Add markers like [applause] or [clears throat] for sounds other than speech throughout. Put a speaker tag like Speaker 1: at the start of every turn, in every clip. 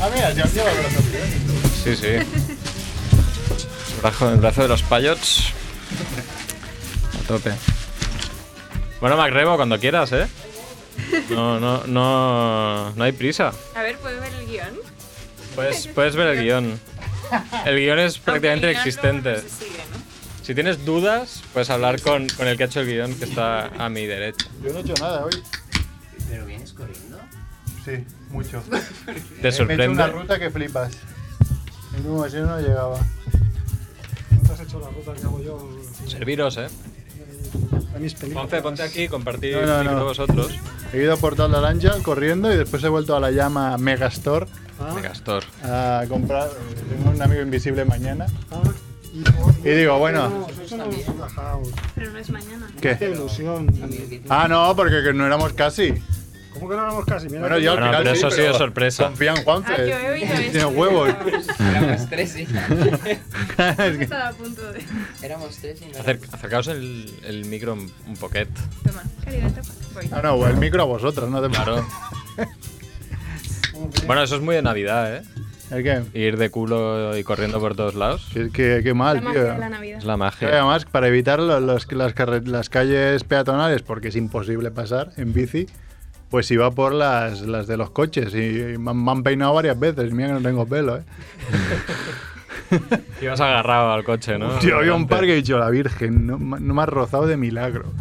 Speaker 1: Ah, mira, ya lleva el brazo.
Speaker 2: Sí, sí. Brazo, el brazo de los payots. A tope. Bueno, Macrebo, cuando quieras, ¿eh? No, no, no, no hay prisa.
Speaker 3: A ver, ¿puedo ver el guión?
Speaker 2: Puedes, puedes ver el guión. El guión es prácticamente inexistente. Si tienes dudas, puedes hablar con, con el que ha hecho el guión, que está a mi derecha.
Speaker 1: Yo no he hecho nada hoy.
Speaker 4: ¿Pero vienes corriendo?
Speaker 1: Sí, mucho.
Speaker 2: ¿Te
Speaker 1: Eh, Me he hecho una
Speaker 2: sorprende?
Speaker 1: ruta que flipas. El mismo ayer no llegaba.
Speaker 5: Te has hecho la ruta que hago yo
Speaker 2: Serviros, ¿eh?
Speaker 5: a mis películas.
Speaker 2: Ponte, ponte aquí, compartid
Speaker 1: No, no,
Speaker 2: micro
Speaker 1: no.
Speaker 2: vosotros.
Speaker 1: He ido a Portal de Aranja corriendo y después he vuelto a la llama Megastore
Speaker 5: Ah,
Speaker 2: De Castor.
Speaker 1: a comprar. eh, Tengo un amigo invisible mañana.
Speaker 5: ah, y,
Speaker 1: Y digo, bueno.
Speaker 5: No, eso no es relajado.
Speaker 3: Pero no es mañana.
Speaker 5: Qué
Speaker 1: ¿Qué?
Speaker 5: ilusión.
Speaker 1: Ah, no, porque que no éramos casi.
Speaker 5: ¿Cómo que no éramos casi? Mira,
Speaker 1: Bueno, yo al
Speaker 2: Bueno,
Speaker 1: final
Speaker 2: pero eso ha sido
Speaker 1: pero
Speaker 2: sorpresa.
Speaker 1: Confía en
Speaker 3: Ah, yo he
Speaker 1: Juanfe.
Speaker 3: oído eso.
Speaker 1: [laughs] Tiene huevos.
Speaker 4: Éramos tres, sí.
Speaker 1: Es que-
Speaker 3: Estaba a punto de...
Speaker 4: Éramos tres y no.
Speaker 2: Acer- acercaos el, el micro un, un poquet.
Speaker 3: Toma, caridad, toma. Voy.
Speaker 1: Ah, No, no, el micro a vosotros, no te
Speaker 2: Claro. Bueno, eso es muy de Navidad, ¿eh?
Speaker 1: ¿El qué?
Speaker 2: Ir de culo y corriendo por todos lados.
Speaker 1: Sí, es que qué mal,
Speaker 3: La magia de la
Speaker 1: tío.
Speaker 3: Navidad.
Speaker 2: Es la magia.
Speaker 1: Además, para evitar lo- los- las, carre- las calles peatonales, porque es imposible pasar en bici, pues iba por las, las de los coches y me han, me han peinado varias veces. Mira que no tengo pelo, ¿eh?
Speaker 2: Ibas agarrado al coche, ¿no?
Speaker 1: Tío, había un
Speaker 2: Delante.
Speaker 1: parque y he dicho, la virgen, no, ma- no me has rozado de milagro.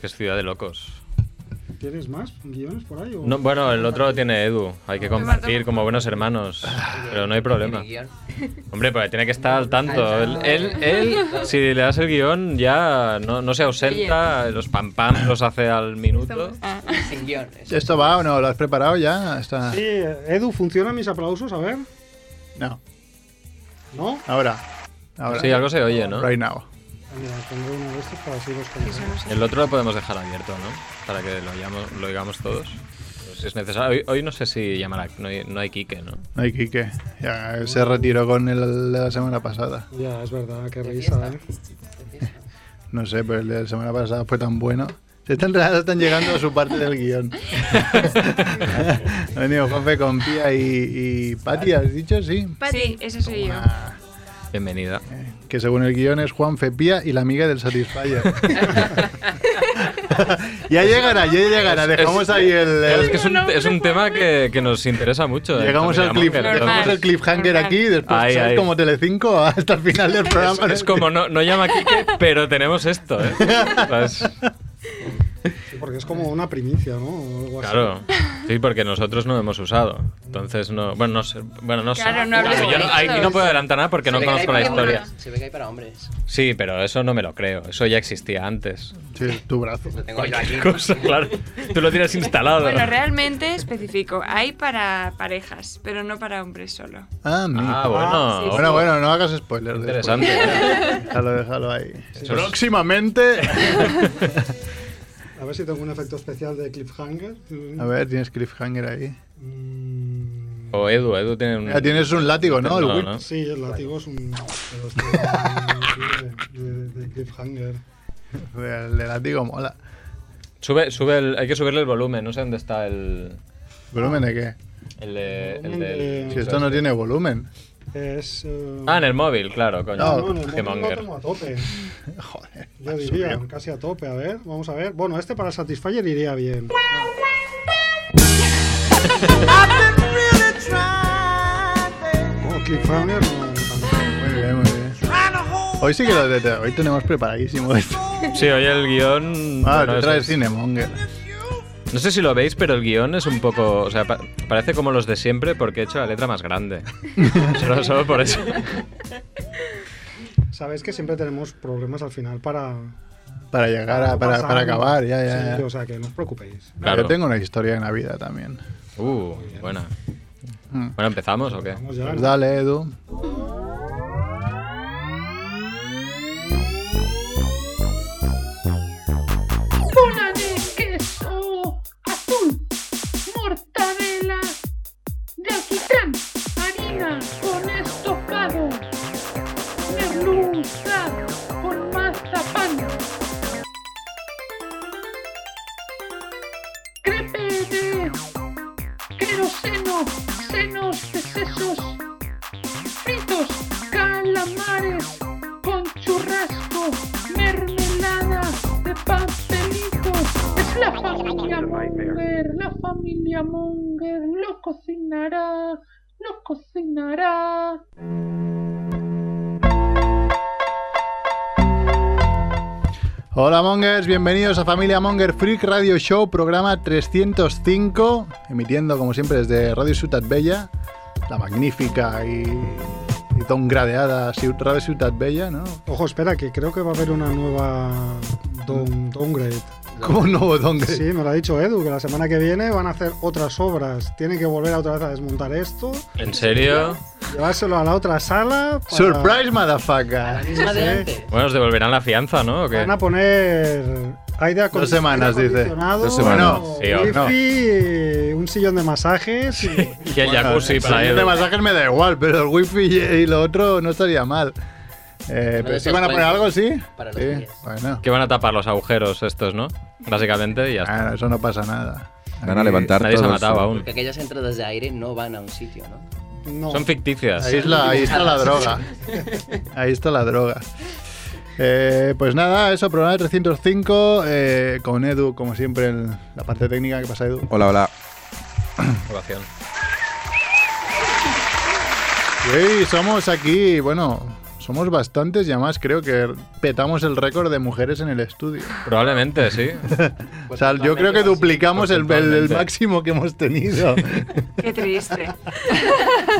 Speaker 2: Que es ciudad de locos.
Speaker 5: ¿Tienes más guiones por ahí? O...
Speaker 2: No, bueno, el otro lo tiene Edu. Hay que compartir como buenos hermanos. Pero no hay problema. Hombre, pues tiene que estar al tanto. Él, él, él, si le das el guión, ya no, no se ausenta. Los pam pam los hace al minuto.
Speaker 4: Sin guión. eso.
Speaker 1: ¿Esto va o no? ¿Lo has preparado ya? Está...
Speaker 5: Sí, Edu, ¿funcionan mis aplausos? A ver.
Speaker 1: No,
Speaker 5: ¿No?
Speaker 1: ahora. ahora.
Speaker 2: Sí, algo se oye, ¿no?
Speaker 1: Right now.
Speaker 5: Ah, Mira, pondré uno de estos para así los conocemos.
Speaker 2: El otro lo podemos dejar abierto, ¿no? Para que lo, oyamos- lo oigamos todos. Pero si es necesario. Hoy, hoy no sé si llamará. No hay, no hay Quique, ¿no?
Speaker 1: Ay, Quique. Ya se retiró con el de la semana pasada.
Speaker 5: Ya, es verdad, qué
Speaker 4: De
Speaker 5: risa, ¿eh?
Speaker 4: fiesta, de fiesta.
Speaker 1: No sé, pero el de la semana pasada fue tan bueno. Se están, están llegando a su parte del guión. ha venido Juanfe con Pía y, y Pati, ¿has dicho? Sí.
Speaker 3: Pati, sí, eso soy yo.
Speaker 1: Ah,
Speaker 2: Bienvenida.
Speaker 1: eh, que según el guión es Juanfe, Pía y la amiga del
Speaker 2: [laughs]
Speaker 1: Satisfyer. ya llegará, ya llegará. Dejamos ahí el...
Speaker 2: Claro, es que
Speaker 1: el-
Speaker 2: es un, es un tema que, que nos interesa mucho. ¿eh?
Speaker 1: Llegamos al, cliff,
Speaker 2: Digamos que-
Speaker 1: dejamos el cliffhanger aquí y después
Speaker 2: Ahí,
Speaker 1: ¿sabes?
Speaker 2: ahí.
Speaker 1: como Telecinco hasta el final del programa. [laughs]
Speaker 2: Es como no, no llama Quique, pero tenemos esto, ¿eh? ¿Sabes?
Speaker 5: Sí, Porque es como una primicia, ¿no? O algo así.
Speaker 2: Claro. Sí, porque nosotros no hemos usado. Entonces no. Bueno, no sé. Bueno, no sé.
Speaker 3: Claro, no hables
Speaker 2: Claro, yo no,
Speaker 3: de
Speaker 2: aquí no
Speaker 3: todos.
Speaker 2: puedo adelantar nada porque
Speaker 4: Se
Speaker 2: no
Speaker 4: ve que hay
Speaker 2: conozco la
Speaker 4: para
Speaker 2: historia.
Speaker 4: hombres, Se ve que hay para hombres.
Speaker 2: Sí, pero eso no me lo creo. Eso ya existía antes.
Speaker 1: Sí, tu brazo.
Speaker 4: Lo tengo yo aquí.
Speaker 2: Cosa, claro. Tú lo tienes instalado.
Speaker 3: Bueno, realmente especifico. Hay para parejas, pero no para hombres solo.
Speaker 1: Ah, mira.
Speaker 2: Ah, bueno.
Speaker 3: sí, sí.
Speaker 1: Bueno, bueno, no hagas spoilers.
Speaker 2: Interesante. ¿eh?
Speaker 1: Déjalo, déjalo ahí.
Speaker 2: Eso es-
Speaker 1: Próximamente.
Speaker 5: A ver si tengo un efecto especial de cliffhanger.
Speaker 1: A ver, tienes cliffhanger ahí.
Speaker 5: Mm,
Speaker 2: O Oh, Edu, Edu tiene un.
Speaker 1: Ya tienes un látigo, ¿no? El
Speaker 2: No,
Speaker 1: whip.
Speaker 2: no.
Speaker 5: Sí, el látigo es un. pero es que- de, de- de cliffhanger.
Speaker 1: El de látigo mola.
Speaker 2: Sube, sube el, hay que subirle el volumen, no sé dónde está el.
Speaker 1: ¿Volumen de qué?
Speaker 2: El, de, el
Speaker 5: Volumen
Speaker 2: del.
Speaker 5: de-
Speaker 1: Si esto no tiene volumen. [laughs]
Speaker 5: Es. eh,
Speaker 2: Ah, en el móvil, claro, coño.
Speaker 1: No,
Speaker 5: no, en el
Speaker 2: Qué
Speaker 5: móvil lo
Speaker 2: monger.
Speaker 5: tengo a tope.
Speaker 1: Joder.
Speaker 5: Yo diría, casi a tope. A ver, vamos a ver. Bueno, este para Satisfyer iría bien. Oh, cliffhanger no. tampoco.
Speaker 1: Muy bien, muy bien. Hoy sí que lo te- hoy tenemos preparadísimo
Speaker 5: [laughs]
Speaker 1: esto.
Speaker 2: Sí, hoy el guión.
Speaker 1: Ah,
Speaker 2: bueno,
Speaker 1: te traes
Speaker 2: es-
Speaker 1: Cinemonger.
Speaker 2: No sé si lo veis, pero el guión es un poco. O sea, pa- parece como los de siempre porque he hecho la letra
Speaker 1: [laughs]
Speaker 2: más grande. solo, solo por eso.
Speaker 5: Sabéis que siempre tenemos problemas al final para.
Speaker 1: Para llegar a, para,
Speaker 5: pasar.
Speaker 1: para acabar, ya,
Speaker 5: Sí,
Speaker 1: ya. ya.
Speaker 5: O sea, que no os preocupéis.
Speaker 2: Claro.
Speaker 1: Yo tengo una historia de Navidad también.
Speaker 2: Uh, buena.
Speaker 1: Mm.
Speaker 2: Bueno, ¿empezamos o qué?
Speaker 5: Vamos ya.
Speaker 1: Pues dale, Edu.
Speaker 6: bola de queso azul, mortadela de alquitrán, harina con estofado, merluza con mazapán, crepe de queroseno, se senos de sesos, fritos, calamares, con churrasco, mermelada de pastelito. Es la familia Munger, la familia Munger, lo cocinará, lo cocinará.
Speaker 1: Hola Mongers, bienvenidos a Familia Monger Freak Radio Show, programa 305, emitiendo como siempre desde Radio Ciutat Bella, la magnífica y, y tan gradeada Ciut- Radio Ciutat Bella, ¿no?
Speaker 5: Ojo, espera, que creo que va a haber una nueva down- downgrade.
Speaker 1: Como un nuevo dongle.
Speaker 5: Sí, me lo ha dicho Edu, que la semana que viene van a hacer otras obras. Tienen que volver otra vez a desmontar esto,
Speaker 2: ¿En serio?
Speaker 5: llevárselo a la otra sala. para-
Speaker 1: Surprise,
Speaker 4: La
Speaker 1: motherfucker.
Speaker 4: misma de
Speaker 5: Sí.
Speaker 4: antes.
Speaker 2: Bueno, os devolverán la fianza, ¿no? ¿O qué?
Speaker 5: Van a poner aire acon-
Speaker 1: Dos semanas,
Speaker 5: aire
Speaker 1: dice.
Speaker 5: acondicionado,
Speaker 2: Dos semanas.
Speaker 5: wifi,
Speaker 2: Sí, o
Speaker 1: no.
Speaker 5: eh, un sillón de masajes. y-
Speaker 2: [laughs] Y el jacuzzi
Speaker 1: Bueno,
Speaker 2: para
Speaker 1: el de masajes me da igual, pero el wifi y, y lo otro no estaría mal. Eh,
Speaker 4: Uno
Speaker 1: pero
Speaker 4: de
Speaker 1: si
Speaker 4: esos
Speaker 1: van a poner
Speaker 4: puentes
Speaker 1: algo, sí.
Speaker 4: para los
Speaker 1: Sí,
Speaker 4: pies.
Speaker 1: bueno.
Speaker 2: Que van a tapar los agujeros estos, ¿no? Básicamente, y ya está.
Speaker 1: Bueno, eso no pasa nada.
Speaker 7: Van a
Speaker 1: Aquí-
Speaker 7: levantar
Speaker 2: Nadie se ha
Speaker 7: todos-
Speaker 2: matado aún.
Speaker 4: Porque aquellas entradas de aire no van a un sitio, ¿no?
Speaker 5: No.
Speaker 2: Son ficticias.
Speaker 1: Ahí, es la- ahí está la droga. Ahí está la droga. Eh, pues nada, eso, programa 305 eh, con Edu, como siempre, en la parte técnica. ¿Qué pasa, Edu?
Speaker 7: Hola, hola.
Speaker 2: Ovación.
Speaker 1: Ey, somos aquí, bueno, somos bastantes y además creo que petamos el récord de mujeres en el estudio.
Speaker 2: Probablemente,
Speaker 1: [laughs]
Speaker 2: sí.
Speaker 1: O sea, yo creo que duplicamos el, el- el máximo que hemos tenido.
Speaker 3: Qué triste.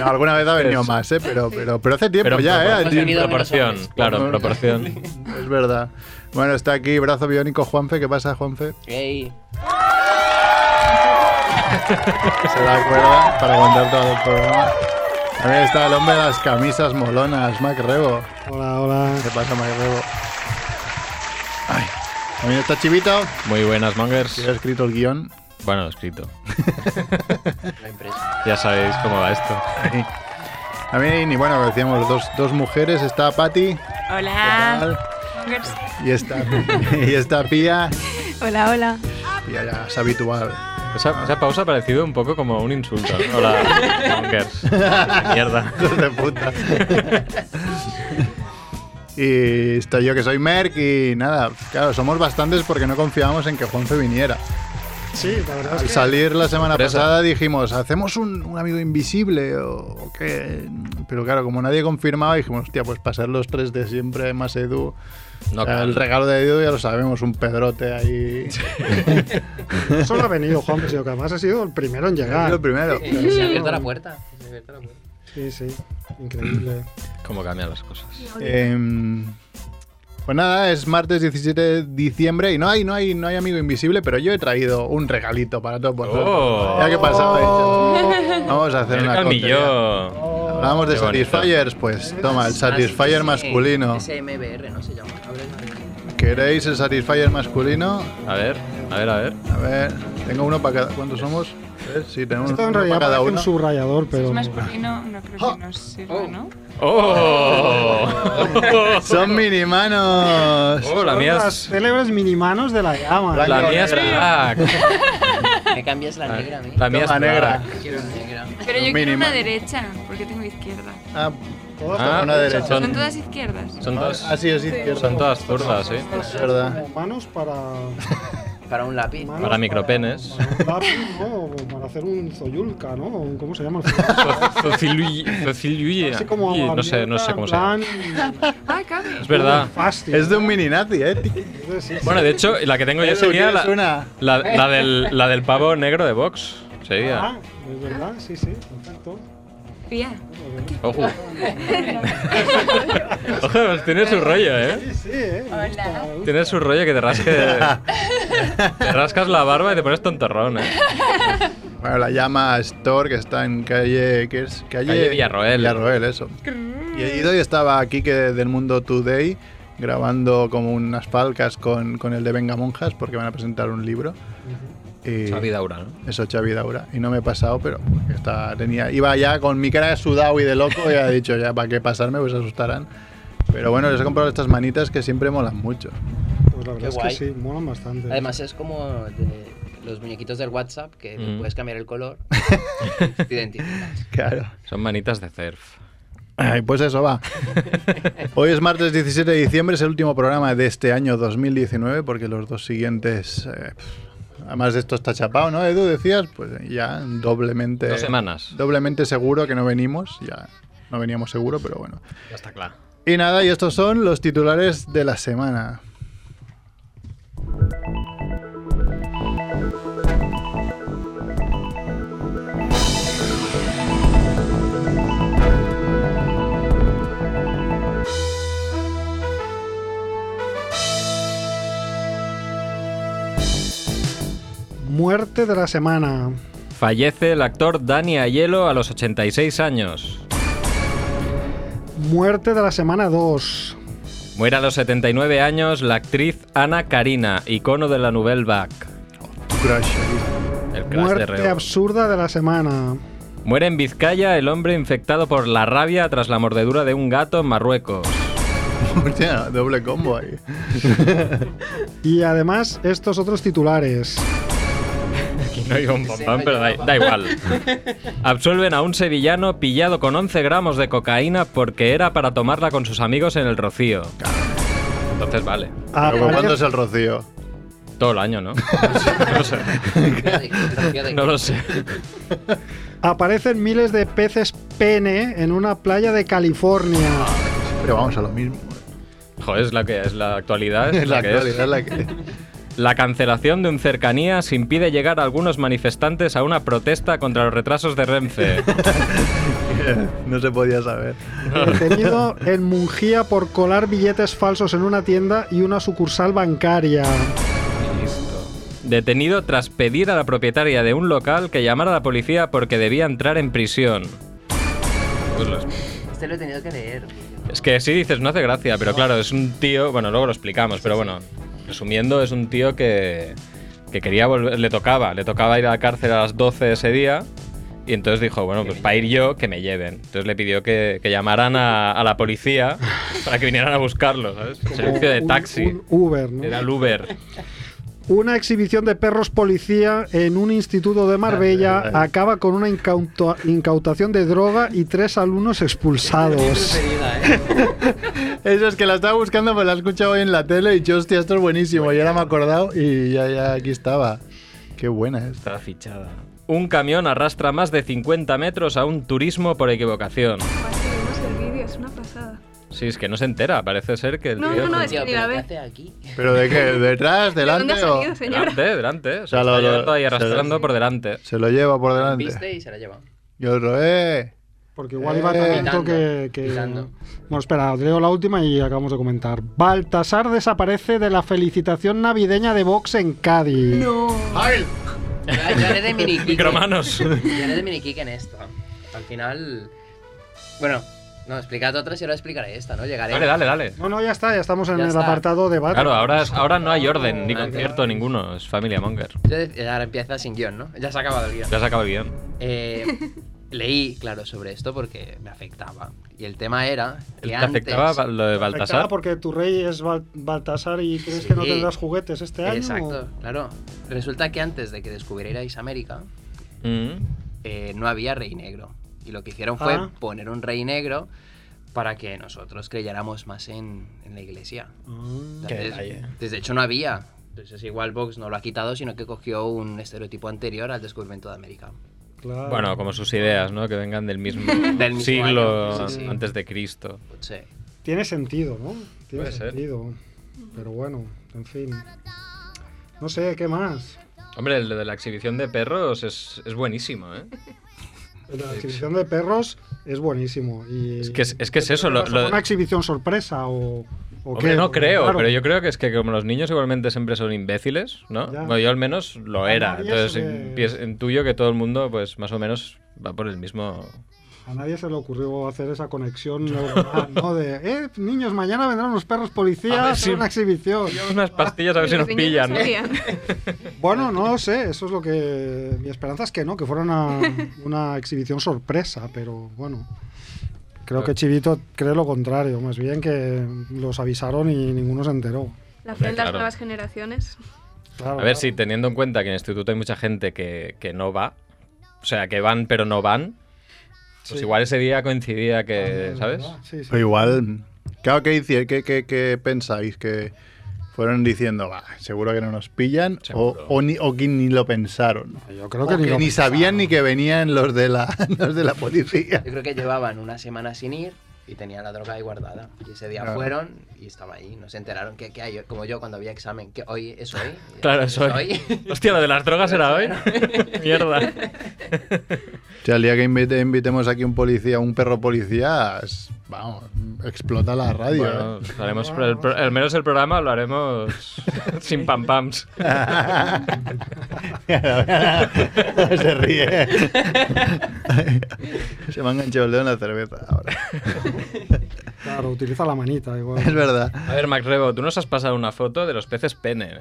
Speaker 1: No, alguna vez ha venido más, ¿eh? pero, pero, pero hace tiempo
Speaker 2: Pero en
Speaker 1: ya,
Speaker 2: propor-
Speaker 1: ¿eh?
Speaker 4: hemos
Speaker 2: en
Speaker 4: venido
Speaker 2: proporción,
Speaker 4: menos hombres.
Speaker 2: claro, en
Speaker 1: Bueno,
Speaker 2: proporción.
Speaker 1: Es verdad. Bueno, está aquí brazo biónico Juanfe. ¿Qué pasa, Juanfe?
Speaker 4: Ey,
Speaker 1: se da cuerda para aguantar todo el programa. También está el hombre de las camisas molonas, Mac Rebo.
Speaker 5: Hola, hola.
Speaker 1: ¿Qué pasa, Mac Rebo? Ay. También está Chivito,
Speaker 2: Muy buenas,
Speaker 1: que
Speaker 2: mongers.
Speaker 1: ha escrito el guión.
Speaker 2: Bueno, escrito.
Speaker 4: la empresa.
Speaker 2: Ya sabéis cómo va esto.
Speaker 1: Ahí. También, y bueno, decíamos, dos, dos mujeres. Está Patti.
Speaker 3: Hola. Mongers.
Speaker 1: Y está, [laughs] y está Pía.
Speaker 8: Hola, hola.
Speaker 1: Pía ya es habitual. [laughs]
Speaker 2: Esa, esa pausa ha parecido un poco como un insulto. ¿no? Hola,
Speaker 1: [laughs]
Speaker 2: mongers. Mierda.
Speaker 1: Hijos de puta. Y estoy yo que soy Merck y nada, claro, somos bastantes porque no confiábamos en que Juanfe viniera.
Speaker 5: Sí, la verdad es
Speaker 1: Al
Speaker 5: que
Speaker 1: salir la semana
Speaker 2: Sorpresa.
Speaker 1: pasada dijimos, ¿hacemos un, un amigo invisible o, o qué? Pero claro, como nadie confirmaba, dijimos, hostia, pues pasar los tres de siempre más Edu.
Speaker 2: No,
Speaker 1: O sea, el
Speaker 2: claro.
Speaker 1: regalo de Edu ya lo sabemos, un pedrote ahí.
Speaker 5: no solo ha venido Juan, sino que además ha sido el primero en
Speaker 1: Es
Speaker 5: llegar.
Speaker 1: Lo primero.
Speaker 4: Que Se ha abierto la puerta. que Se ha abierto la puerta.
Speaker 5: Sí, sí. Increíble.
Speaker 2: Cómo cambian las cosas.
Speaker 1: Eh, pues nada, es martes 17 de diciembre y no hay, no hay, no hay amigo invisible, pero yo he traído un regalito para todos vosotros.
Speaker 2: Oh.
Speaker 1: Ya que pasaba hecho.
Speaker 3: Oh.
Speaker 1: [laughs] Vamos a hacer
Speaker 2: El
Speaker 1: una cotilla.
Speaker 2: camillo.
Speaker 1: Hablamos de
Speaker 2: Qué bonito.
Speaker 1: Satisfyers, pues toma, el
Speaker 4: Ah, sí,
Speaker 1: Satisfyer
Speaker 4: sí,
Speaker 1: masculino.
Speaker 4: SMBR, ¿no se llama? Ahora
Speaker 2: [laughs]
Speaker 4: es-
Speaker 1: ¿Queréis el Satisfyer masculino?
Speaker 2: A ver, a ver, a ver.
Speaker 1: A ver, tengo uno para cada. ¿Cuántos somos? Tres, Sí, tenemos
Speaker 5: Esto en
Speaker 1: uno
Speaker 5: realidad
Speaker 1: para
Speaker 5: parece
Speaker 1: cada
Speaker 5: un
Speaker 1: uno.
Speaker 5: subrayador,
Speaker 3: Si
Speaker 5: pero.
Speaker 3: Es masculino, no creo que nos sirva, ¿no?
Speaker 1: [laughs]
Speaker 2: ¡Oh!
Speaker 1: Son minimanos.
Speaker 2: ¡Oh, la
Speaker 5: Son
Speaker 2: mía
Speaker 5: las
Speaker 2: es...
Speaker 5: célebres minimanos de la gama. ¿eh?
Speaker 1: Blanca.
Speaker 2: La mía es black.
Speaker 4: Me cambias la negra a mí.
Speaker 2: Ah, La mía es
Speaker 1: Toma, negra.
Speaker 2: black.
Speaker 4: Quiero negra.
Speaker 3: Pero yo quiero
Speaker 1: Mínima.
Speaker 3: una derecha, porque tengo izquierda.
Speaker 1: Ah,
Speaker 5: Todas
Speaker 2: Ah,
Speaker 1: una derecha.
Speaker 2: Son-
Speaker 3: Son todas izquierdas.
Speaker 2: Son todas,
Speaker 1: Así es, izquierda.
Speaker 2: son todas zurdas, ¿eh?
Speaker 1: Es verdad.
Speaker 5: como manos para.
Speaker 4: Para un lápiz.
Speaker 5: manos
Speaker 2: Para micropenes.
Speaker 5: Para, un lápiz, ¿no? O Para hacer un zoyulca, ¿no? O un- ¿Cómo se llama? el zoyulca?
Speaker 2: Cecilia.
Speaker 5: Así como
Speaker 2: No sé, no sé cómo se llama.
Speaker 5: llama.
Speaker 3: Ah, cabe.
Speaker 2: Es verdad.
Speaker 5: Fácil.
Speaker 1: Es de un mini nazi, eh. tío.
Speaker 2: Bueno, de hecho, la que tengo yo
Speaker 1: Edu,
Speaker 2: sería
Speaker 1: ¿tienes
Speaker 2: la,
Speaker 1: una?
Speaker 2: la, la del, la del pavo negro de Vox. Sería.
Speaker 5: Ah, es verdad, sí, sí, perfecto.
Speaker 3: Fía.
Speaker 2: Ojo. Ojo, pues tiene su rollo, ¿eh?
Speaker 5: Sí, sí, eh. me gusta, me gusta.
Speaker 2: Tiene su rollo que te rasque. Te rascas la barba y te pones tontorrón, ¿eh?
Speaker 1: Bueno, la llama Store, que está en calle. ¿Qué es? Calle,
Speaker 2: Calle Villarroel.
Speaker 1: Villarroel, eso. Y allí hoy estaba aquí que del mundo Today grabando como unas palcas con, con el de Venga Monjas porque van a presentar un libro. Y
Speaker 2: Xavi Daura, ¿no?
Speaker 1: Eso, Xavi Daura. Y no me he pasado, pero está, tenía, iba ya con mi cara de sudado y de loco y ha dicho ya, ¿para qué pasarme? Pues se asustarán. Pero bueno, les he comprado estas manitas que siempre molan mucho.
Speaker 5: Pues la
Speaker 4: Qué
Speaker 5: verdad es que
Speaker 4: guay.
Speaker 5: sí, molan bastante.
Speaker 4: Además es como de los muñequitos del WhatsApp que
Speaker 2: Mm.
Speaker 4: puedes cambiar
Speaker 2: [laughs]
Speaker 4: el color. te identificas.
Speaker 1: Claro.
Speaker 2: Son manitas de surf.
Speaker 1: Ay, pues eso va. Hoy es martes 17 de diciembre, es el último programa de este año 2019, porque los dos siguientes. eh, pf, además de esto está chapado, ¿no, Edu? Decías, pues ya doblemente.
Speaker 2: Dos semanas.
Speaker 1: Doblemente seguro que no venimos, ya no veníamos seguro, pero bueno.
Speaker 2: Ya está claro.
Speaker 1: Y nada, y estos son los titulares de la semana.
Speaker 5: Muerte de la semana.
Speaker 2: Fallece el actor Dani Aiello a los 86 años.
Speaker 5: Muerte de la semana 2.
Speaker 2: Muere a los 79 años la actriz Ana Karina, icono de la Nouvelle Vague.
Speaker 1: Crush. ahí. [laughs]
Speaker 2: El crash de
Speaker 5: Muerte
Speaker 2: Reo.
Speaker 5: absurda de la semana.
Speaker 2: Muere en Vizcaya el hombre infectado por la rabia tras la mordedura de un gato en Marruecos.
Speaker 1: Hostia, doble combo ahí.
Speaker 5: Y además estos otros titulares.
Speaker 2: Aquí no hay un pompón, pero da, da igual. [laughs] Absuelven a un sevillano pillado con 11 gramos de cocaína porque era para tomarla con sus amigos en el Rocío. Entonces vale.
Speaker 1: Pero
Speaker 5: Aparece-
Speaker 1: ¿Cuándo es el rocío?
Speaker 2: Todo el año, [laughs] ¿no? [laughs] No lo sé.
Speaker 5: Aparecen miles de peces pene en una playa de California.
Speaker 1: Pero vamos a lo mismo.
Speaker 2: Joder, es la que es la actualidad. Es
Speaker 1: Es [laughs] la
Speaker 2: la, que es.
Speaker 1: actualidad la que.
Speaker 2: La cancelación de un cercanías impide llegar a algunos manifestantes a una protesta contra los retrasos de Renfe.
Speaker 1: [laughs] No se podía saber.
Speaker 5: Detenido en Mungía por colar billetes falsos en una tienda y una sucursal bancaria.
Speaker 2: Listo. Detenido tras pedir a la propietaria de un local que llamara a la policía porque debía entrar en prisión. Pues los-
Speaker 4: Este lo he tenido que leer.
Speaker 2: Es que sí dices, no hace gracia, pero claro, es un tío. Bueno, luego lo explicamos, pero bueno, resumiendo, es un tío que, que quería volver. Le tocaba, le tocaba ir a la cárcel a las 12 ese día. Y entonces dijo, bueno, pues para ir yo, que me lleven. Entonces le pidió que, que llamaran a, a la
Speaker 5: [laughs]
Speaker 2: policía para que vinieran a buscarlo, ¿sabes? Servicio de
Speaker 5: Un-
Speaker 2: taxi.
Speaker 5: un Uber, ¿no?
Speaker 2: Era el Uber.
Speaker 5: Una exhibición de perros policía en un instituto de Marbella acaba con una incauta- incautación de droga y tres alumnos expulsados.
Speaker 1: Eso es que la estaba buscando, pues la he escuchado hoy en la tele y yo, hostia, esto es buenísimo. Y ahora me he acordado y ya, ya aquí estaba. Qué buena es.
Speaker 2: Está fichada. Un camión arrastra más de 50 metros a un turismo por equivocación.
Speaker 7: Además, que vemos el vídeo, es una pasada.
Speaker 2: Sí, es que no se entera, parece ser que el
Speaker 7: No,
Speaker 2: tío...
Speaker 7: no, no,
Speaker 2: se-
Speaker 7: es que ni la
Speaker 4: ¿qué
Speaker 7: ve.
Speaker 4: hace aquí?
Speaker 1: ¿Pero de qué? ¿Detrás? ¿Delante?
Speaker 7: ¿Dónde ha salido,
Speaker 1: o-
Speaker 7: señora?
Speaker 2: Delante, delante. eh. O sea,
Speaker 1: O sea, lo-
Speaker 2: está
Speaker 1: lo-
Speaker 2: llevando ahí
Speaker 1: se lo-
Speaker 2: arrastrando por delante.
Speaker 1: Se lo lleva por delante.
Speaker 4: Viste y se la lleva.
Speaker 1: Y otro, ¡eh!
Speaker 5: Porque igual iba
Speaker 1: Eh,
Speaker 5: tan lento
Speaker 4: pitando,
Speaker 5: que, que-
Speaker 4: pitando.
Speaker 5: [laughs] Bueno, espera, leo la última y acabamos de comentar. Baltasar desaparece de la felicitación navideña de Vox en Cádiz.
Speaker 4: Ya, ya haré de miniquique.
Speaker 2: Micromanos.
Speaker 4: Ya haré de miniquique en esto. Al final. Bueno, no, explicad otras y ahora explicaré esta, ¿no? Llegaré.
Speaker 2: Dale, dale, dale.
Speaker 5: No, no, ya está, ya estamos en
Speaker 4: Ya
Speaker 5: el
Speaker 4: está.
Speaker 5: apartado debate.
Speaker 2: Claro, ahora, es- ahora no hay orden, ni
Speaker 4: Vale.
Speaker 2: concierto, ninguno. Es Familia Monger.
Speaker 4: Yo decía, Ahora empieza sin guión, ¿no? Ya se ha acabado el guión.
Speaker 2: Ya se acaba el guión.
Speaker 4: Eh, leí, claro, sobre esto porque me afectaba. Y el tema era que
Speaker 2: ¿El ¿Te
Speaker 4: antes...
Speaker 2: afectaba lo de
Speaker 5: Afectada
Speaker 2: Baltasar?
Speaker 5: porque tu rey es Bal- Baltasar y crees
Speaker 4: Sí.
Speaker 5: que no tendrás juguetes este año.
Speaker 4: Exacto, claro. Resulta que antes de que descubrierais América,
Speaker 2: Mm.
Speaker 4: eh, no había rey negro. Y lo que hicieron fue
Speaker 5: Ah.
Speaker 4: poner un rey negro para que nosotros creyéramos más en, en la iglesia.
Speaker 5: Ah.
Speaker 4: Entonces, desde hecho no había. Entonces igual Vox no lo ha quitado, sino que cogió un estereotipo anterior al descubrimiento de América.
Speaker 5: Claro.
Speaker 2: Bueno, como sus ideas, ¿no? Que vengan del mismo,
Speaker 4: [laughs] Del mismo
Speaker 2: siglo
Speaker 4: año, sí, sí.
Speaker 2: antes de Cristo.
Speaker 4: Pues, eh,
Speaker 5: Tiene sentido, ¿no? Tiene
Speaker 2: Puede ser.
Speaker 5: sentido. Pero bueno, en fin. No sé, ¿qué más?
Speaker 2: Hombre, el de la exhibición de perros es, es buenísimo, ¿eh?
Speaker 5: La exhibición de perros es buenísimo. Y
Speaker 2: Es que es, es que es eso. Lo,
Speaker 5: ¿Fue
Speaker 2: lo-
Speaker 5: una exhibición sorpresa o, o
Speaker 2: Hombre,
Speaker 5: qué?
Speaker 2: no creo,
Speaker 5: Claro.
Speaker 2: pero yo creo que es que como los niños igualmente siempre son imbéciles, ¿no?
Speaker 5: Ya.
Speaker 2: Bueno, yo al menos lo
Speaker 5: Hay
Speaker 2: era.
Speaker 5: nadie
Speaker 2: Entonces
Speaker 5: se
Speaker 2: pies- intuyo que todo el mundo, pues más o menos, va por el mismo...
Speaker 5: A nadie se le ocurrió hacer esa conexión neuronal, ¿no? De, eh, niños, mañana vendrán unos perros policías
Speaker 2: A
Speaker 5: a
Speaker 2: ver si-
Speaker 5: una exhibición.
Speaker 2: Unas pastillas a ver si nos
Speaker 7: Ah, Los niños
Speaker 2: pillan,
Speaker 7: no
Speaker 2: ¿no?
Speaker 7: sabían.
Speaker 5: Bueno, no lo sé, eso es lo que... Mi esperanza es que no, que
Speaker 2: [laughs]
Speaker 5: fuera una, una exhibición sorpresa, pero bueno. Creo que Chivito cree lo contrario, más bien que los avisaron y ninguno se enteró.
Speaker 7: La friend de las [laughs]
Speaker 2: claro.
Speaker 7: nuevas generaciones.
Speaker 5: Claro,
Speaker 2: A ver,
Speaker 5: claro.
Speaker 2: sí, teniendo en cuenta que en el instituto hay mucha gente que, que no va, o sea, que van pero no van, pues
Speaker 5: Sí.
Speaker 2: igual ese día coincidía que,
Speaker 5: Es
Speaker 2: ¿sabes?
Speaker 5: verdad, Sí, sí.
Speaker 1: Pero igual, claro, ¿qué, dici- qué, qué- qué pensáis? Que fueron diciendo, va, seguro que no nos pillan, o,
Speaker 2: Seguro.
Speaker 1: o ni, o que ni lo pensaron.
Speaker 5: Yo creo
Speaker 1: O
Speaker 5: que,
Speaker 1: que
Speaker 5: lo
Speaker 1: ni sabían
Speaker 5: pensaron.
Speaker 1: ni que venían los de la, [laughs] los de la policía.
Speaker 4: Yo creo que llevaban una semana sin ir y tenían la droga ahí guardada. Y ese día
Speaker 1: Claro.
Speaker 4: fueron y estaba ahí. No se enteraron que, que hay, como yo cuando había examen, que hoy es hoy.
Speaker 2: Claro,
Speaker 4: es
Speaker 2: eso
Speaker 4: [laughs]
Speaker 2: Hostia, lo de las drogas era
Speaker 7: [laughs]
Speaker 2: hoy. Mierda.
Speaker 1: O sea, el día que invite- invitemos aquí un policía, un perro policía, es- vamos, explota la radio.
Speaker 2: Bueno,
Speaker 1: ¿eh?
Speaker 2: haremos pro- el pro- al menos el programa
Speaker 1: [laughs]
Speaker 2: lo haremos sin pam pams.
Speaker 1: [laughs] Se ríe. Se me ha enganchado el dedo en la cerveza ahora.
Speaker 5: Claro, utiliza la manita igual.
Speaker 1: [laughs] Es verdad.
Speaker 2: A ver, Max Rebo, tú nos has pasado una foto de los peces pene.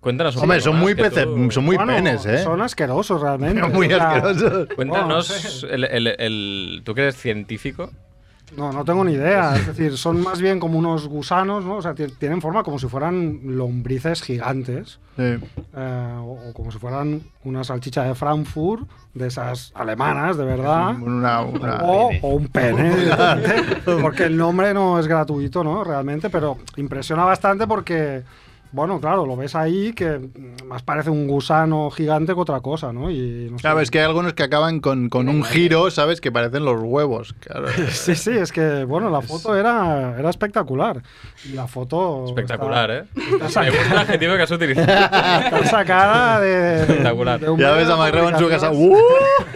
Speaker 2: Cuéntanos un
Speaker 1: Hombre,
Speaker 2: poco
Speaker 1: son
Speaker 2: más,
Speaker 1: muy
Speaker 2: que
Speaker 1: peces,
Speaker 2: tú-
Speaker 1: son muy
Speaker 5: Bueno,
Speaker 1: penes, ¿eh?
Speaker 5: Son asquerosos realmente.
Speaker 1: Muy
Speaker 5: o sea,
Speaker 1: asquerosos.
Speaker 5: Oh,
Speaker 2: Cuéntanos, el, el- el- tú que eres científico,
Speaker 5: No, no tengo ni idea. Es decir, son más bien como unos gusanos, ¿no? O sea, ti- tienen forma como si fueran lombrices gigantes.
Speaker 1: Sí.
Speaker 5: eh, o, o como si fueran una salchicha de Frankfurt, de esas alemanas, de
Speaker 1: Ah.
Speaker 5: verdad.
Speaker 1: Una, una-
Speaker 5: O, o un pene, [laughs] porque el nombre no es gratuito, ¿no? Realmente, pero impresiona bastante porque, bueno, claro, lo ves ahí que mm, más parece un gusano gigante que otra cosa, ¿no? Y no sé.
Speaker 1: Claro, es que hay algunos que acaban con, con un giro, ¿sabes? Que parecen los huevos. Claro.
Speaker 5: Sí, sí, es que, bueno, la foto era, era espectacular. Y la foto...
Speaker 2: espectacular, ¿eh?
Speaker 5: Oh, está
Speaker 2: Me gusta el
Speaker 5: sacada,
Speaker 2: adjetivo que has utilizado.
Speaker 5: está sacada de...
Speaker 2: Espectacular.
Speaker 5: de un
Speaker 1: Ya ves
Speaker 5: medio
Speaker 1: a Macrebo en su casa. ¡Uh!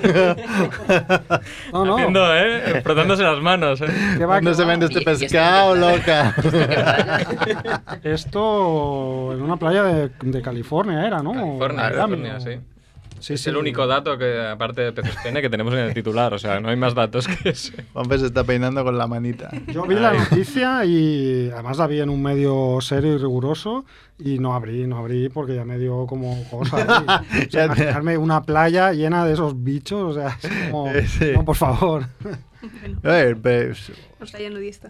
Speaker 5: publicaciones. [laughs] No, no,
Speaker 2: Haciendo, ¿eh? Frotándose las manos. ¿eh?
Speaker 5: que va,
Speaker 1: ¿Dónde
Speaker 5: que
Speaker 1: se
Speaker 5: va.
Speaker 1: vende este
Speaker 4: Y- y este
Speaker 1: pescado,
Speaker 4: que-
Speaker 1: loca?
Speaker 4: este
Speaker 1: [laughs]
Speaker 5: Esto en una playa de, de California era, ¿no?
Speaker 2: California,
Speaker 5: Miami,
Speaker 2: California,
Speaker 5: o-
Speaker 2: sí.
Speaker 5: Sí,
Speaker 2: Es
Speaker 5: sí.
Speaker 2: el único dato que, aparte de peces pene, que tenemos en el titular. O sea, no hay más datos que ese.
Speaker 1: Juanfe se está peinando con la manita.
Speaker 5: Yo vi la noticia y además la vi en un medio serio y riguroso y no abrí, no abrí porque ya me dio como cosa.
Speaker 2: [laughs]
Speaker 5: ¿eh? O sea,
Speaker 1: Ya te-
Speaker 5: imaginarme una playa llena de esos bichos, o sea, es
Speaker 2: [laughs]
Speaker 5: como,
Speaker 1: Eh, sí.
Speaker 5: no, por favor.
Speaker 1: Eh, pues,
Speaker 7: O sea, ya nudista.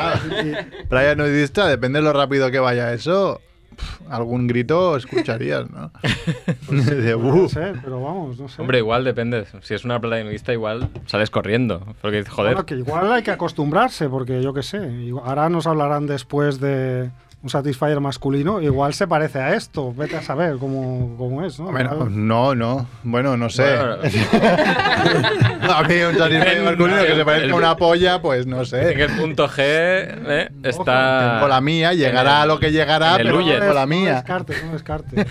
Speaker 5: [laughs]
Speaker 1: playa nudista, depende de lo rápido que vaya eso. pf, algún grito escucharías, ¿no? De,
Speaker 5: No
Speaker 1: "Uh".
Speaker 5: sé, pero vamos, no sé.
Speaker 2: Hombre, igual depende. Si es una playa nudista, igual sales corriendo. Porque, joder,
Speaker 5: Bueno, que igual hay que acostumbrarse porque yo qué sé, igual- ahora nos hablarán después de un Satisfyer masculino, igual se parece a esto, vete a saber cómo, cómo es, ¿no?
Speaker 1: Bueno, no, no. Bueno, no sé.
Speaker 2: Bueno,
Speaker 1: [laughs] A mí un satisfactorio masculino que se parezca a una polla, pues no
Speaker 2: en
Speaker 1: sé.
Speaker 2: el punto G ¿eh? está...
Speaker 1: Con la mía, llegará
Speaker 2: en el-
Speaker 1: a lo que llegará,
Speaker 2: en el
Speaker 1: pero
Speaker 2: Lujet.
Speaker 1: con la
Speaker 5: No
Speaker 1: mía.
Speaker 5: descartes,
Speaker 2: [laughs]
Speaker 5: no descartes.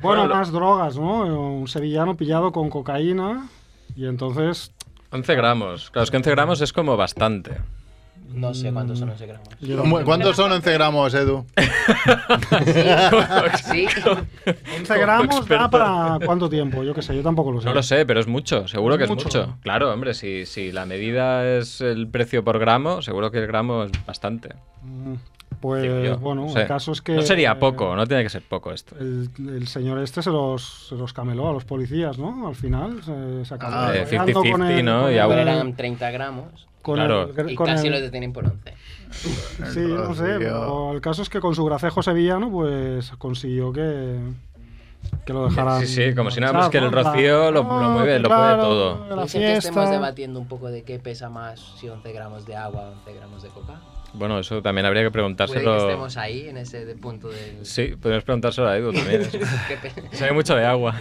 Speaker 5: bueno,
Speaker 2: Bueno,
Speaker 5: más drogas, ¿no? Un sevillano pillado con cocaína y entonces...
Speaker 2: 11 gramos. Claro, es que 11 gramos es como bastante.
Speaker 4: No sé cuántos son 11 gramos.
Speaker 5: yo-
Speaker 1: ¿Cuántos son 11 gramos,
Speaker 5: [laughs]
Speaker 1: Edu?
Speaker 2: [laughs]
Speaker 4: Sí,
Speaker 5: 11 gramos
Speaker 2: experto.
Speaker 5: da para cuánto tiempo, yo qué sé, yo tampoco lo sé.
Speaker 2: No lo sé, pero es mucho. Seguro
Speaker 5: Es
Speaker 2: que es
Speaker 5: mucho.
Speaker 2: mucho. Claro, hombre, si, si la medida es el precio por gramo, seguro que el gramo es bastante.
Speaker 5: Mm, Pues
Speaker 2: digo yo.
Speaker 5: bueno,
Speaker 2: No sé.
Speaker 5: el caso es que...
Speaker 2: No
Speaker 5: eh,
Speaker 2: sería poco, no tiene que ser poco esto.
Speaker 5: El, el señor este se los, se los cameló a los policías, ¿no? Al final se, se acabó.
Speaker 1: Ah, eh,
Speaker 5: peleando con
Speaker 2: 50-50,
Speaker 5: el-
Speaker 2: ¿no?
Speaker 5: con
Speaker 2: Y
Speaker 5: el-
Speaker 2: aún-
Speaker 4: eran 30 gramos
Speaker 5: con
Speaker 2: Claro.
Speaker 5: el-
Speaker 4: y
Speaker 5: con
Speaker 4: casi
Speaker 5: el-
Speaker 4: los detienen por 11.
Speaker 5: Sí, no sé.
Speaker 1: Rocío.
Speaker 5: pero el caso es que con su gracejo sevillano, pues consiguió que, que lo dejaran.
Speaker 2: Sí, sí, como si nada, pues
Speaker 5: marchar,
Speaker 2: que el
Speaker 5: ¿no? En plan,
Speaker 2: Rocío lo- lo mueve, lo puede todo.
Speaker 5: La
Speaker 4: Puede ser que este, estemos
Speaker 5: fiesta.
Speaker 4: debatiendo un poco de qué pesa más, si 11 gramos de agua o 11 gramos de coca.
Speaker 2: Bueno, eso también habría que
Speaker 4: Puede que
Speaker 2: preguntárselo.
Speaker 4: estemos ahí en ese de- punto del...
Speaker 2: Sí, podemos preguntárselo a Edu también.
Speaker 4: [laughs] ¿Qué pe-
Speaker 2: Sabe mucho de agua.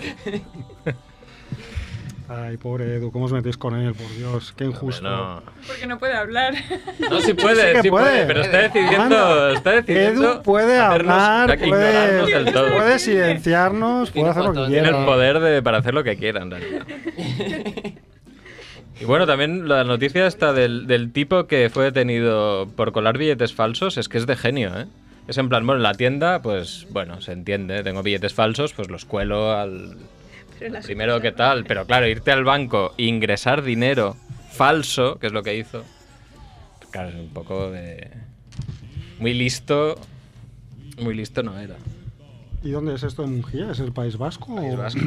Speaker 5: Ay, pobre Edu, ¿cómo os metéis con él? Por Dios, qué injusto.
Speaker 2: No,
Speaker 3: Porque no puede hablar.
Speaker 2: no sí puede,
Speaker 5: Sí
Speaker 2: sí,
Speaker 5: que
Speaker 2: puede,
Speaker 5: puede.
Speaker 2: pero está decidiendo,
Speaker 5: Anda.
Speaker 2: está decidiendo.
Speaker 5: Edu puede
Speaker 2: hacernos-
Speaker 5: hablar,
Speaker 2: ignorarnos
Speaker 5: puede,
Speaker 2: del todo.
Speaker 5: puede silenciarnos, puede
Speaker 4: Tiene
Speaker 5: hacer lo que
Speaker 4: fotos,
Speaker 2: Tiene
Speaker 5: quiera.
Speaker 2: el poder de, para hacer lo que quiera, en realidad. Y bueno, también la noticia está del, del tipo que fue detenido por colar billetes falsos, es que es de genio, ¿eh? Es en plan, bueno, en la tienda, pues bueno, se entiende, tengo billetes falsos, pues los cuelo al
Speaker 7: Pero la
Speaker 2: primero que tal, pero claro, irte al banco, ingresar dinero falso, que es lo que hizo, claro, es un poco de... Muy listo, muy listo no era.
Speaker 5: ¿Y dónde es esto de Mungía? ¿Es el País Vasco? [clears throat]
Speaker 2: País
Speaker 5: o-
Speaker 2: Vasco.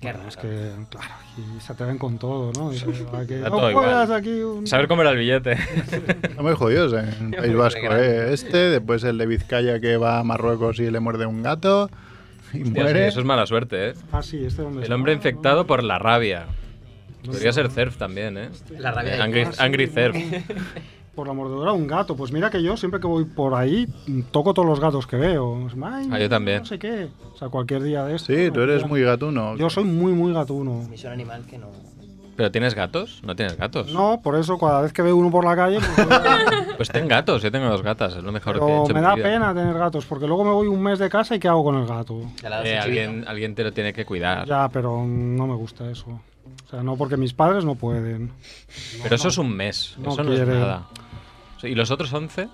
Speaker 4: Qué
Speaker 5: Bueno,
Speaker 4: raro.
Speaker 5: Es que, claro, aquí se atreven con todo, ¿no? Dice, "Ah, que-
Speaker 2: Da
Speaker 5: "Oh,
Speaker 2: todo
Speaker 5: juegas
Speaker 2: igual.
Speaker 5: aquí un-".
Speaker 2: Saber cómo era el billete. [laughs]
Speaker 1: Están muy jodidos en País Vasco, ¿eh? Este, después el de Vizcaya que va a Marruecos y le muerde un gato y
Speaker 2: Hostia, sí,
Speaker 1: muere.
Speaker 2: eso es mala suerte, ¿eh?
Speaker 5: Ah, sí, este donde
Speaker 2: El
Speaker 5: está.
Speaker 2: hombre infectado por la rabia. Podría ser Cerf también, ¿eh?
Speaker 4: La rabia de
Speaker 2: Angry,
Speaker 4: Dios.
Speaker 2: Angry Cerf.
Speaker 5: Por la mordedura de un gato. Pues mira que yo siempre que voy por ahí toco todos los gatos que veo. Es, "Ay,
Speaker 2: Ah, yo también.
Speaker 5: No sé qué. O sea, cualquier día de esto.
Speaker 1: Sí, tú eres muy gatuno.
Speaker 5: Yo soy muy, muy gatuno.
Speaker 4: Misión animal que no.
Speaker 2: ¿Pero tienes gatos? No tienes gatos.
Speaker 5: No, por eso cada vez que veo uno por la calle, pues,
Speaker 2: [laughs] Pues ten gatos, yo tengo dos gatas, es lo mejor que he
Speaker 5: pero
Speaker 2: hecho. en
Speaker 5: me
Speaker 2: mi
Speaker 5: da
Speaker 2: vida.
Speaker 5: pena tener gatos, porque luego me voy un mes de casa y ¿qué hago con el gato?
Speaker 4: Ya la das
Speaker 2: Eh,
Speaker 4: de chivito.
Speaker 2: alguien, alguien te lo tiene que cuidar.
Speaker 5: Ya, pero no me gusta eso. O sea, no porque mis padres no pueden.
Speaker 2: Pero eso es un mes,
Speaker 5: no
Speaker 2: eso no es
Speaker 5: quiere.
Speaker 2: nada. O sea, ¿Y los otros 11?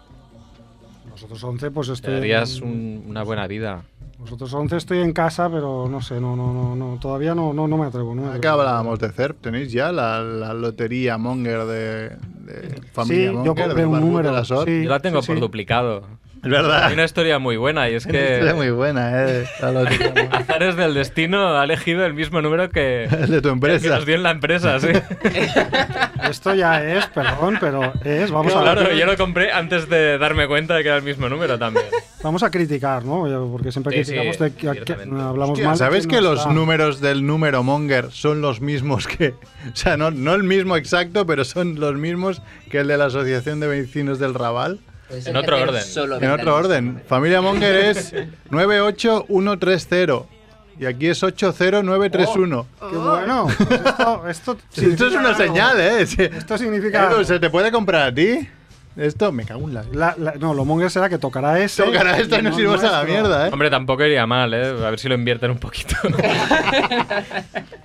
Speaker 5: Nosotros 11, pues
Speaker 2: Te
Speaker 5: estoy.
Speaker 2: darías un- una buena vida.
Speaker 5: Nosotros 11 estoy en casa, pero no sé, no, no, no, no todavía no, no, no me atrevo. No me
Speaker 1: Acá
Speaker 5: atrevo.
Speaker 1: hablábamos de CERP, tenéis ya la, la lotería Monger de, de familia
Speaker 5: Sí, yo
Speaker 1: Monger,
Speaker 5: compré
Speaker 1: de
Speaker 5: un
Speaker 1: Barbú,
Speaker 5: número,
Speaker 1: de la SOR.
Speaker 5: sí.
Speaker 2: Yo la tengo
Speaker 5: sí,
Speaker 2: por
Speaker 5: sí.
Speaker 2: duplicado.
Speaker 1: Es verdad, [laughs]
Speaker 2: Hay una historia muy buena y es que
Speaker 1: es muy buena, ¿eh? La
Speaker 2: [laughs]
Speaker 1: lotería Monger.
Speaker 2: Azares del Destino ha elegido el mismo número que,
Speaker 1: El de tu
Speaker 2: que
Speaker 1: empresa.
Speaker 2: nos dio en la empresa, sí.
Speaker 5: Esto ya es, perdón, pero es. [laughs] Vamos,
Speaker 2: claro,
Speaker 5: a,
Speaker 2: yo lo compré antes de darme cuenta de que era el mismo número también.
Speaker 5: vamos a criticar, ¿no? Oye, Porque siempre
Speaker 2: Sí,
Speaker 5: criticamos
Speaker 2: sí,
Speaker 5: de que- que,
Speaker 2: ciertamente.
Speaker 5: hablamos
Speaker 1: Hostia,
Speaker 5: mal. de
Speaker 1: ¿Sabes
Speaker 5: quien
Speaker 1: que
Speaker 5: no
Speaker 1: los
Speaker 5: está.
Speaker 1: números del número Monger son los mismos que... O sea, no, no el mismo exacto, pero son los mismos que el de la Asociación de Vecinos del Raval.
Speaker 4: Puede
Speaker 2: en
Speaker 4: que
Speaker 2: otro
Speaker 4: tenga
Speaker 2: orden.
Speaker 4: solo
Speaker 1: En otro
Speaker 4: ventanillas.
Speaker 1: orden, familia Monger es 98130 y aquí es 80931. [laughs]
Speaker 5: Qué bueno. pues Esto, esto,
Speaker 1: Sí, esto es
Speaker 5: significa
Speaker 1: una
Speaker 5: algo.
Speaker 1: señal, ¿eh? Sí.
Speaker 5: Esto significa.
Speaker 1: Edu, ¿se te puede comprar a ti? Esto me cago en la...
Speaker 5: La- la- no, lo monger será que tocará ese.
Speaker 1: Tocará esto y nos iremos a la
Speaker 5: nuestro.
Speaker 1: mierda, ¿eh?
Speaker 2: Hombre, tampoco iría mal, ¿eh? A ver si lo invierten un
Speaker 5: [laughs]
Speaker 2: poquito.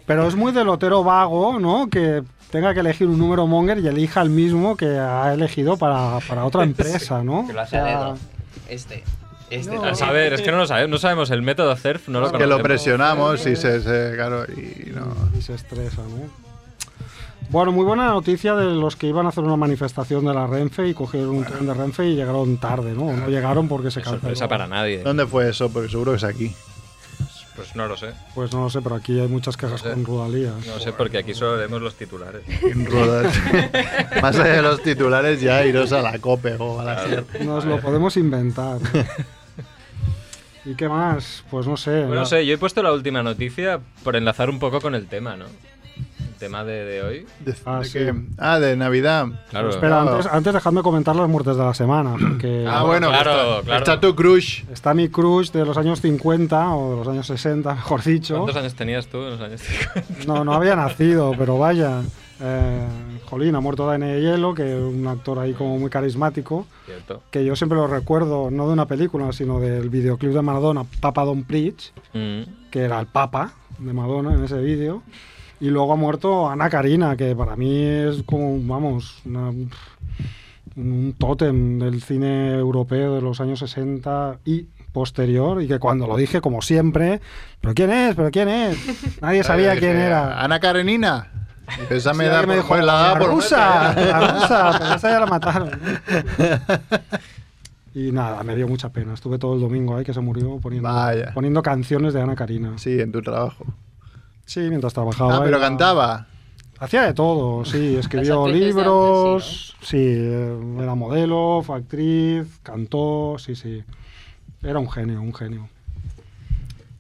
Speaker 5: Pero es muy delotero vago, ¿no? Que tenga que elegir un número monger y elija el mismo que ha elegido para,
Speaker 2: [laughs]
Speaker 5: para otra empresa, ¿no?
Speaker 4: Que lo hace
Speaker 5: O
Speaker 4: a
Speaker 5: sea,
Speaker 4: dedo. Este. Este.
Speaker 5: No.
Speaker 2: A
Speaker 4: también.
Speaker 2: saber, es que no lo sabemos. No sabemos el método CERF, no lo
Speaker 1: que lo
Speaker 2: conocemos.
Speaker 1: presionamos y se... se- claro, y no...
Speaker 5: Y se estresa, ¿no? Bueno, muy buena noticia de los que iban a hacer una manifestación de la Renfe y cogieron un tren de Renfe y llegaron tarde, ¿no? O No llegaron porque se canceló.
Speaker 2: Sorpresa para nadie.
Speaker 1: ¿Dónde fue eso? Porque seguro que es aquí.
Speaker 2: Pues no lo sé.
Speaker 5: Pues no lo sé, pero aquí hay muchas quejas
Speaker 2: No sé.
Speaker 5: con Rudalías.
Speaker 2: No lo sé porque aquí solo leemos los titulares.
Speaker 1: En
Speaker 2: [laughs]
Speaker 1: Rodas. Más allá de los titulares, ya iros a la COPE o a la SER.
Speaker 2: [laughs]
Speaker 5: Nos lo podemos inventar. ¿Y qué más? Pues no sé.
Speaker 2: Bueno,
Speaker 5: la-
Speaker 2: no sé, yo he puesto la última noticia por enlazar un poco con el tema, ¿no? El tema de, de hoy. Pues
Speaker 1: De-
Speaker 5: Ah,
Speaker 1: de
Speaker 5: sí.
Speaker 1: que- ah, de Navidad.
Speaker 2: Claro.
Speaker 5: Espera,
Speaker 1: Claro.
Speaker 5: antes, antes dejadme comentar las muertes de la semana. Porque
Speaker 1: Ah, bueno,
Speaker 2: claro,
Speaker 1: está,
Speaker 2: claro.
Speaker 1: está tu crush.
Speaker 5: Está mi crush de los años 50 o de los años 60, mejor dicho.
Speaker 2: ¿Cuántos años tenías tú en los años 50?
Speaker 5: No, no había nacido, pero vaya. Eh, Jolín, ha muerto Dani de Hielo, que un actor ahí como muy carismático,
Speaker 2: Cierto.
Speaker 5: que yo siempre lo recuerdo, no de una película, sino del videoclip de Maradona, Papa Don Preach,
Speaker 2: Mm.
Speaker 5: que era el Papa de Madonna en ese vídeo. Y luego ha muerto Ana Karina, que para mí es como, vamos, una- un tótem del cine europeo de los años 60 y posterior. Y que cuando lo dije, como siempre, ¿pero quién es? ¿pero
Speaker 1: [laughs]
Speaker 5: quién es? Nadie sabía quién era.
Speaker 1: Ana Karenina. Esa "Ah, me
Speaker 5: Sí,
Speaker 1: da
Speaker 5: alguien
Speaker 1: por,
Speaker 5: dijo,
Speaker 1: la daba por [laughs]
Speaker 5: rusa, la rusa, pero esa ya la mataron. Y nada, me dio mucha pena. Estuve todo el domingo ahí que se murió poniendo,
Speaker 1: Vaya.
Speaker 5: poniendo canciones de Ana Karina.
Speaker 1: Sí, en tu trabajo.
Speaker 5: Sí, mientras trabajaba.
Speaker 1: Ah, pero
Speaker 5: era-
Speaker 1: cantaba.
Speaker 5: Hacía de todo, sí. Escribió
Speaker 4: Las actrices de
Speaker 5: libros, sí, eh, era modelo, fue actriz, cantó, sí, sí. Era un genio, un genio.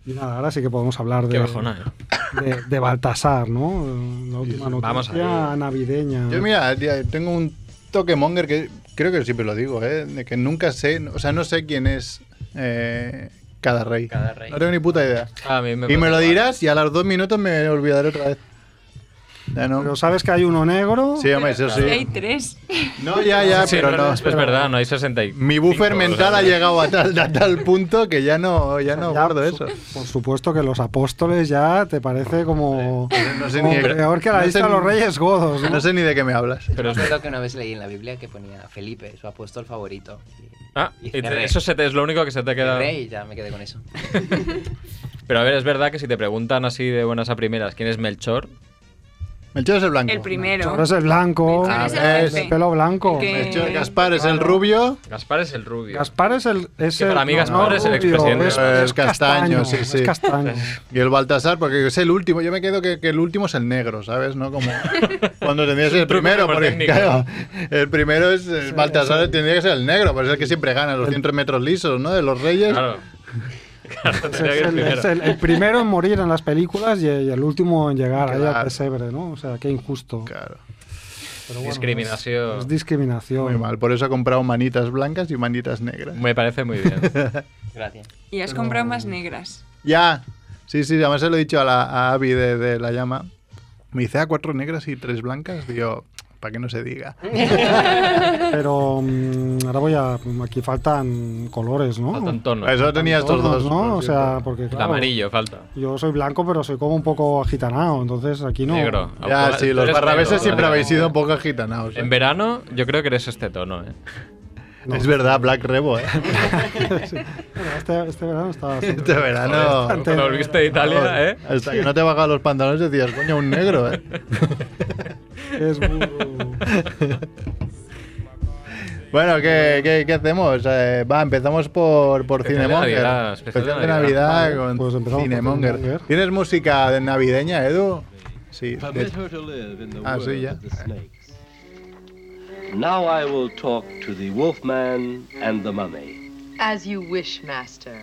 Speaker 5: Y nada, ahora sí que podemos hablar
Speaker 2: Qué
Speaker 5: de,
Speaker 2: bajona, ¿eh?
Speaker 5: de, de Baltasar, ¿no? La última noticia
Speaker 2: Vamos ahí.
Speaker 5: navideña.
Speaker 1: Yo, mira, tía, tengo un toque monger que creo que siempre lo digo, ¿eh? De que nunca sé, o sea, no sé quién es eh, cada, rey.
Speaker 4: Cada rey.
Speaker 1: No tengo ni puta idea.
Speaker 2: A mí
Speaker 1: Y me
Speaker 2: pasa
Speaker 1: lo
Speaker 2: igual.
Speaker 1: dirás y a los dos minutos me olvidaré otra vez. Ya no.
Speaker 5: Pero sabes que hay uno negro.
Speaker 1: Sí, hombre, eso
Speaker 3: Sí, hay
Speaker 1: sí.
Speaker 3: tres.
Speaker 1: No, ya, ya,
Speaker 2: Sí,
Speaker 1: pero
Speaker 2: es
Speaker 1: no.
Speaker 2: verdad, Es verdad, no hay 60.
Speaker 1: Mi buffer mental ha llegado a tal, a tal punto que ya no, ya no
Speaker 5: Ya,
Speaker 1: guardo eso.
Speaker 5: su- por supuesto que los apóstoles ya te parece como,
Speaker 1: No sé,
Speaker 5: como
Speaker 1: ni de,
Speaker 5: peor que la
Speaker 1: no sé
Speaker 5: lista de
Speaker 1: ni-
Speaker 5: los reyes godos. ¿no?
Speaker 1: no sé ni de qué me hablas.
Speaker 4: Yo
Speaker 2: Pero
Speaker 4: me
Speaker 2: es-
Speaker 4: acuerdo que una vez leí en la Biblia que ponía Felipe, su apóstol favorito. Y-
Speaker 2: Ah,
Speaker 4: y
Speaker 2: y
Speaker 4: cerré.
Speaker 2: te- eso se te- es lo único que se te queda.
Speaker 4: Cerré y ya me quedé con eso.
Speaker 2: Pero a ver, es verdad que si te preguntan así de buenas a primeras quién es Melchor,
Speaker 1: Melchor es el blanco.
Speaker 3: El primero.
Speaker 5: Chorro es el blanco,
Speaker 3: Melchor
Speaker 1: es el
Speaker 5: el
Speaker 1: jefe.
Speaker 5: pelo
Speaker 3: El
Speaker 5: blanco.
Speaker 3: que-
Speaker 1: Melchor- Gaspar es el rubio.
Speaker 2: Gaspar es el rubio.
Speaker 5: Gaspar es el. Es
Speaker 2: Que
Speaker 5: el-
Speaker 2: para mí Gaspar es el
Speaker 5: rubio,
Speaker 2: expresidente.
Speaker 1: Es castaño, sí, sí.
Speaker 5: Es castaño.
Speaker 2: [laughs]
Speaker 1: Y el Baltasar, porque es el último. Yo me quedo que, que el último es el negro, ¿sabes? No
Speaker 2: [laughs]
Speaker 1: como cuando tendría que ser el
Speaker 2: truco
Speaker 1: primero.
Speaker 2: como
Speaker 1: Porque,
Speaker 2: técnico.
Speaker 1: claro, el primero es el Baltasar, tendría que ser el negro, pero es el que siempre gana los 100 metros lisos, ¿no? De los reyes. [laughs]
Speaker 2: Claro. Claro,
Speaker 5: Es
Speaker 2: tendría que ir
Speaker 5: el,
Speaker 2: primero.
Speaker 5: es el- el primero en morir en las películas y, y el último en llegar ahí
Speaker 1: Claro.
Speaker 5: al pesebre, ¿no? O sea, qué injusto.
Speaker 1: Claro.
Speaker 2: Discriminación.
Speaker 5: Es discriminación.
Speaker 1: Muy mal. Por eso he comprado manitas blancas y manitas negras.
Speaker 2: Me parece
Speaker 1: [laughs]
Speaker 2: muy bien.
Speaker 4: Gracias.
Speaker 2: [laughs]
Speaker 3: Y has comprado más negras.
Speaker 1: Ya. Sí, sí, además se lo he dicho a, la, a Abby de, de La Llama. Me dice, ah, cuatro negras y tres blancas. Digo, para que no se diga.
Speaker 5: Pero mm, ahora voy a. Aquí faltan colores, ¿no?
Speaker 2: Faltan tonos.
Speaker 1: Eso tenía estos dos.
Speaker 5: Tonos, ¿no?
Speaker 1: por
Speaker 5: O sea,
Speaker 1: cierto.
Speaker 5: porque.
Speaker 2: El
Speaker 5: claro,
Speaker 2: amarillo falta.
Speaker 5: Yo soy blanco, pero soy como un poco agitanado, entonces aquí no.
Speaker 2: Negro.
Speaker 1: Ya,
Speaker 2: Auto-
Speaker 1: sí,
Speaker 2: tú
Speaker 1: los
Speaker 2: eres
Speaker 1: barrabeses
Speaker 2: negro,
Speaker 1: siempre
Speaker 2: ¿vale?
Speaker 1: habéis sido un poco agitanados. ¿eh?
Speaker 2: Pues En verano, yo creo que eres este tono, ¿eh?
Speaker 1: Es verdad, Black Rebo,
Speaker 5: [laughs]
Speaker 1: ¿eh?
Speaker 5: Bueno, Este, este verano
Speaker 2: [laughs]
Speaker 5: está bastante-
Speaker 1: Este verano.
Speaker 2: Cuando volviste de
Speaker 1: [laughs]
Speaker 2: Italia, ¿eh?
Speaker 1: Hasta que no te bajaban los pantalones decías, coño, un negro, ¿eh?
Speaker 5: es muy-
Speaker 1: [laughs] Bueno, ¿qué, qué, qué hacemos? Eh, va, empezamos por, por
Speaker 2: Especial de
Speaker 1: Cinemonger.
Speaker 2: Navidad, especial
Speaker 1: especial de
Speaker 2: de Navidad.
Speaker 1: Navidad
Speaker 5: Vale,
Speaker 1: con
Speaker 5: pues empezamos por
Speaker 1: Cinemonger.
Speaker 5: Cinemonger.
Speaker 1: ¿Tienes música de navideña, Edu? Sí. de- Ah,
Speaker 8: Ah,
Speaker 1: sí, ya.
Speaker 8: Now I will talk to the wolfman and the mummy.
Speaker 9: As you wish, master.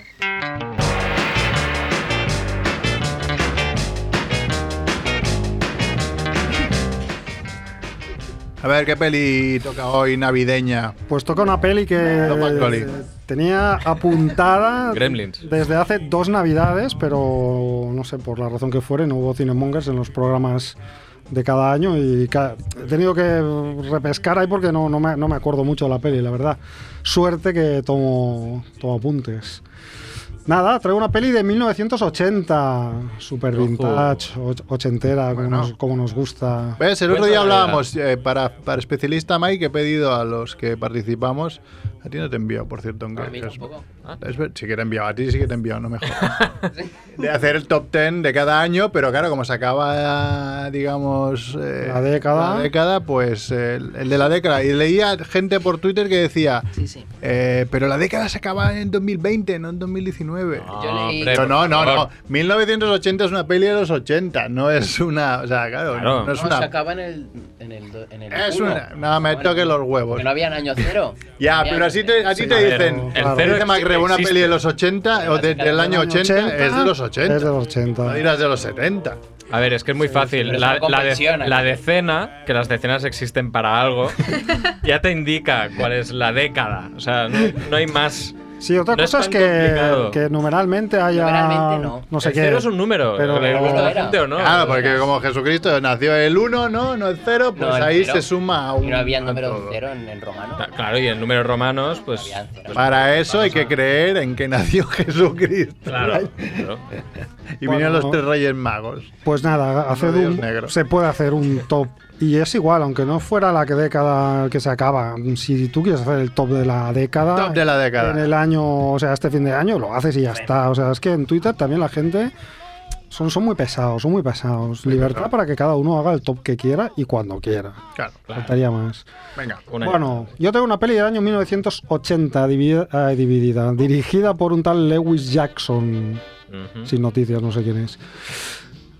Speaker 1: A ver, ¿qué peli toca hoy navideña?
Speaker 5: Pues toca una peli que
Speaker 1: Tom Macaulay.
Speaker 5: eh, tenía
Speaker 1: [laughs]
Speaker 5: apuntada
Speaker 2: Gremlins.
Speaker 5: desde hace dos navidades, pero no sé, por la razón que fuere, no hubo Cinemongers en los programas de cada año y ca- he tenido que repescar ahí porque no, no me, no me acuerdo mucho de la peli, la verdad. Suerte que tomo, tomo apuntes. Nada, traigo una peli de 1980, super vintage, och- ochentera,
Speaker 1: Bueno.
Speaker 5: como, nos, como nos gusta.
Speaker 1: ¿Ves? El otro
Speaker 2: Cuenta
Speaker 1: día
Speaker 2: la
Speaker 1: hablábamos eh, para, para especialista Mike, he pedido a los que participamos. A ti no te he enviado, por cierto, aunque-
Speaker 4: A mí
Speaker 1: es-
Speaker 4: tampoco.
Speaker 1: es ver- sí que te he enviado, a ti sí que te he enviado, no me jodas. De hacer el top 10 de cada año, pero claro, como se acaba, digamos. eh,
Speaker 5: La década.
Speaker 1: la década, pues eh, el, el de la década. Y leía gente por Twitter que decía.
Speaker 4: Sí, sí.
Speaker 1: eh, pero la década se acaba en 2020, no en 2019.
Speaker 4: Yo leí-
Speaker 2: hombre,
Speaker 1: No, no, no,
Speaker 2: por
Speaker 1: no.
Speaker 2: favor.
Speaker 1: 1980 es una peli de los 80, no es una. O sea, claro,
Speaker 2: Claro.
Speaker 1: no es
Speaker 4: No,
Speaker 1: una.
Speaker 4: se acaba en el. En el, do- en el
Speaker 1: Es
Speaker 4: uno.
Speaker 1: una- no, me
Speaker 4: Bueno,
Speaker 1: toque los huevos.
Speaker 4: Que no habían año cero.
Speaker 1: [laughs] Ya,
Speaker 4: Había
Speaker 1: pero
Speaker 4: año
Speaker 1: así
Speaker 4: cero.
Speaker 1: te, a ti
Speaker 5: Sí,
Speaker 1: te
Speaker 5: a ver,
Speaker 1: dicen.
Speaker 5: el
Speaker 1: te
Speaker 2: cero
Speaker 1: dice MacRebo una
Speaker 2: existe.
Speaker 1: peli de los 80 o de- del año 80, es de los 80.
Speaker 5: Es de los 80.
Speaker 1: No dirás de los 70.
Speaker 2: A ver, es que es muy fácil.
Speaker 4: pero
Speaker 2: La,
Speaker 4: es una
Speaker 2: la de-
Speaker 4: convención, ¿eh?
Speaker 2: la decena, que las decenas existen para
Speaker 4: [laughs]
Speaker 2: algo, ya te indica cuál es la década. O sea, no, no hay más.
Speaker 5: Sí, otra
Speaker 2: No es
Speaker 5: cosa es
Speaker 2: tan
Speaker 5: que,
Speaker 2: complicado.
Speaker 5: que numeralmente haya.
Speaker 4: Numeralmente no.
Speaker 5: sé
Speaker 2: El
Speaker 5: qué.
Speaker 2: cero Este es un número.
Speaker 5: Pero-
Speaker 2: ¿le gusta a la gente o no?
Speaker 1: claro, porque como Jesucristo nació el 1, ¿no? No el 0, pues
Speaker 4: No, el
Speaker 1: ahí
Speaker 4: cero.
Speaker 1: se suma a un.
Speaker 4: Y no había
Speaker 1: a
Speaker 4: número
Speaker 1: todo.
Speaker 4: cero en, en romano.
Speaker 2: Ta- Claro, y en números romanos, pues.
Speaker 4: Había cero.
Speaker 1: Para eso hay que creer en que nació [laughs] Jesucristo.
Speaker 2: Claro. claro.
Speaker 1: Y vinieron
Speaker 5: Bueno,
Speaker 1: los
Speaker 5: no.
Speaker 1: tres reyes magos.
Speaker 5: Pues nada, hacer
Speaker 1: de ellos
Speaker 5: un-
Speaker 1: negro.
Speaker 5: se puede hacer un top. Y es igual, aunque no fuera la que década que se acaba. Si tú quieres hacer el top de la década.
Speaker 1: Top de la década.
Speaker 5: En el año, o sea, este fin de año, lo haces y ya está. O sea, es que en Twitter también la gente. Son, son muy pesados, son muy pesados. Libertad para que cada uno haga el top que quiera y cuando quiera.
Speaker 1: Claro, claro.
Speaker 5: Faltaría más.
Speaker 1: Venga.
Speaker 2: Una-
Speaker 5: Bueno, yo tengo una peli del año 1980 dividida, ah, dividida, dirigida por un tal Lewis Jackson.
Speaker 2: Ujú.
Speaker 5: Sin noticias, no sé quién es.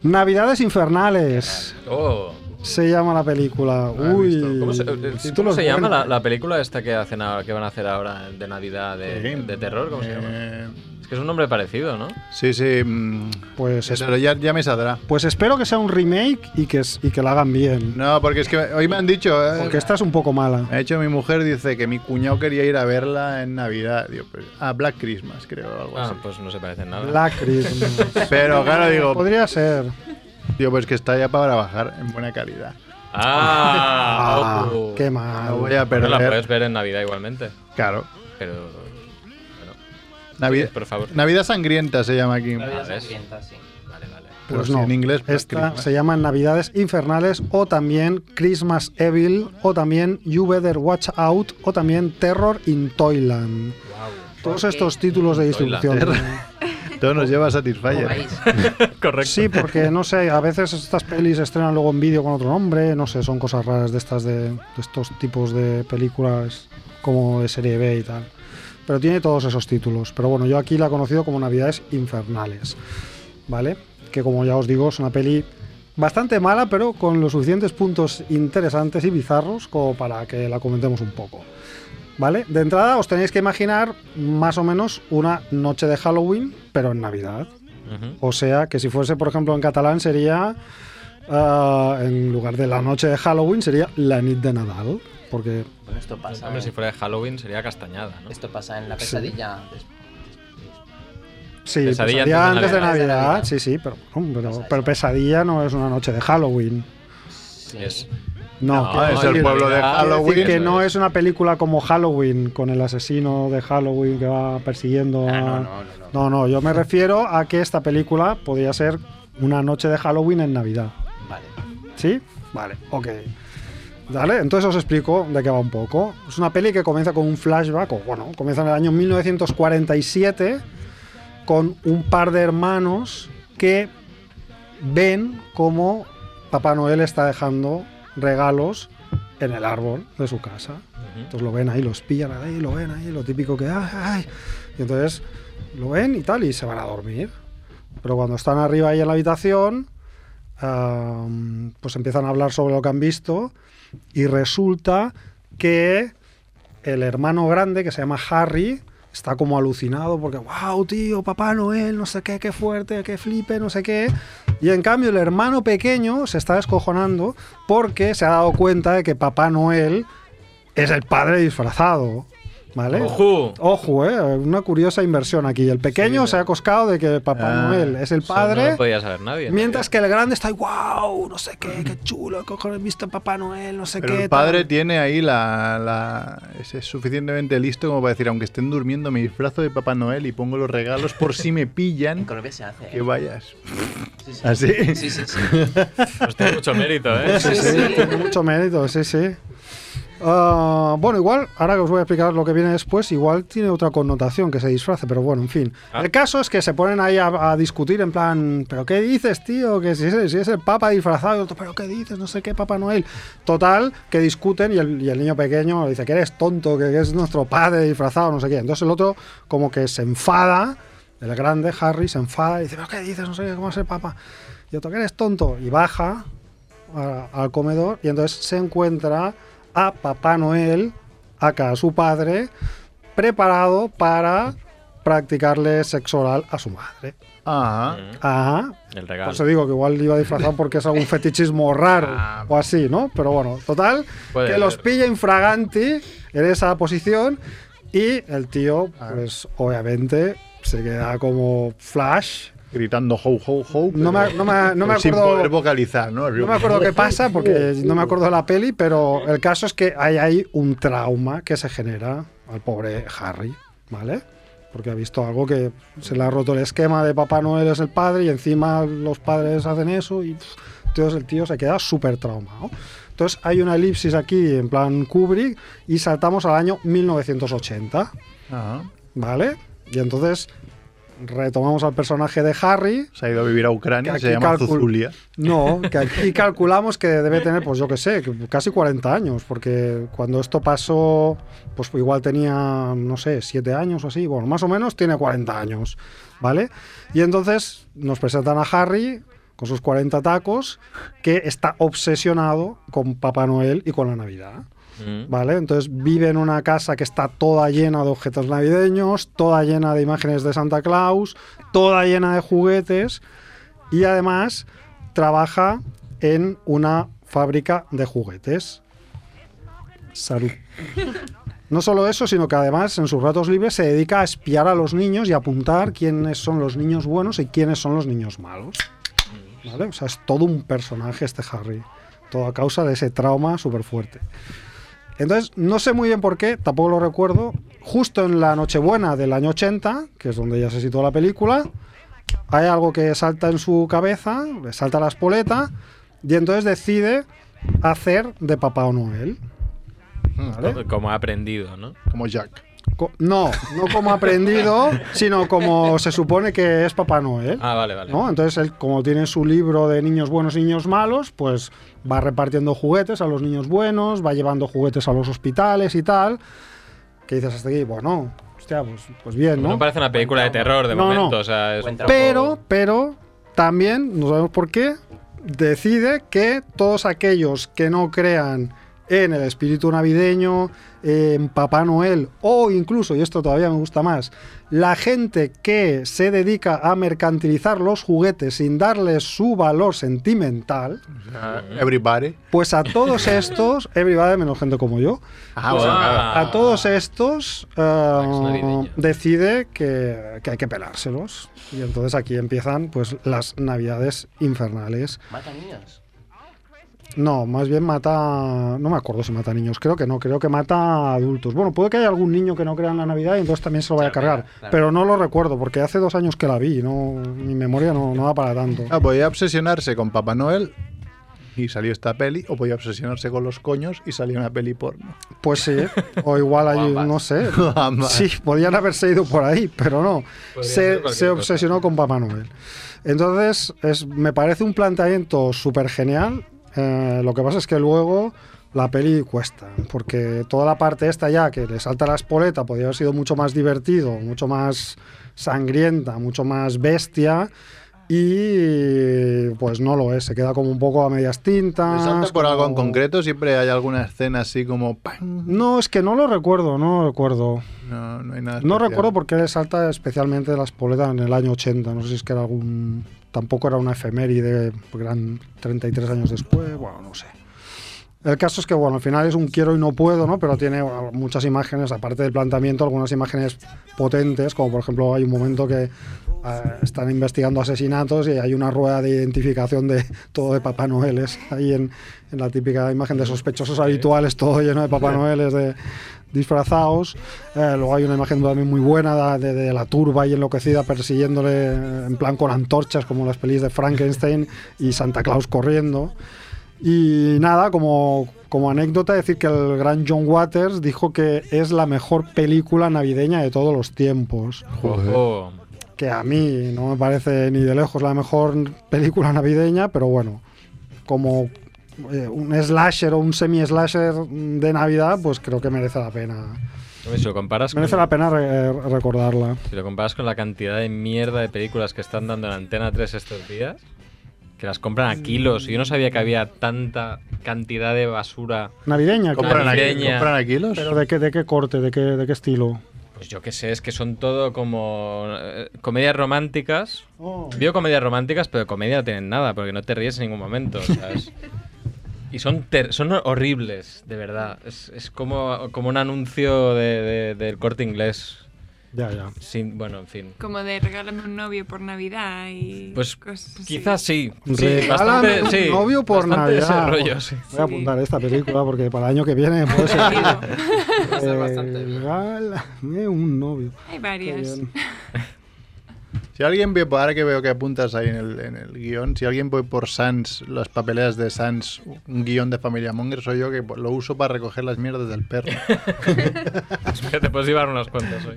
Speaker 5: Navidades Infernales
Speaker 2: Oh.
Speaker 5: se llama la película.
Speaker 1: he visto.
Speaker 5: Uy,
Speaker 2: Ah, ¿Cómo se, eh,
Speaker 5: el
Speaker 2: eh,
Speaker 5: título
Speaker 2: ¿cómo
Speaker 5: es
Speaker 2: se llama
Speaker 5: bueno.
Speaker 2: la, la película esta que hacen ahora- que van a hacer ahora de Navidad de, Eh, de terror? ¿Cómo se llama?
Speaker 1: Eh,
Speaker 2: Es que es un nombre parecido, ¿no?
Speaker 1: Sí, sí. mm,
Speaker 5: Pues, es-
Speaker 1: Pero ya, ya me saldrá.
Speaker 5: pues espero que sea un remake y que, es- y que la hagan bien.
Speaker 1: No, porque es que hoy me han dicho. eh,
Speaker 5: Porque esta es un poco mala.
Speaker 1: Me ha hecho mi mujer, dice que mi cuñado quería ir a verla en Navidad. Digo, pues, a Black Christmas, creo, o algo
Speaker 2: Ah,
Speaker 1: así.
Speaker 2: pues no se parecen nada.
Speaker 5: La
Speaker 2: eh.
Speaker 5: Christmas.
Speaker 1: Pero claro, [laughs] digo,
Speaker 5: Podría ser.
Speaker 1: digo, pues que está ya para bajar en buena calidad.
Speaker 2: Ah,
Speaker 5: Ah,
Speaker 2: ojo.
Speaker 5: qué
Speaker 1: No
Speaker 5: mal.
Speaker 1: voy a
Speaker 2: Bueno, la puedes
Speaker 1: perder.
Speaker 2: ver en Navidad igualmente,
Speaker 1: Claro.
Speaker 2: pero
Speaker 1: Navidad,
Speaker 2: por favor.
Speaker 1: Navidad sangrienta se llama aquí.
Speaker 4: La vida
Speaker 2: ¿ves?
Speaker 4: sangrienta, sí.
Speaker 2: Vale, vale.
Speaker 1: Pero
Speaker 5: Pues
Speaker 1: si
Speaker 5: no.
Speaker 1: en inglés Black
Speaker 5: Esta
Speaker 1: Christmas.
Speaker 5: se llama Navidades Infernales o también Christmas Evil o también You Better Watch Out o también Terror in Toyland. Todos estos títulos de distribución.
Speaker 1: Todo nos lleva a Satisfyer.
Speaker 4: Veis,
Speaker 2: Correcto.
Speaker 5: Sí, porque no sé, a veces estas pelis se estrenan luego en vídeo con otro nombre, no sé, son cosas raras de estas de, de estos tipos de películas como de serie B y tal. Pero tiene todos esos títulos. Pero bueno, yo aquí la he conocido como Navidades Infernales. ¿Vale? Que como ya os digo, es una peli bastante mala, pero con los suficientes puntos interesantes y bizarros como para que la comentemos un poco. ¿Vale? De entrada os tenéis que imaginar más o menos una noche de Halloween, pero en Navidad.
Speaker 2: Ujú.
Speaker 5: O sea, que si fuese, por ejemplo, en catalán sería, ah, en lugar de la noche de Halloween, sería la nit de Nadal. Porque
Speaker 4: bueno, esto
Speaker 5: Oh.
Speaker 4: pasa.
Speaker 2: Hombre, si
Speaker 4: en-
Speaker 2: fuera de Halloween sería castañada, ¿no?
Speaker 4: Esto pasa en la
Speaker 5: Sí.
Speaker 4: pesadilla. des-
Speaker 5: sí,
Speaker 2: Pesadilla
Speaker 5: pesadilla,
Speaker 2: antes
Speaker 5: antes
Speaker 2: de
Speaker 5: de
Speaker 4: Navidad.
Speaker 5: Navidad, sí, sí, pero, bueno, pero,
Speaker 4: Pasa
Speaker 5: pero
Speaker 4: eso.
Speaker 5: pesadilla no es una noche de Halloween.
Speaker 4: sí.
Speaker 2: Es- Ah,
Speaker 5: No,
Speaker 2: No,
Speaker 5: quiero
Speaker 1: es el
Speaker 5: decir-
Speaker 1: pueblo de
Speaker 2: quiero decir
Speaker 5: quiero decir
Speaker 1: Halloween.
Speaker 5: que no es una película como Halloween, con el asesino de Halloween que va persiguiendo
Speaker 4: Ah,
Speaker 5: a...
Speaker 4: no, no, no,
Speaker 5: No,
Speaker 4: no.
Speaker 5: no, yo me refiero a que esta película podría ser una noche de Halloween en Navidad.
Speaker 4: Vale.
Speaker 5: ¿Sí? Vale, ok. Vale, entonces os explico de qué va un poco. Es una peli que comienza con un flashback, o bueno, comienza en el año 1947 con un par de hermanos que ven cómo Papá Noel está dejando regalos en el árbol de su casa. Entonces lo ven ahí, los pillan ahí, lo ven ahí, lo típico que... ¡ay, ay! Y entonces lo ven y tal, y se van a dormir. Pero cuando están arriba ahí en la habitación, am, pues empiezan a hablar sobre lo que han visto y resulta que el hermano grande, que se llama Harry, está como alucinado porque, wow, tío, Papá Noel, no sé qué, qué fuerte, qué flipe, no sé qué. Y en cambio el hermano pequeño se está descojonando porque se ha dado cuenta de que Papá Noel es el padre disfrazado. ¿Vale?
Speaker 2: ¡Ojo!
Speaker 5: Ojo, eh, una curiosa inversión aquí. El pequeño se ha coscado de que Papá
Speaker 1: Ah,
Speaker 5: Noel es el
Speaker 2: Eso
Speaker 5: padre,
Speaker 2: No lo podía saber nadie. en
Speaker 5: mientras que el grande está ahí, wow, no sé qué, qué chulo, qué cojones he visto a Papá Noel, no sé
Speaker 1: Pero
Speaker 5: qué.
Speaker 1: el padre
Speaker 5: tal".
Speaker 1: tiene ahí la, la- Es es suficientemente listo como para decir, aunque estén durmiendo, me disfrazo de Papá Noel y pongo los regalos por si me
Speaker 4: En [laughs]
Speaker 1: pillan,
Speaker 4: Colombia se hace.
Speaker 1: que vayas.
Speaker 4: Sí, sí.
Speaker 1: ¿Así?
Speaker 4: Sí, sí,
Speaker 1: [laughs]
Speaker 4: sí.
Speaker 2: realidad. Hostia, Pues mucho mérito, ¿eh?
Speaker 5: Sí, sí, tiene mucho mérito, sí, sí. Ah, bueno, igual, ahora que os voy a explicar lo que viene después, igual tiene otra connotación que se disfrace, pero bueno, en fin.
Speaker 2: Ah.
Speaker 5: El caso es que se ponen ahí a, a discutir en plan, ¿pero qué dices, tío? Que si es, si es el Papa disfrazado, y otro, ¿pero qué dices? No sé qué, Papá Noel. Total, que discuten y el, y el niño pequeño dice que eres tonto, que, que es nuestro padre disfrazado, no sé qué. Entonces el otro como que se enfada, el grande Harry se enfada y dice, ¿pero qué dices? No sé qué, ¿cómo es el Papa? Y otro, que eres tonto. Y baja a- al comedor y entonces se encuentra a Papá Noel, acá a su padre, preparado para practicarle sexo oral a su madre.
Speaker 1: Ajá.
Speaker 2: Mm,
Speaker 5: Ajá.
Speaker 2: El
Speaker 5: Por
Speaker 2: regalo.
Speaker 5: eso digo que igual iba disfrazado porque
Speaker 1: [laughs]
Speaker 5: es algún fetichismo raro
Speaker 1: Ah,
Speaker 5: o así, ¿no? Pero bueno, total,
Speaker 2: Puede
Speaker 5: que los
Speaker 2: ser.
Speaker 5: pilla infraganti en esa posición y el tío,
Speaker 1: Ah.
Speaker 5: pues obviamente, se queda como flash.
Speaker 1: Gritando ho, ho, ho.
Speaker 5: No me, no me- no me
Speaker 1: pero sin
Speaker 5: acuerdo...
Speaker 1: poder vocalizar, ¿no?
Speaker 5: No me acuerdo qué pasa porque no me acuerdo de la peli, pero el caso es que hay ahí un trauma que se genera al pobre Harry, ¿vale? Porque ha visto algo que se le ha roto el esquema de Papá Noel es el padre y encima los padres hacen eso y pff, entonces el tío se queda súper traumado. Entonces hay una elipsis aquí en plan Kubrick y saltamos al año 1980.
Speaker 1: Ajá.
Speaker 5: ¿Vale? Y entonces retomamos al personaje de Harry.
Speaker 1: Se ha ido a vivir a Ucrania,
Speaker 5: Que
Speaker 1: se
Speaker 5: aquí
Speaker 1: llama
Speaker 5: calcul-
Speaker 1: Zuzulia.
Speaker 5: No, que aquí calculamos que debe tener, pues yo qué sé, que casi 40 años, porque cuando esto pasó, pues igual tenía, no sé, 7 años o así, bueno, más o menos tiene 40 años, ¿vale? Y entonces nos presentan a Harry con sus 40 tacos, que está obsesionado con Papá Noel y con la Navidad.
Speaker 2: Mm.
Speaker 5: ¿vale? Entonces vive en una casa que está toda llena de objetos navideños, toda llena de imágenes de Santa Claus, toda llena de juguetes y además trabaja en una fábrica de juguetes. Salud. No solo eso, sino que además en sus ratos libres se dedica a espiar a los niños y a apuntar quiénes son los niños buenos y quiénes son los niños malos. ¿Vale? O sea, es todo un personaje este Harry. Todo a causa de ese trauma súper fuerte. Entonces, no sé muy bien por qué, tampoco lo recuerdo. Justo en la Nochebuena del año 80, que es donde ya se situó la película, hay algo que salta en su cabeza, le salta la espoleta, y entonces decide hacer de Papá Noel. ¿vale?
Speaker 2: Como ha aprendido, ¿no?
Speaker 1: Como Jack.
Speaker 5: co- no, no como aprendido, sino como se supone que es Papá Noel.
Speaker 2: Ah, vale, vale.
Speaker 5: ¿no? Entonces él, como tiene su libro de niños buenos y niños malos, pues va repartiendo juguetes a los niños buenos, va llevando juguetes a los hospitales y tal. Que dices hasta aquí, bueno, hostia, pues, pues bien,
Speaker 2: No
Speaker 5: ¿no?
Speaker 2: parece una película de terror de
Speaker 5: No,
Speaker 2: momento,
Speaker 5: no.
Speaker 2: o sea, es un
Speaker 4: Cuenta.
Speaker 2: poco-
Speaker 5: Pero, pero, también, no sabemos por qué, decide que todos aquellos que no crean en el espíritu navideño, en Papá Noel, o incluso, y esto todavía me gusta más, la gente que se dedica a mercantilizar los juguetes sin darles su valor sentimental,
Speaker 1: Everybody.
Speaker 5: pues a todos estos, everybody menos gente como yo,
Speaker 1: Ah,
Speaker 2: Pues,
Speaker 1: bueno,
Speaker 2: ah,
Speaker 1: claro.
Speaker 5: a todos estos eh,
Speaker 2: navideño.
Speaker 5: decide que, que hay que pelárselos. Y entonces aquí empiezan pues las navidades infernales.
Speaker 4: Mata niños.
Speaker 5: No, más bien mata. No me acuerdo si mata niños, creo que no, creo que mata a adultos. Bueno, puede que haya algún niño que no crea en la Navidad y entonces también se lo vaya a
Speaker 4: Claro,
Speaker 5: cargar.
Speaker 4: claro.
Speaker 5: Pero no lo recuerdo, porque hace dos años que la vi, y no, mi memoria no, no da para tanto.
Speaker 1: Ah, podía obsesionarse con Papá Noel y salió esta peli, o podía obsesionarse con los coños y salió una peli [laughs] porno.
Speaker 5: Pues sí, o igual hay,
Speaker 4: Guambas.
Speaker 5: no sé.
Speaker 1: [laughs] Guambas.
Speaker 5: Sí, podían haberse ido por ahí, pero no.
Speaker 2: Podría ser
Speaker 5: Se,
Speaker 2: cualquier
Speaker 5: se
Speaker 2: cosa.
Speaker 5: obsesionó con Papá Noel. Entonces, es, me parece un planteamiento súper genial. eh, lo que pasa es que luego la peli cuesta, porque toda la parte esta ya que le salta la espoleta podría haber sido mucho más divertido, mucho más sangrienta, mucho más bestia. Y pues no lo es, se queda como un poco a medias tintas.
Speaker 1: ¿Le salta por algo en
Speaker 5: como-
Speaker 1: concreto? Siempre hay alguna escena así como ¡pam!
Speaker 5: No, es que no lo recuerdo, no lo recuerdo.
Speaker 1: No, no hay nada.
Speaker 5: No
Speaker 1: especial.
Speaker 5: recuerdo por qué le salta especialmente las poletas en el año 80. No sé si es que era algún. Tampoco era una efeméride, porque eran 33 años después. Bueno, no sé. El caso es que, bueno, al final es un quiero y no puedo, ¿no? Pero tiene bueno, muchas imágenes, aparte del planteamiento, algunas imágenes potentes, como por ejemplo hay un momento que ah, están investigando asesinatos y hay una rueda de identificación de todo de Papá Noel, es ahí en, en la típica imagen de sospechosos habituales, todo lleno de Papá Noel, de disfrazados. Eh, luego hay una imagen también muy buena de, de- de la turba ahí enloquecida persiguiéndole eh, en plan con antorchas, como las pelis de Frankenstein y Santa Claus corriendo. Y nada, como, como anécdota, decir que el gran John Waters dijo que es la mejor película navideña de todos los tiempos.
Speaker 2: Ojo.
Speaker 5: Que a mí no me parece ni de lejos la mejor película navideña, pero bueno, como eh, un slasher o un semi-slasher de Navidad, pues creo que merece la pena.
Speaker 2: Hombre, Si lo, comparas con,
Speaker 5: Merece la pena re- eh, recordarla.
Speaker 2: si lo comparas con la cantidad de mierda de películas que están dando en Antena 3 estos días, que las compran a kilos. y Yo no sabía que había tanta cantidad de basura.
Speaker 5: Navideña, claro.
Speaker 1: ¿Compran aquí,
Speaker 2: Navideña.
Speaker 1: ¿Compran aquí los?
Speaker 5: Pero ¿de qué, de qué corte? ¿De qué, de qué estilo?
Speaker 2: Pues yo qué sé, es que son todo como eh, comedias románticas.
Speaker 5: Oh.
Speaker 2: Veo comedias románticas, pero de comedia no tienen nada, porque no te ríes en ningún momento, ¿sabes? Y son, ter- son horribles, de verdad. Es, es como, como un anuncio de- de- del corte inglés.
Speaker 5: Ya, ya.
Speaker 2: Sin, bueno, en fin.
Speaker 3: Como de regálame un novio por Navidad y.
Speaker 2: Pues
Speaker 3: cosas así.
Speaker 2: quizás sí. Sí,
Speaker 5: Regálame
Speaker 2: bastante,
Speaker 5: un
Speaker 2: sí,
Speaker 5: novio por
Speaker 2: bastante de ese
Speaker 5: Navidad.
Speaker 2: rollo, sí.
Speaker 5: Voy a apuntar esta película porque para el año que viene [laughs] puede ser.
Speaker 4: estar bastante bien.
Speaker 5: Regálame un novio.
Speaker 2: [laughs]
Speaker 3: Hay
Speaker 5: Qué
Speaker 3: varias.
Speaker 5: bien.
Speaker 1: Si alguien ve, ahora que veo que apuntas ahí en el, en el guión, si alguien ve por Sans, las papeleas de Sans, un guión de Familia Monger, soy yo que lo uso para recoger las mierdas del [laughs] perro.
Speaker 2: Te puedes llevar unas cuantas hoy.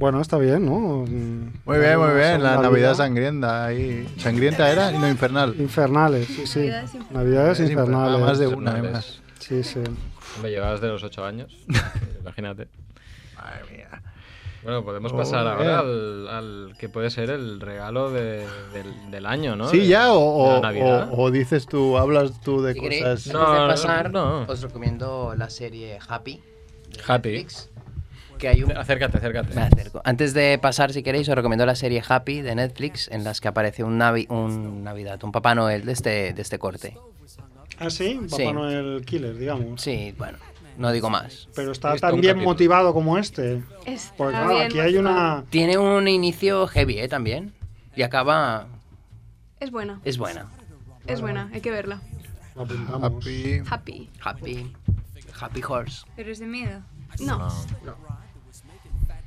Speaker 5: Bueno, está bien, ¿no? Mm.
Speaker 1: Muy bien, muy bien, la
Speaker 5: Segunda
Speaker 1: Navidad
Speaker 5: vida.
Speaker 1: sangrienta ahí. ¿Sangrienta era? No, infernal.
Speaker 5: Infernales, sí, sí.
Speaker 7: Navidades infernales.
Speaker 5: Navidades
Speaker 1: Es infernal,
Speaker 5: infernales.
Speaker 1: más de una, además.
Speaker 5: eh. Sí, sí.
Speaker 2: Me llevabas de los
Speaker 1: [laughs]
Speaker 2: 8 años. Imagínate. Bueno,
Speaker 1: Oh,
Speaker 2: podemos pasar ahora al, al que puede ser el regalo de- del, del año, ¿no?
Speaker 1: Sí,
Speaker 2: De-
Speaker 1: ya, o,
Speaker 2: de la
Speaker 1: o,
Speaker 2: Navidad.
Speaker 1: o- o dices tú, hablas tú de
Speaker 4: Si queréis,
Speaker 1: cosas.
Speaker 4: antes
Speaker 2: No.
Speaker 4: de pasar,
Speaker 2: no.
Speaker 4: os recomiendo la serie Happy. de
Speaker 2: Happy.
Speaker 4: Netflix, que hay un...
Speaker 2: Acércate, acércate.
Speaker 4: Me acerco. Antes de pasar, si queréis, os recomiendo la serie Happy de Netflix, en las que aparece un, navi- un Navidad, un Papá Noel de este, de este corte.
Speaker 5: Ah, sí, Papá
Speaker 4: Sí.
Speaker 5: Noel Killer, digamos.
Speaker 4: Sí, bueno, no digo más.
Speaker 5: Pero está
Speaker 2: Está un
Speaker 5: tan bien
Speaker 2: capítulo.
Speaker 5: motivado como este.
Speaker 7: Está
Speaker 5: Porque claro,
Speaker 7: bien
Speaker 5: aquí hay una.
Speaker 4: Tiene un inicio heavy, ¿eh? También. Y acaba...
Speaker 7: Es buena,
Speaker 4: Es buena.
Speaker 7: es buena, hay que verla.
Speaker 5: la apuntamos.
Speaker 1: Happy.
Speaker 7: Happy.
Speaker 4: Happy. Happy Horse.
Speaker 3: Pero es de miedo.
Speaker 7: No.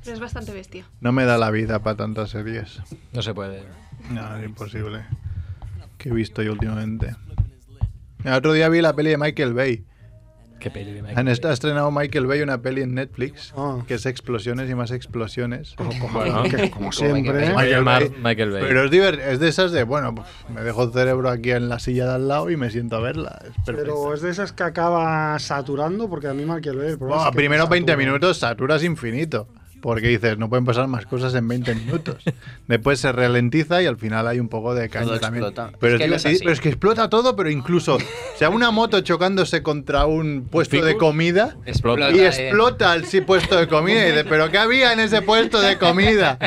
Speaker 7: Pero es bastante bestia.
Speaker 1: No me da la vida para tantas series.
Speaker 2: No se puede.
Speaker 1: No, es imposible. Que he visto yo últimamente. El otro día vi la peli de Michael Bay.
Speaker 10: Qué peli de Michael
Speaker 1: Han est-
Speaker 10: Bay.
Speaker 1: ha estrenado Michael Bay una peli en Netflix
Speaker 5: Ah.
Speaker 1: que es explosiones y más explosiones.
Speaker 2: Bueno.
Speaker 4: [laughs]
Speaker 5: que como
Speaker 4: Michael
Speaker 5: siempre.
Speaker 4: Bay.
Speaker 2: Michael, Mar-
Speaker 1: Bay.
Speaker 2: Michael Bay.
Speaker 1: Pero es, diver- es de esas de, bueno, pf, me dejo el cerebro aquí en la silla de al lado y me siento a verla. Es perfecto.
Speaker 5: Pero es de esas que acaba saturando, porque a mí mal que lo es.
Speaker 1: Bueno, primero 20 minutos saturas infinito. Porque dices, no pueden pasar más cosas en 20 minutos. Después se ralentiza y al final hay un poco de caña
Speaker 4: Todo
Speaker 1: también.
Speaker 4: explota.
Speaker 1: Pero
Speaker 4: Es que
Speaker 1: es,
Speaker 4: él es
Speaker 1: divertido,
Speaker 4: así.
Speaker 1: pero es que explota todo, pero incluso, o sea, una moto chocándose contra un puesto de
Speaker 2: ficus?
Speaker 1: comida.
Speaker 2: Explota.
Speaker 1: Y explota el sí, puesto de comida. Y dices, ¿pero qué había en ese puesto de
Speaker 4: [laughs]
Speaker 1: comida?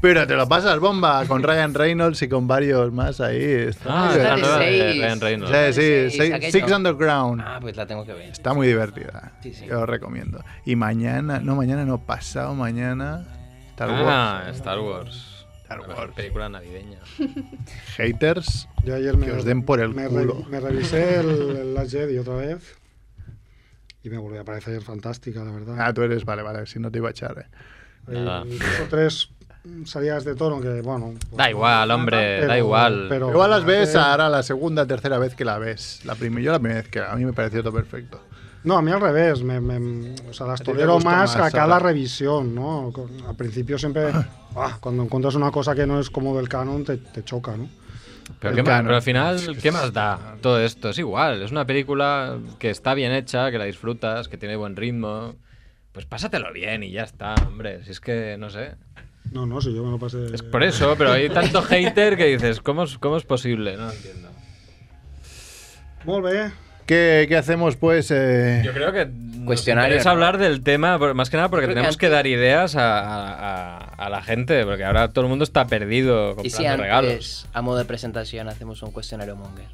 Speaker 1: Pero te lo pasas bomba con Ryan Reynolds y con varios más ahí. Está
Speaker 2: Ah,
Speaker 1: muy
Speaker 2: es la
Speaker 4: de
Speaker 1: divertido.
Speaker 2: nueva de
Speaker 4: seis.
Speaker 2: Ryan Reynolds.
Speaker 1: Sí, sí,
Speaker 4: Seis,
Speaker 1: sí,
Speaker 4: aquello.
Speaker 1: Six Underground.
Speaker 4: Ah, pues la tengo que ver.
Speaker 1: Está muy divertida.
Speaker 4: Sí, sí.
Speaker 1: Yo os recomiendo. Y mañana, no mañana, no, pasado mañana. Star Wars.
Speaker 2: Ah, Star Wars.
Speaker 1: Star
Speaker 2: La mejor
Speaker 1: Wars.
Speaker 2: Película navideña.
Speaker 1: Haters.
Speaker 5: Yo ayer me,
Speaker 1: Que os den por el
Speaker 5: me,
Speaker 1: culo.
Speaker 5: re- me revisé el, el Last Jedi otra vez y me volvió a parecer fantástica, la verdad.
Speaker 1: Ah, tú eres, vale, vale, si no te iba a echar. eh.
Speaker 5: Hay
Speaker 2: Nada.
Speaker 5: dos o tres mm, salidas de tono que, bueno. pues,
Speaker 2: Da igual, hombre, da igual.
Speaker 1: Igual las ves
Speaker 5: eh,
Speaker 1: ahora la segunda, tercera vez que la ves. La primera, yo la primera vez que a mí me pareció todo perfecto.
Speaker 5: No, a mí al revés. Me, me- o sea, las
Speaker 1: A ti te
Speaker 5: tolero
Speaker 1: gusta
Speaker 5: más,
Speaker 1: más,
Speaker 5: a cada
Speaker 1: ahora.
Speaker 5: revisión, ¿no? Con- Al principio siempre, ah, cuando encuentras una cosa que no es como del canon, te, te choca, ¿no?
Speaker 2: Pero,
Speaker 1: El
Speaker 2: qué más-
Speaker 1: canon.
Speaker 2: pero
Speaker 1: [laughs]
Speaker 2: al final, ¿qué más da todo esto? Es igual, es una película que está bien hecha, que la disfrutas, que tiene buen ritmo. Pues pásatelo bien y ya está, hombre. Si es que, no sé.
Speaker 5: No, no, si yo me lo pasé.
Speaker 2: Es por eso, pero hay tanto hater que dices, ¿cómo es, cómo es posible? No entiendo.
Speaker 5: Molt bé.
Speaker 1: ¿Qué, qué hacemos pues? eh?
Speaker 2: Yo creo que nos
Speaker 4: Cuestionario,
Speaker 2: interesa
Speaker 4: ¿no?
Speaker 2: hablar del tema, por- más que nada porque
Speaker 4: Creo que
Speaker 2: tenemos que,
Speaker 4: antes-
Speaker 2: dar ideas a, a- a- a la gente, porque ahora todo el mundo está perdido comprando
Speaker 4: Y si
Speaker 2: regalos.
Speaker 4: antes, a modo de presentación, hacemos un cuestionario monger.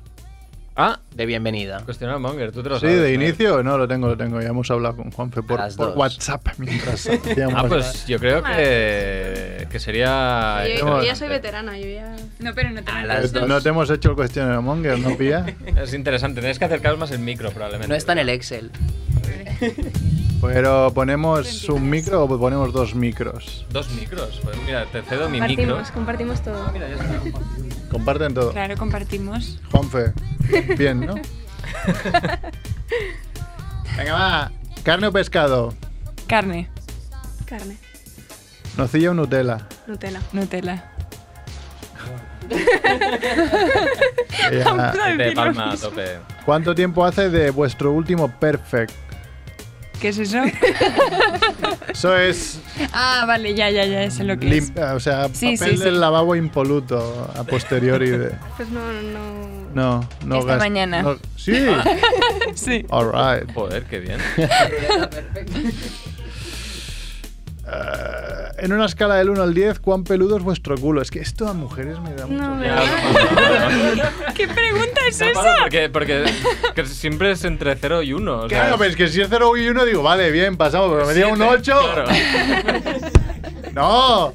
Speaker 2: Ah,
Speaker 4: De bienvenida.
Speaker 2: cuestionario Monger, tú te lo
Speaker 1: Sí,
Speaker 2: sabes.
Speaker 1: de
Speaker 2: ¿no?
Speaker 1: inicio, no, lo tengo, lo tengo. Ya hemos hablado con Juanfe por,
Speaker 4: A las
Speaker 1: por
Speaker 4: dos.
Speaker 1: WhatsApp mientras hacíamos-
Speaker 2: Ah, pues yo creo que, que sería.
Speaker 7: Yo, yo ya soy
Speaker 2: interesante.
Speaker 7: veterana, yo ya.
Speaker 3: No, pero no te
Speaker 4: A
Speaker 3: metas.
Speaker 4: las dos.
Speaker 1: No te hemos hecho el cuestionario Monger, ¿no, Pía?
Speaker 4: [laughs]
Speaker 2: Es interesante, tenés que acercaros más el micro probablemente.
Speaker 4: No está en el Excel.
Speaker 1: Pero ponemos un micro o ponemos dos micros.
Speaker 2: Dos micros. Pues mira, te cedo mi micro.
Speaker 7: Compartimos, compartimos todo.
Speaker 2: Mira, ya está.
Speaker 1: Comparten todo.
Speaker 3: Claro, compartimos. [laughs]
Speaker 1: Juanfe, bien, ¿no? Venga, va. Carne o pescado.
Speaker 3: Carne,
Speaker 7: Carne,
Speaker 1: Nocilla
Speaker 3: [laughs]
Speaker 1: o Nutella.
Speaker 7: Nutella.
Speaker 3: Nutella.
Speaker 1: Ya.
Speaker 2: De palma a tope.
Speaker 1: ¿Cuánto tiempo hace de vuestro último perfect?
Speaker 3: ¿Qué es
Speaker 2: [laughs]
Speaker 3: eso?
Speaker 1: Eso es,
Speaker 3: ah, vale, ya, ya, ya, sé [laughs] lo que es.
Speaker 1: lim- o sea,
Speaker 3: Sí,
Speaker 1: papel
Speaker 3: sí, sí.
Speaker 1: del lavabo impoluto a posteriori de...
Speaker 7: Pues no, no.
Speaker 1: No, no
Speaker 3: Esta
Speaker 1: gas-
Speaker 3: mañana.
Speaker 1: no- sí.
Speaker 3: [laughs] Sí.
Speaker 1: All right.
Speaker 2: Joder, qué bien.
Speaker 1: Eh, en una escala del 1 al 10, ¿cuán peludo es vuestro culo? Es que esto a mujeres me da mucho.
Speaker 7: No,
Speaker 1: miedo.
Speaker 2: Ya,
Speaker 7: ¿verdad?
Speaker 3: [laughs] ¿Qué pregunta es
Speaker 2: no,
Speaker 3: esa?
Speaker 2: para, porque, porque que siempre es entre 0 y 1.
Speaker 1: Claro, pero es que si es 0 y 1 digo, vale, bien, pasamos, pero me diga un 8. No.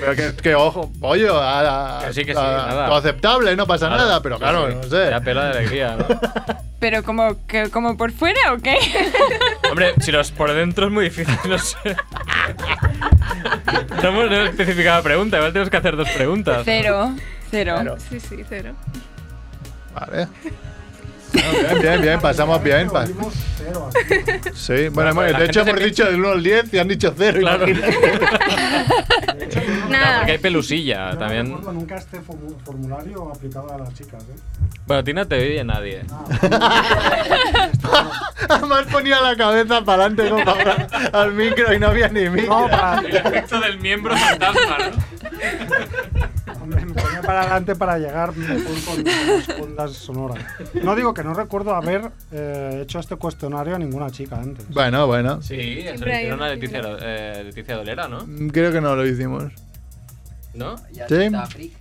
Speaker 1: Pero que, que ojo, pollo, a- a-
Speaker 2: Que sí, que sí,
Speaker 1: a-
Speaker 2: nada.
Speaker 1: lo aceptable, no pasa
Speaker 2: Claro,
Speaker 1: nada, pero
Speaker 2: sí,
Speaker 1: claro,
Speaker 2: sí.
Speaker 1: no sé.
Speaker 2: Ya pela de alegría. ¿no?
Speaker 3: ¿Pero como, que- como por fuera
Speaker 2: [laughs]
Speaker 3: o qué?
Speaker 2: Hombre, si los por dentro es muy difícil, no sé. No hemos no hemos especificado la pregunta, igual tenemos que hacer dos preguntas.
Speaker 3: Cero, cero.
Speaker 1: Claro.
Speaker 7: Sí, sí, cero.
Speaker 1: Vale. Bien, bien, bien, pasamos bien. pa-
Speaker 5: Abrimos cero.
Speaker 1: Sí, bueno, bueno,
Speaker 2: la
Speaker 1: de hecho
Speaker 2: gente
Speaker 1: hemos
Speaker 2: se
Speaker 1: dicho del 1 al 10 y han dicho 0. [laughs]
Speaker 2: Claro. Claro,
Speaker 7: Nada.
Speaker 2: porque hay pelusilla también.
Speaker 5: recuerdo nunca este formu- formulario aplicado a las chicas, ¿eh?
Speaker 2: Bueno, a ti no te oye nadie.
Speaker 1: Además ponía la cabeza para adelante como para al micro y no había ni micro.
Speaker 5: No, para,
Speaker 2: El efecto del miembro fantasma,
Speaker 5: hombre, me ponía para adelante para llegar me fui con las ondas sonoras. No digo que no recuerdo haber eh, hecho este cuestionario a ninguna chica antes.
Speaker 1: Bueno, bueno.
Speaker 2: Sí, eso
Speaker 7: Siempre
Speaker 2: lo
Speaker 7: hay
Speaker 2: hicieron
Speaker 7: una
Speaker 2: a Leticia,
Speaker 7: primera.
Speaker 2: eh, Leticia Dolera, ¿no?
Speaker 1: Mm, Creo que no lo hicimos.
Speaker 2: ¿No?
Speaker 1: Sí.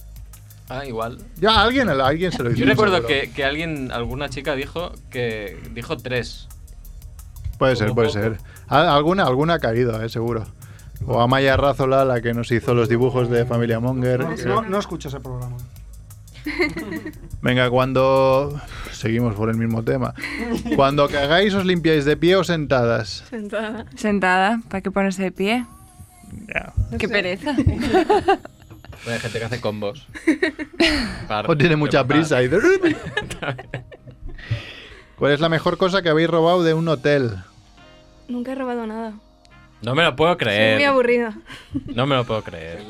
Speaker 2: Ah, igual.
Speaker 1: Ya a alguien, a alguien se lo hizo.
Speaker 2: Yo recuerdo que, que alguien, alguna chica dijo que dijo tres.
Speaker 1: Puede ser,
Speaker 2: Poco,
Speaker 1: puede
Speaker 2: poco.
Speaker 1: ser. A- Alguna, alguna ha caído, eh, seguro. O Amaya Rázola, la que nos hizo los dibujos de Familia Monger.
Speaker 5: No, no, no escucho ese programa.
Speaker 1: Venga, cuando. Seguimos por el mismo tema. Cuando cagáis, os limpiáis de pie o sentadas.
Speaker 7: Sentada.
Speaker 3: Sentada, ¿para qué ponerse de pie?
Speaker 1: Ya.
Speaker 3: Qué pereza.
Speaker 2: Bueno, hay gente que hace combos.
Speaker 1: Pues O tiene mucha prisa. Y... ¿Cuál es la mejor cosa que habéis robado de un hotel?
Speaker 10: Nunca he robado nada.
Speaker 2: No me lo puedo
Speaker 10: Soy muy
Speaker 2: creer.
Speaker 10: aburrida.
Speaker 2: Eh, No me lo puedo creer.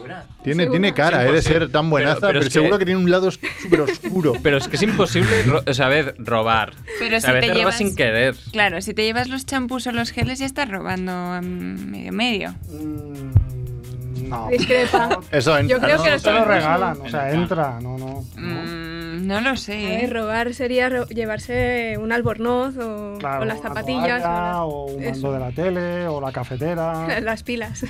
Speaker 1: Tiene, tiene cara eh, de ser tan buenaza, pero,
Speaker 2: Pero- pero es que-
Speaker 1: seguro que tiene un lado súper oscuro.
Speaker 2: Pero es que es imposible, ro- o sea, a ver, robar.
Speaker 3: Pero si
Speaker 2: a
Speaker 3: te
Speaker 2: veces
Speaker 3: llevas-
Speaker 2: robas sin querer.
Speaker 3: Claro, si te llevas los champús o los geles ya estás robando mm, medio medio.
Speaker 5: Mm, No.
Speaker 10: Discrepa.
Speaker 1: Eso entra,
Speaker 10: Yo creo
Speaker 1: ¿no?
Speaker 10: que los
Speaker 5: Te lo
Speaker 10: champús-
Speaker 5: regalan, o sea, entra, no, no. no.
Speaker 3: Mm, no lo
Speaker 10: A
Speaker 3: sé.
Speaker 10: ver,
Speaker 3: ¿eh?
Speaker 10: robar sería ro- llevarse un albornoz o,
Speaker 5: Claro,
Speaker 10: o las
Speaker 5: una
Speaker 10: zapatillas
Speaker 5: toalla, o
Speaker 10: o
Speaker 5: un
Speaker 10: las,
Speaker 5: mando de la tele, o la cafetera.
Speaker 7: [laughs]
Speaker 10: eso, las pilas.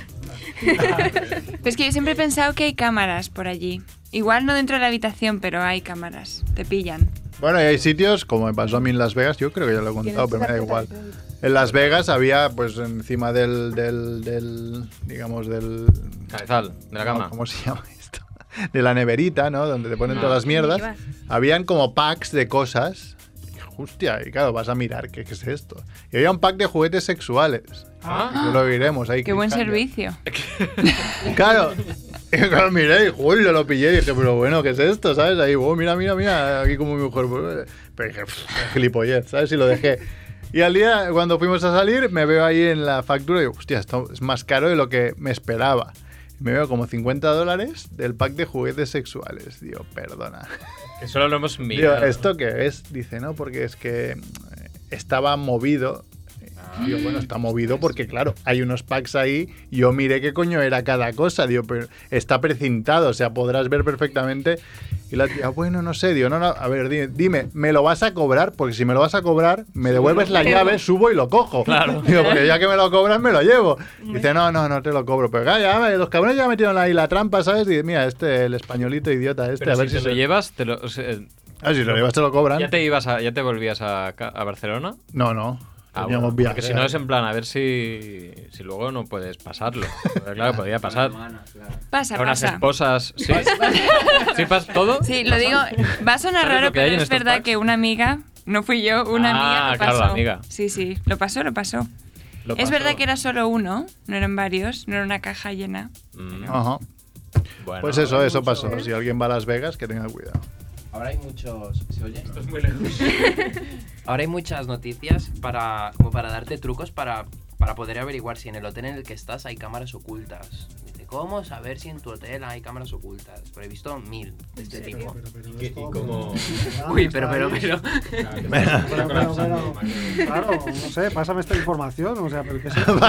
Speaker 3: Pues que yo siempre he pensado que hay cámaras por allí. Igual no dentro de la habitación, pero hay cámaras. Te pillan.
Speaker 1: Bueno, y hay sitios, como me pasó a mí en Las Vegas, yo creo que ya lo he contado, pero me da igual. En Las Vegas había, pues encima del, del, del digamos, del...
Speaker 2: Cabezal, de
Speaker 1: no,
Speaker 2: la cama. Ah,
Speaker 1: ¿Cómo se llama esto? [laughs] De la neverita, ¿no? Donde te ponen todas las mierdas.
Speaker 10: llevar.
Speaker 1: Habían como packs de cosas. Y, Hostia, y claro, vas a mirar qué, qué es esto. Y había un pack de juguetes sexuales.
Speaker 2: Ah,
Speaker 1: Eso lo iremos ahí.
Speaker 3: Qué buen
Speaker 1: cliffhanger.
Speaker 3: servicio.
Speaker 1: Claro. [laughs] Y claro, miré y uy, lo, lo pillé y dije, pero bueno, ¿qué es esto? ¿Sabes? Ahí, "Oh, mira, mira, mira, aquí como mi mujer. Pero dije, "Pff, gilipollez, ¿sabes? Y lo dejé. Y al día, cuando fuimos a salir, me veo ahí en la factura y digo, hostia, esto es más caro de lo que me esperaba. Y Me veo como 50 dólares del pack de juguetes sexuales. Digo, perdona.
Speaker 2: que solo lo hemos
Speaker 1: Digo,
Speaker 2: mirado.
Speaker 1: ¿esto qué es? Dice, no, porque es que mm, estaba movido.
Speaker 2: Ah.
Speaker 1: Digo, bueno, está movido porque, claro, hay unos packs ahí. Yo miré qué coño era cada cosa. Digo, pero está precintado, o sea, podrás ver perfectamente. Y la tía, bueno, no sé, digo, no, no, a ver, di- dime, ¿me lo vas a cobrar? Porque si me lo vas a cobrar, me devuelves la llave, subo y lo cojo.
Speaker 2: Claro.
Speaker 1: [laughs] Digo, porque ya que me lo cobras, me lo llevo. Dice, no, no, no te lo cobro. Pero claro, ya, los cabrones ya metieron ahí la trampa, ¿sabes? Y mira, este, el españolito idiota este,
Speaker 2: Pero
Speaker 1: a ver si,
Speaker 2: si te
Speaker 1: se
Speaker 2: lo llevas, te lo, o sea,
Speaker 1: A ver si lo llevas, te lo cobran.
Speaker 2: ¿ya, te ibas a, ¿ya te volvías a, ca- a Barcelona?
Speaker 1: No, no.
Speaker 2: Ah,
Speaker 1: Teníamos
Speaker 2: bueno,
Speaker 1: viaje. ¿eh?
Speaker 2: porque si no es en plan, a ver si, si luego no puedes pasarlo. Porque, claro, podría pasar.
Speaker 3: Pasa,
Speaker 2: A
Speaker 3: pasa.
Speaker 2: unas
Speaker 3: Pues
Speaker 2: esposas, sí. [laughs] ¿Sí pasa todo?
Speaker 3: Sí, lo digo. Va a sonar
Speaker 2: [laughs] ¿Sabes lo
Speaker 3: raro,
Speaker 2: que hay
Speaker 3: pero
Speaker 2: en
Speaker 3: es
Speaker 2: estos
Speaker 3: verdad
Speaker 2: packs?
Speaker 3: que una amiga, no fui yo, una
Speaker 2: Ah,
Speaker 3: amiga lo
Speaker 2: claro,
Speaker 3: pasó.
Speaker 2: la amiga.
Speaker 3: Sí, sí, lo pasó, lo pasó.
Speaker 2: Lo
Speaker 3: Es
Speaker 2: pasó.
Speaker 3: verdad que era solo uno, no eran varios, no era una caja llena.
Speaker 2: Mm,
Speaker 1: Ajá.
Speaker 2: bueno.
Speaker 1: Ah, Pues eso, eso pasó. Si alguien va a Las Vegas, que tenga cuidado.
Speaker 4: Ahora hay muchos. ¿Se oye? Esto es muy lejos. [laughs] Ahora hay muchas noticias para, como para darte trucos para, para poder averiguar si en el hotel en el que estás hay cámaras ocultas. Dice, ¿cómo saber si en tu hotel hay cámaras ocultas? Pero he visto mil de este tipo.
Speaker 5: pues,
Speaker 4: Ah, Uy, pero, pero, pero.
Speaker 5: Pero, pero, pero, claro, no sé, pásame esta información, o sea, pero ¿qué es esto?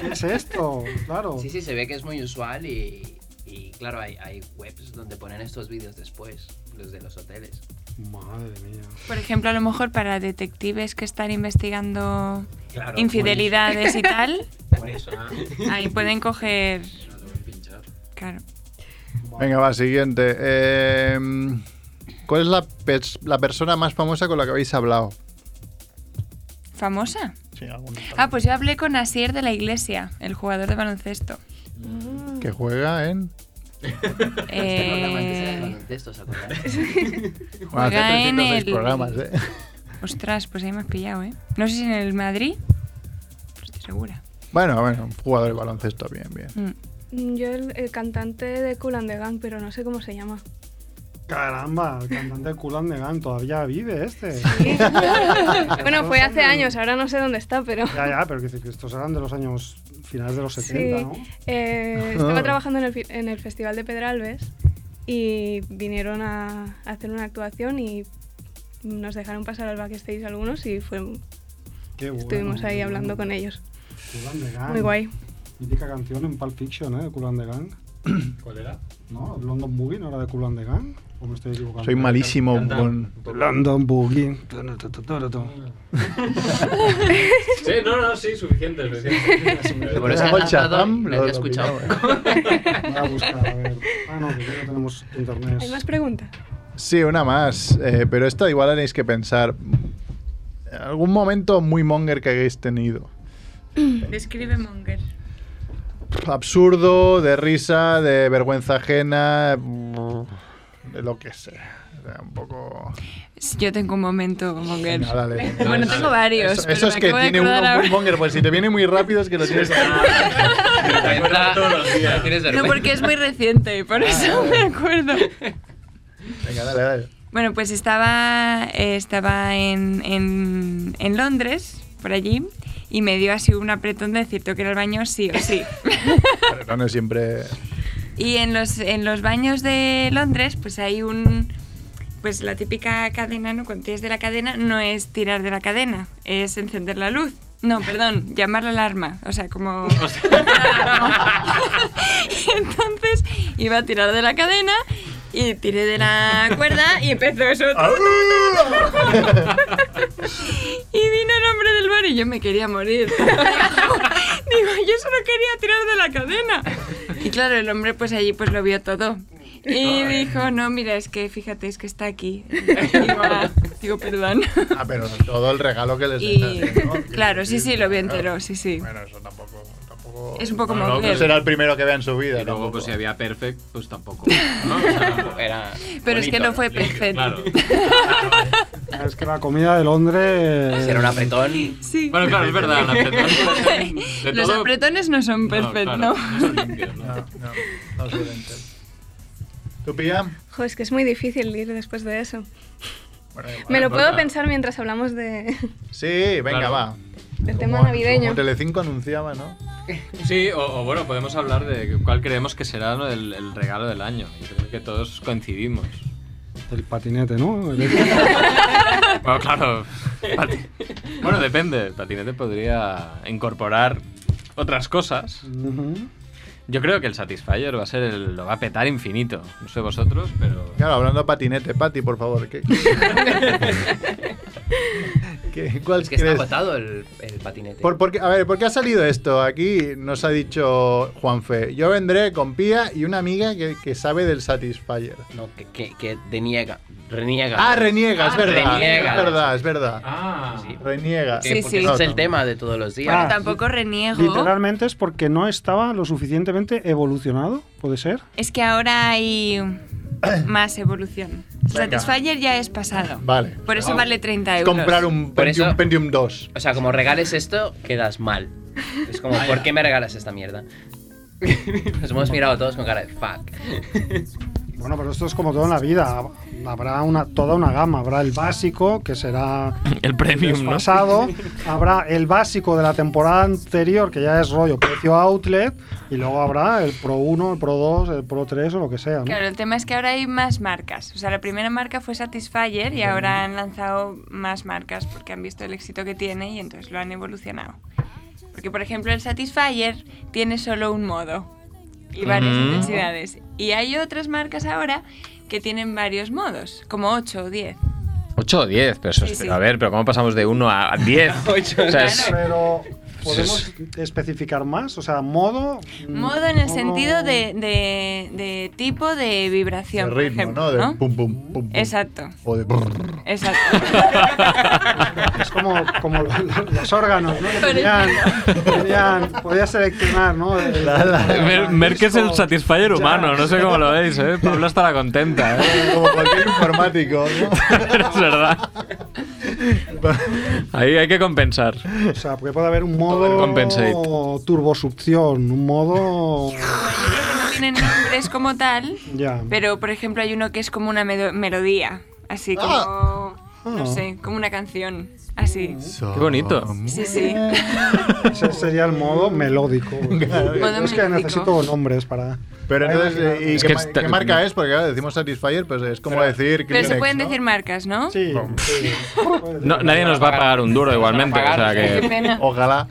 Speaker 5: ¿Qué es esto? Claro.
Speaker 4: Sí, sí, se ve que es muy usual y, y claro, hay, hay webs donde ponen estos vídeos después, los de los hoteles.
Speaker 5: Madre mía.
Speaker 3: Por ejemplo, a lo mejor para detectives que están investigando
Speaker 4: Claro,
Speaker 3: infidelidades y
Speaker 4: [laughs]
Speaker 3: tal,
Speaker 4: Por eso.
Speaker 3: ahí pueden coger. Claro.
Speaker 1: Venga, va, siguiente. Eh, ¿Cuál es la, pers- la persona más famosa con la que habéis hablado?
Speaker 3: ¿Famosa?
Speaker 1: Sí, alguna.
Speaker 3: Ah, pues yo hablé con Asier de la Iglesia, el jugador de
Speaker 4: [laughs]
Speaker 3: baloncesto.
Speaker 1: Que juega en.
Speaker 4: Este
Speaker 3: Eh,
Speaker 4: De estos, acordáis?
Speaker 1: [laughs] Bueno, Ah, hace
Speaker 3: Juega en
Speaker 1: 306
Speaker 3: el-
Speaker 1: programas, ¿eh?
Speaker 3: ostras, pues ahí me has pillado, ¿eh? No sé si en el Madrid. No estoy segura.
Speaker 1: Bueno, bueno, un jugador de baloncesto, bien, bien.
Speaker 3: Mm.
Speaker 10: Mm, Yo el, el cantante de Cool and the Gang, pero no sé cómo se llama. [laughs]
Speaker 5: Caramba, el cantante de Kulan de Gang todavía vive este.
Speaker 10: bueno, fue hace años, ahora no sé dónde está, pero...
Speaker 5: Ya, ya, pero que, dice que estos eran de los años finales de los
Speaker 10: Sí.
Speaker 5: 70, ¿no?
Speaker 10: Eh,
Speaker 5: [laughs]
Speaker 10: estaba trabajando en el, fi- en el Festival de Pedralbes y vinieron a hacer una actuación y nos dejaron pasar al backstage algunos y fue-
Speaker 5: Qué bueno,
Speaker 10: estuvimos ahí
Speaker 5: qué
Speaker 10: hablando con
Speaker 5: bueno. Ah.
Speaker 10: ellos.
Speaker 5: Kool and the Gang.
Speaker 10: Muy guay.
Speaker 5: Mítica canción en Pulp Fiction, ¿eh? De Kool and the Gang.
Speaker 2: [clears throat] ¿Cuál era?
Speaker 5: ¿No? ¿London Boogie no era de Kool and the Gang? ¿O me estoy equivocando?
Speaker 1: Soy malísimo con.
Speaker 5: London Boogie. Tu, tu, tu, tu, tu, tu.
Speaker 2: [laughs] Ah.
Speaker 5: [laughs]
Speaker 2: Sí, no, no, sí, suficiente.
Speaker 1: [laughs]
Speaker 2: suficiente.
Speaker 4: Pero es que
Speaker 1: Con
Speaker 4: han lanzado
Speaker 1: Shazam,
Speaker 4: y
Speaker 1: lo-
Speaker 4: nadie ha
Speaker 1: lo
Speaker 4: escuchado.
Speaker 1: pillaba.
Speaker 5: Voy a buscar, a ver. Ah, no, que ya no tenemos internet.
Speaker 10: ¿Hay más preguntas?
Speaker 1: Sí, una más. eh, pero esta igual tenéis que pensar. ¿Algún momento muy monger que hayáis tenido?
Speaker 3: [clears throat] Describe Monger.
Speaker 1: absurdo, de risa, de vergüenza ajena, mm, de lo que sea. O sea, Un poco.
Speaker 3: Yo tengo un momento, Monger.
Speaker 1: Venga, dale.
Speaker 3: [laughs] Bueno, tengo varios.
Speaker 1: Eso,
Speaker 3: pero
Speaker 1: eso es
Speaker 3: me
Speaker 1: que
Speaker 3: acabo de
Speaker 1: tiene
Speaker 3: acordar
Speaker 1: uno muy
Speaker 3: ahora. [laughs]
Speaker 1: monger, pues si te viene muy rápido es que lo tienes.
Speaker 4: Tienes
Speaker 3: No,
Speaker 4: vergüenza.
Speaker 1: Ah,
Speaker 3: porque es muy reciente, por eso me acuerdo.
Speaker 1: Venga, dale, dale.
Speaker 3: Bueno, pues estaba, eh, estaba en, en, en Londres, por allí, y me dio así un apretón de decir, tengo que ir al baño sí o sí.
Speaker 1: No, no siempre.
Speaker 3: Y en los, en los baños de Londres, pues hay un. Pues la típica cadena, ¿no? Cuando tiras de la cadena, no es tirar de la cadena, es encender la luz. [laughs] No, perdón, llamar la alarma. [laughs] O sea, como. Y Entonces iba a tirar de la cadena y tiré de la cuerda y empezó eso. [laughs] y vino el hombre del bar y yo me quería morir. [laughs] Digo, yo solo quería tirar de la cadena. Y claro, el hombre pues allí pues lo vio todo. Y dijo, no, mira, es que fíjate, es que está aquí.
Speaker 1: [laughs]
Speaker 3: Digo, "Ah". Digo, perdón.
Speaker 1: Ah, pero todo el regalo que les
Speaker 3: Y-
Speaker 1: dejas, Pues ¿no?
Speaker 3: [laughs] claro, sí, sí, lo vio entero, sí, sí.
Speaker 1: Bueno, eso tampoco. tampoco
Speaker 3: Es un poco
Speaker 1: no, no,
Speaker 3: mujer.
Speaker 1: no será el primero que vea en su vida.
Speaker 2: Y luego,
Speaker 1: tampoco.
Speaker 2: pues si había Perfect,
Speaker 3: [laughs]
Speaker 2: pues tampoco. ¿no? O sea,
Speaker 4: era
Speaker 3: Pero es que no fue perfecto.
Speaker 2: Claro.
Speaker 5: Es que la comida de Londres.
Speaker 4: Era un apretón.
Speaker 3: Sí.
Speaker 2: Bueno, claro, es verdad,
Speaker 3: [laughs]
Speaker 2: la apretón. de
Speaker 3: Los
Speaker 2: todo-
Speaker 3: apretones no son perfectos, ¿no?
Speaker 2: claro,
Speaker 1: Ah, No, no suelen ser. ¿Tú, Pía?
Speaker 10: Jo, es que es muy difícil ir después de eso.
Speaker 1: Bueno, igual.
Speaker 10: Me lo puedo
Speaker 2: toca.
Speaker 10: pensar mientras hablamos de,
Speaker 1: Sí, venga,
Speaker 2: Claro.
Speaker 1: va.
Speaker 10: del tema
Speaker 1: Como-
Speaker 10: navideño.
Speaker 1: Como Telecinco anunciaba, ¿no?
Speaker 2: Sí, o, o bueno, podemos hablar de cuál creemos que será el, el regalo del año. Yo creo que todos coincidimos.
Speaker 5: El patinete,
Speaker 10: [laughs]
Speaker 5: ¿no? El-
Speaker 2: Bueno, claro. [laughs] pati- Bueno, depende. El patinete podría incorporar otras cosas.
Speaker 5: Ujú.
Speaker 2: Yo creo que el Satisfyer va a ser el, lo va a petar infinito. No sé vosotros, pero
Speaker 1: Claro, hablando de patinete, Pati, por favor. ¿qué,
Speaker 3: [laughs]
Speaker 1: ¿Qué- cuál
Speaker 4: Es que está
Speaker 1: crees?
Speaker 4: agotado el, el patinete.
Speaker 1: Por- porque- a ver, ¿por qué ha salido esto? Aquí nos ha dicho Juanfe. Yo vendré con Pía y una amiga que, que sabe del Satisfyer.
Speaker 4: No, que, que, que deniega. Reniega.
Speaker 1: Ah, reniega, es
Speaker 4: Ah,
Speaker 1: verdad.
Speaker 4: reniega.
Speaker 1: Es verdad, es verdad.
Speaker 4: Sí.
Speaker 1: Reniega.
Speaker 4: Que-
Speaker 3: Sí,
Speaker 4: porque
Speaker 3: sí.
Speaker 4: Es el tema de todos los días.
Speaker 5: Ah.
Speaker 3: Bueno, tampoco reniego.
Speaker 5: Literalmente es porque no estaba lo suficientemente evolucionado, ¿puede ser?
Speaker 3: Es que ahora
Speaker 1: [clears throat]
Speaker 3: hay más evolución.
Speaker 1: Venga.
Speaker 3: Satisfyer ya es pasado.
Speaker 1: Vale.
Speaker 3: Por eso vale 30
Speaker 1: Es
Speaker 3: euros.
Speaker 1: comprar un
Speaker 4: Por
Speaker 1: Pentium,
Speaker 4: eso-
Speaker 1: Pentium 2.
Speaker 4: O sea, como regales esto, quedas mal. Es como, ¿por qué me regalas esta mierda? [laughs] Nos hemos mirado todos con cara de fuck.
Speaker 5: Bueno, pero esto es como todo en la vida. Habrá una, toda una gama. Habrá el básico, que será
Speaker 2: el premium, ¿no?
Speaker 5: desfasado. Habrá el básico de la temporada anterior, que ya es rollo precio outlet. Y luego habrá el Pro 1, el Pro 2, el Pro 3 o lo que sea. ¿no?
Speaker 3: Claro, el tema es que ahora hay más marcas. O sea, la primera marca fue Satisfyer y ahora han lanzado más marcas porque han visto el éxito que tiene y entonces lo han evolucionado. Porque, por ejemplo, el Satisfyer tiene solo un modo y varias
Speaker 11: Ujú.
Speaker 3: intensidades. Y hay otras marcas ahora que tienen varios modos, como 8 o 10.
Speaker 11: 8 o 10, pero, eso
Speaker 3: Sí,
Speaker 11: es-
Speaker 3: sí.
Speaker 11: a ver, pero ¿cómo pasamos de 1 a
Speaker 2: [laughs]
Speaker 11: 10? o sea, es-
Speaker 5: Pero podemos especificar más, o sea, modo. mm,
Speaker 3: Modo en
Speaker 1: Oh.
Speaker 3: el sentido de, de- de tipo de vibración.
Speaker 1: El
Speaker 3: por
Speaker 1: ritmo,
Speaker 3: ejemplo,
Speaker 1: ¿no? De
Speaker 3: ¿no?
Speaker 1: pum, pum, pum, pum.
Speaker 3: Exacto,
Speaker 1: O de brrr.
Speaker 3: exacto. [laughs]
Speaker 5: Es como, como lo- lo- los órganos, ¿no? Que tenían, tenían- podías seleccionar, ¿no? El-
Speaker 2: Mer, Mer que es el
Speaker 5: disco.
Speaker 2: Satisfyer
Speaker 5: Ya.
Speaker 2: humano, no sé cómo lo veis, ¿eh? Pablo estará contenta, ¿eh?
Speaker 1: Como cualquier informático,
Speaker 2: Pero [laughs] es verdad. Ahí hay que compensar.
Speaker 5: O sea, porque puede haber un modo
Speaker 2: Compensate.
Speaker 5: turbosucción, un modo.
Speaker 3: no tienen nombres como tal,
Speaker 5: Ya.
Speaker 3: pero por ejemplo hay uno que es como una medo- melodía, así como, no
Speaker 5: Ah.
Speaker 3: sé, como una canción, así.
Speaker 1: ¿no?
Speaker 2: Qué bonito.
Speaker 3: Sí, sí.
Speaker 5: Ese sería el modo melódico.
Speaker 3: Modo
Speaker 5: es que
Speaker 3: melódico.
Speaker 5: necesito nombres para.
Speaker 1: Pero
Speaker 5: para
Speaker 1: entonces,
Speaker 5: imaginar.
Speaker 1: ¿y
Speaker 2: Es
Speaker 1: qué,
Speaker 2: que
Speaker 1: ma-
Speaker 2: está-
Speaker 1: qué marca es? Porque claro, decimos Satisfyer, pues es como decir.
Speaker 3: [laughs] Pero se
Speaker 1: Kleenex,
Speaker 3: pueden
Speaker 1: ¿no?
Speaker 3: decir marcas, ¿no?
Speaker 5: Sí. sí.
Speaker 2: No, nadie nos va a pagar un duro igualmente, o sea
Speaker 3: Qué
Speaker 2: que...
Speaker 3: pena.
Speaker 2: [laughs]
Speaker 1: Ojalá.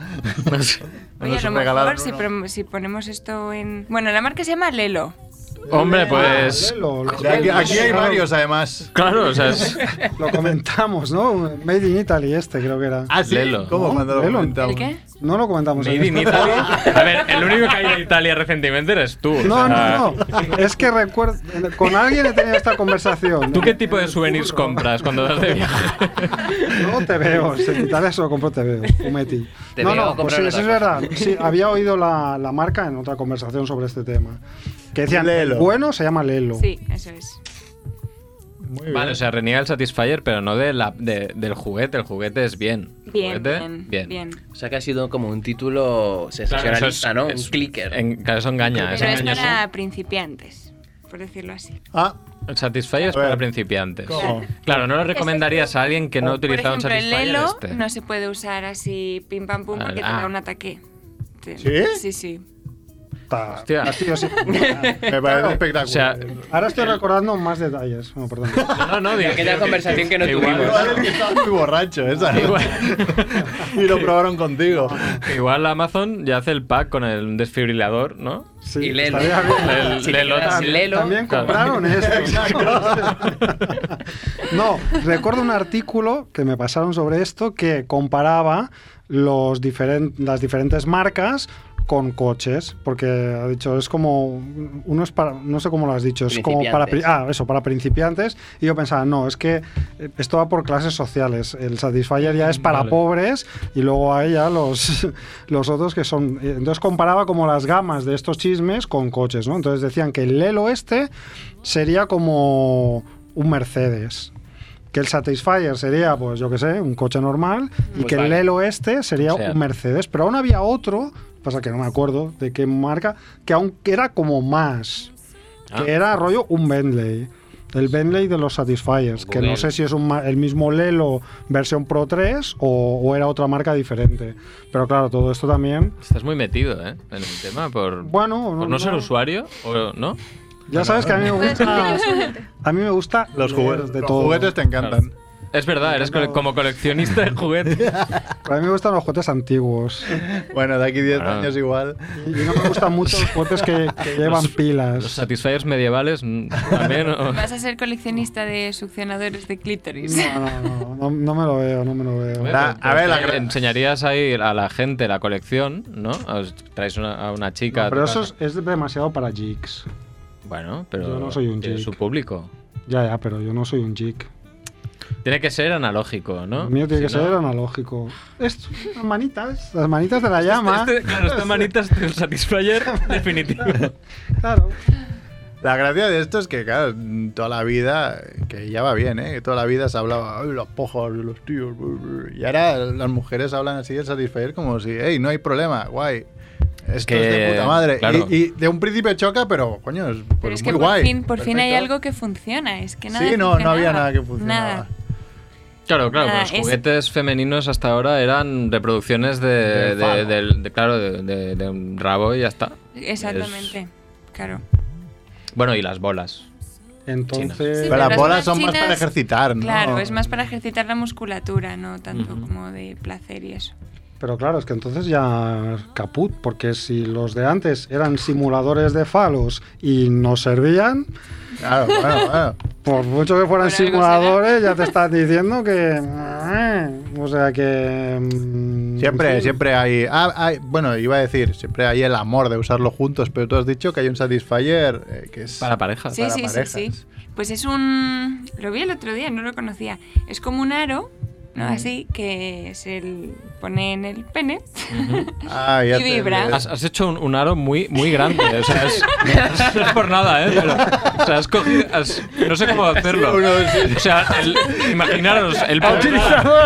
Speaker 3: Oye,
Speaker 1: Nos
Speaker 3: a lo
Speaker 1: regalaron
Speaker 3: mejor si,
Speaker 1: uno.
Speaker 3: prom- si ponemos esto en... Bueno, la marca se llama Lelo.
Speaker 2: Hombre, pues...
Speaker 5: Lelo, lo-
Speaker 1: De Aquí, aquí hay
Speaker 5: Claro,
Speaker 1: varios, además.
Speaker 2: Claro, o sea, es...
Speaker 5: Lo comentamos, ¿no? Made in Italy, este creo que era.
Speaker 1: Ah, sí.
Speaker 2: Lelo.
Speaker 1: ¿Cómo? Cuando lo
Speaker 5: Lelo.
Speaker 1: comentamos.
Speaker 3: ¿El qué?
Speaker 5: No lo comentamos. en
Speaker 2: Made in
Speaker 5: este.
Speaker 2: Italy. A ver, el único que ha ido a Italia recientemente eres tú. o
Speaker 5: No,
Speaker 2: sea,
Speaker 5: no, no. Es que recuerdo. Con alguien he tenido esta conversación.
Speaker 2: ¿Tú qué tipo de souvenirs compras cuando das de viaje?
Speaker 5: No te veo. Si en Italia solo compro te veo. Fumetti.
Speaker 4: Te
Speaker 5: no,
Speaker 4: veo
Speaker 5: no, pues
Speaker 4: comprar
Speaker 5: sí,
Speaker 4: otra
Speaker 5: eso es
Speaker 4: cosa.
Speaker 5: verdad. Sí, había oído la, la marca en otra conversación sobre este tema. Que decían,
Speaker 1: Lelo.
Speaker 5: bueno, se llama Lelo.
Speaker 3: Sí, eso es.
Speaker 1: Muy bien.
Speaker 2: Vale, o sea, reniega el Satisfyer, pero no de la, de- del juguete. El juguete es bien.
Speaker 3: Bien,
Speaker 2: Juguete,
Speaker 3: bien,
Speaker 2: bien. Ah,
Speaker 3: bien.
Speaker 4: O sea que ha sido como un título
Speaker 2: Claro, eso es-
Speaker 4: sensacionalista, ¿no?
Speaker 2: es-
Speaker 4: un clicker.
Speaker 2: en- claro, eso engaña.
Speaker 3: Pero
Speaker 2: eso
Speaker 3: es
Speaker 2: engaña.
Speaker 3: para principiantes, por decirlo así.
Speaker 1: Ah,
Speaker 2: El Satisfyer es
Speaker 12: A ver.
Speaker 2: para principiantes.
Speaker 12: ¿Cómo?
Speaker 2: [laughs] Claro, no lo recomendarías a alguien que no ha
Speaker 3: Por
Speaker 2: utilizado un
Speaker 3: ejemplo, el
Speaker 2: Satisfyer
Speaker 3: Lelo
Speaker 2: este.
Speaker 3: no se puede usar así pim pam pum porque te
Speaker 2: Ah.
Speaker 3: da un ataque. Te-
Speaker 2: ¿Sí?
Speaker 3: Sí, sí.
Speaker 2: Hostia.
Speaker 5: Así,
Speaker 2: [laughs]
Speaker 5: así.
Speaker 1: Me parece espectacular.
Speaker 2: O sea,
Speaker 5: Ahora estoy recordando más detalles. No, perdón.
Speaker 2: no, no, digo,
Speaker 4: Aquella conversación que no
Speaker 2: igual-
Speaker 4: tuvimos.
Speaker 1: Igual el que estaba muy borracho, esa.
Speaker 2: [laughs]
Speaker 1: ¿no? y lo probaron contigo.
Speaker 2: que [laughs] igual Amazon ya hace el pack con el desfibrilador, ¿no?
Speaker 5: Sí,
Speaker 4: Y Lelo.
Speaker 2: estaría bien.
Speaker 4: [laughs] El-
Speaker 2: Si
Speaker 4: Lelo
Speaker 2: quieras,
Speaker 4: también.
Speaker 2: Lelo.
Speaker 5: También
Speaker 2: Claro.
Speaker 4: [laughs]
Speaker 5: compraron esto. No, recuerdo un artículo que me pasaron sobre esto que comparaba los diferen- las diferentes marcas con coches, porque ha dicho, es como, uno es para, no sé cómo lo has dicho, es como para, pri-
Speaker 13: Principiantes.
Speaker 5: ah, eso, para principiantes, y yo pensaba, no, es que eh, esto va por clases sociales, el Satisfyer ya es para
Speaker 13: Vale.
Speaker 5: pobres, y luego hay ya los, [laughs] los otros que son, eh, entonces comparaba como las gamas de estos chismes con coches, ¿no? Entonces decían que el Lelo este sería como un Mercedes, que el Satisfyer sería, pues yo qué sé, un coche normal y
Speaker 13: Pues
Speaker 5: que el
Speaker 13: vale.
Speaker 5: Lelo este sería
Speaker 13: O sea.
Speaker 5: un Mercedes. Pero aún había otro, pasa que no me acuerdo de qué marca, que aún era como más,
Speaker 2: Ah.
Speaker 5: que era rollo un Bentley. El Bentley de los Satisfyers, que no
Speaker 13: Google.
Speaker 5: sé si es un ma- el mismo Lelo versión Pro 3 o, o era otra marca diferente. Pero claro, todo esto también.
Speaker 2: Estás muy metido, ¿eh? En el tema por,
Speaker 5: Bueno,
Speaker 2: por Pues no, ser usuario, ¿o no?
Speaker 5: Ya sabes que a mí me gusta. A mí me gusta
Speaker 1: Los
Speaker 5: leer
Speaker 1: juguetes-
Speaker 5: de
Speaker 1: los
Speaker 5: todo.
Speaker 1: juguetes te encantan.
Speaker 2: Es verdad, eres cole- como coleccionista de juguetes.
Speaker 5: A mí me gustan los juguetes antiguos.
Speaker 1: Bueno, de aquí 10
Speaker 2: Ah.
Speaker 1: años igual.
Speaker 5: Y no me gustan mucho los juguetes que, que llevan
Speaker 2: Los-
Speaker 5: pilas.
Speaker 2: Los Satisfyers medievales mm,
Speaker 3: [laughs]
Speaker 2: también. ¿o?
Speaker 3: Vas a ser coleccionista de succionadores de [laughs] clítoris.
Speaker 5: No, no, no, no, no me lo veo, no me lo veo.
Speaker 2: a ver, pues enseñarías ahí a la gente la colección, ¿no? Os traes una- a una chica.
Speaker 5: No, pero
Speaker 2: a tu
Speaker 5: eso es, es demasiado para geeks.
Speaker 2: casa. Bueno, pero.
Speaker 5: Yo no soy un
Speaker 2: tiene
Speaker 5: geek.
Speaker 2: su público.
Speaker 5: Ya, ya, pero yo no soy un geek.
Speaker 2: Tiene que ser analógico, ¿no?
Speaker 5: Lo mío tiene que
Speaker 2: Si no-
Speaker 5: ser analógico. Esto, las manitas, las manitas de la llama.
Speaker 2: Este- claro,
Speaker 5: [laughs]
Speaker 2: esta manita es el Satisfyer definitivo.
Speaker 5: Claro.
Speaker 1: La gracia de esto es que, claro, toda la vida, que ya va bien, ¿eh? Que toda la vida se hablaba, "Ay, las pojas de los tíos. blu, blu". Y ahora las mujeres hablan así del satisfacer como si, hey, no hay problema, guay. Esto
Speaker 2: Que,
Speaker 1: es de puta madre.
Speaker 2: claro.
Speaker 1: Y, y de un principio choca, pero coño, es, pues,
Speaker 3: Pero es
Speaker 1: muy
Speaker 3: que por
Speaker 1: guay.
Speaker 3: fin, por fin hay
Speaker 1: Perfecto.
Speaker 3: algo que funciona. Es que nada.
Speaker 1: Sí, no, no había
Speaker 3: funcionaba.
Speaker 1: nada que funcionaba.
Speaker 3: Nada.
Speaker 2: Claro, claro,
Speaker 3: Nada,
Speaker 2: los
Speaker 3: es-
Speaker 2: juguetes femeninos hasta ahora eran reproducciones de,
Speaker 3: Del
Speaker 2: de-
Speaker 3: falo.
Speaker 2: del- de- claro, de, de- de un rabo y ya está.
Speaker 3: Exactamente. Claro.
Speaker 2: Es- bueno, y las bolas.
Speaker 5: Entonces.
Speaker 1: pero las
Speaker 3: las
Speaker 1: bolas son más
Speaker 3: chinas-
Speaker 1: para ejercitar, ¿no?
Speaker 3: Claro, es más para ejercitar la musculatura, no tanto
Speaker 5: Ujú.
Speaker 3: como de placer y eso.
Speaker 5: Pero claro, es que entonces ya caput, porque si los de antes eran simuladores de falos y no servían,
Speaker 1: Claro, claro, claro.
Speaker 5: por mucho que fueran simuladores, ya te estás diciendo que... eh, O sea que... mm,
Speaker 1: Siempre,
Speaker 5: sí.
Speaker 1: siempre hay, ah, hay- Bueno, iba a decir, siempre hay el amor de usarlo juntos, pero tú has dicho que hay un Satisfyer eh, que es.
Speaker 2: Para parejas.
Speaker 3: Sí, sí, sí, sí. Pues es un... Lo vi el otro día, no lo conocía. Es como un aro, ¿no?
Speaker 2: Ujú.
Speaker 3: Así, que se l- pone en el pene.
Speaker 1: Ah, ya
Speaker 3: Y
Speaker 1: te-
Speaker 3: vibra.
Speaker 2: Has, has hecho un, un aro muy, muy grande. O sea,
Speaker 5: [laughs]
Speaker 2: es, no es por nada, ¿eh? Pero, o sea, has cogido- has- no sé cómo hacerlo. O sea, el- imaginaros, el
Speaker 5: Ha utilizado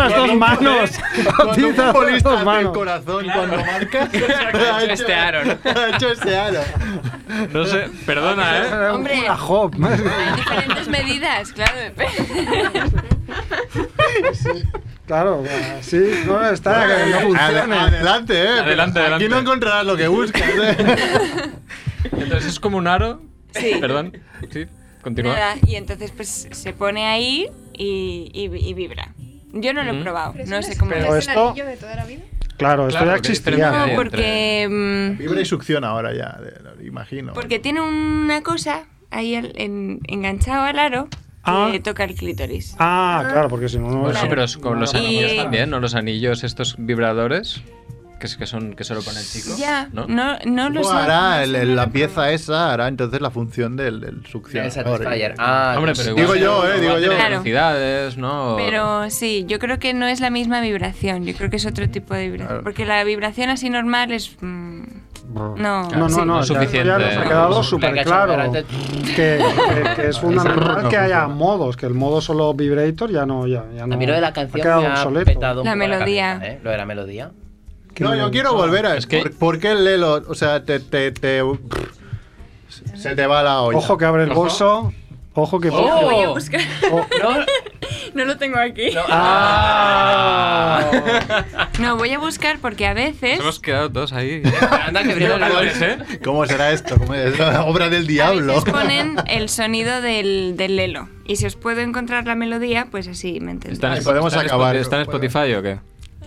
Speaker 1: [laughs]
Speaker 5: las dos [laughs] manos. Ha
Speaker 1: Cuando un
Speaker 5: utilizado las
Speaker 1: futbolista
Speaker 5: dos
Speaker 1: hace el
Speaker 5: manos.
Speaker 1: corazón cuando marca,
Speaker 4: [laughs] Ha hecho este aro, ¿no?
Speaker 1: ha hecho este aro.
Speaker 2: No sé, perdona, ¿eh?
Speaker 3: Hombre,
Speaker 5: La hop.
Speaker 3: [laughs] hay diferentes medidas, claro. depende.
Speaker 5: [laughs]
Speaker 1: [laughs]
Speaker 5: Claro, sí, no, está, que no
Speaker 1: Ade-
Speaker 5: funciona.
Speaker 1: Adelante, eh.
Speaker 2: Adelante,
Speaker 1: Aquí
Speaker 2: adelante.
Speaker 1: no encontrarás lo que buscas, eh. [laughs]
Speaker 2: Entonces es como un aro.
Speaker 3: Sí.
Speaker 2: Perdón. Sí, continúa.
Speaker 3: Nada, y entonces pues se pone ahí y, y- y vibra. Yo no lo he
Speaker 2: Ujú.
Speaker 3: probado,
Speaker 10: Pero
Speaker 3: no
Speaker 10: eso
Speaker 3: sé
Speaker 10: es-
Speaker 3: cómo
Speaker 5: Pero
Speaker 10: ¿Es el
Speaker 5: esto-
Speaker 10: anillo de toda la vida?
Speaker 5: Claro, esto
Speaker 2: Claro,
Speaker 5: ya
Speaker 2: que diferencia
Speaker 5: existía.
Speaker 2: hay
Speaker 3: No,
Speaker 2: entre-
Speaker 3: porque, mm,
Speaker 1: Vibra y succiona ahora ya, de- imagino.
Speaker 3: porque tiene una cosa ahí al- en- enganchado al aro que
Speaker 5: Ah.
Speaker 3: toca el clítoris.
Speaker 5: Ah, claro, porque si no... no
Speaker 2: Bueno,
Speaker 5: eso-
Speaker 2: pero es con los
Speaker 3: Y-
Speaker 2: anillos también, ¿no? Los anillos, estos vibradores, que, es- que son que solo pone el chico.
Speaker 3: Ya,
Speaker 2: ¿no?
Speaker 3: no, no, lo sé.
Speaker 1: hará
Speaker 3: no
Speaker 1: el-
Speaker 3: sé,
Speaker 1: el-
Speaker 3: no lo he
Speaker 1: la pieza esa, hará entonces la función del, del
Speaker 4: Del
Speaker 1: succionador.
Speaker 4: Satisfyer. Ah,
Speaker 2: Hombre, pero
Speaker 1: Digo
Speaker 2: pues igual-
Speaker 1: yo, eh, digo
Speaker 2: igual
Speaker 1: yo.
Speaker 2: tiene
Speaker 3: Claro.
Speaker 2: velocidades, ¿no?
Speaker 3: Pero sí, yo creo que no es la misma vibración, yo creo que es otro tipo de vibración.
Speaker 1: Claro.
Speaker 3: Porque la vibración así normal es... mm, no,
Speaker 5: No,
Speaker 2: Sí,
Speaker 5: no,
Speaker 2: no
Speaker 5: no,
Speaker 2: es
Speaker 5: ya-
Speaker 2: suficiente.
Speaker 5: ya nos ha quedado súper claro
Speaker 4: Venga,
Speaker 5: que, que-
Speaker 2: [laughs]
Speaker 5: que es fundamental que haya modos, que el modo solo vibrator ya no, ya, ya no
Speaker 4: A mí lo de la
Speaker 5: ha quedado
Speaker 4: canción me ha
Speaker 5: obsoleto.
Speaker 4: petado un
Speaker 3: La
Speaker 4: poco
Speaker 3: melodía.
Speaker 4: cabeza, ¿eh? Lo de la melodía.
Speaker 1: No, yo quiero volver a.
Speaker 2: Es que-
Speaker 1: ¿Por, por qué el Lelo? O sea, te. te, te- se te va la olla.
Speaker 5: Ojo que abre el
Speaker 2: Ojo. Oh.
Speaker 5: bolso. Ojo que... Oh.
Speaker 3: Lo voy a buscar.
Speaker 2: [laughs]
Speaker 5: No.
Speaker 3: lo tengo aquí. No.
Speaker 5: Ah,
Speaker 3: voy a buscar porque a veces.
Speaker 12: Nos hemos quedado todos
Speaker 2: [laughs]
Speaker 12: ahí.
Speaker 4: Anda, que brillan los goles,
Speaker 12: ¿eh?
Speaker 1: ¿Cómo será esto? ¿Cómo es? La obra del diablo.
Speaker 3: Ponen el sonido del, del lelo. Y si os puedo encontrar la melodía, pues así me entendéis.
Speaker 2: Está en-
Speaker 1: Ahí podemos
Speaker 2: está en
Speaker 1: acabar.
Speaker 2: Spotify- ¿Está en Spotify o qué?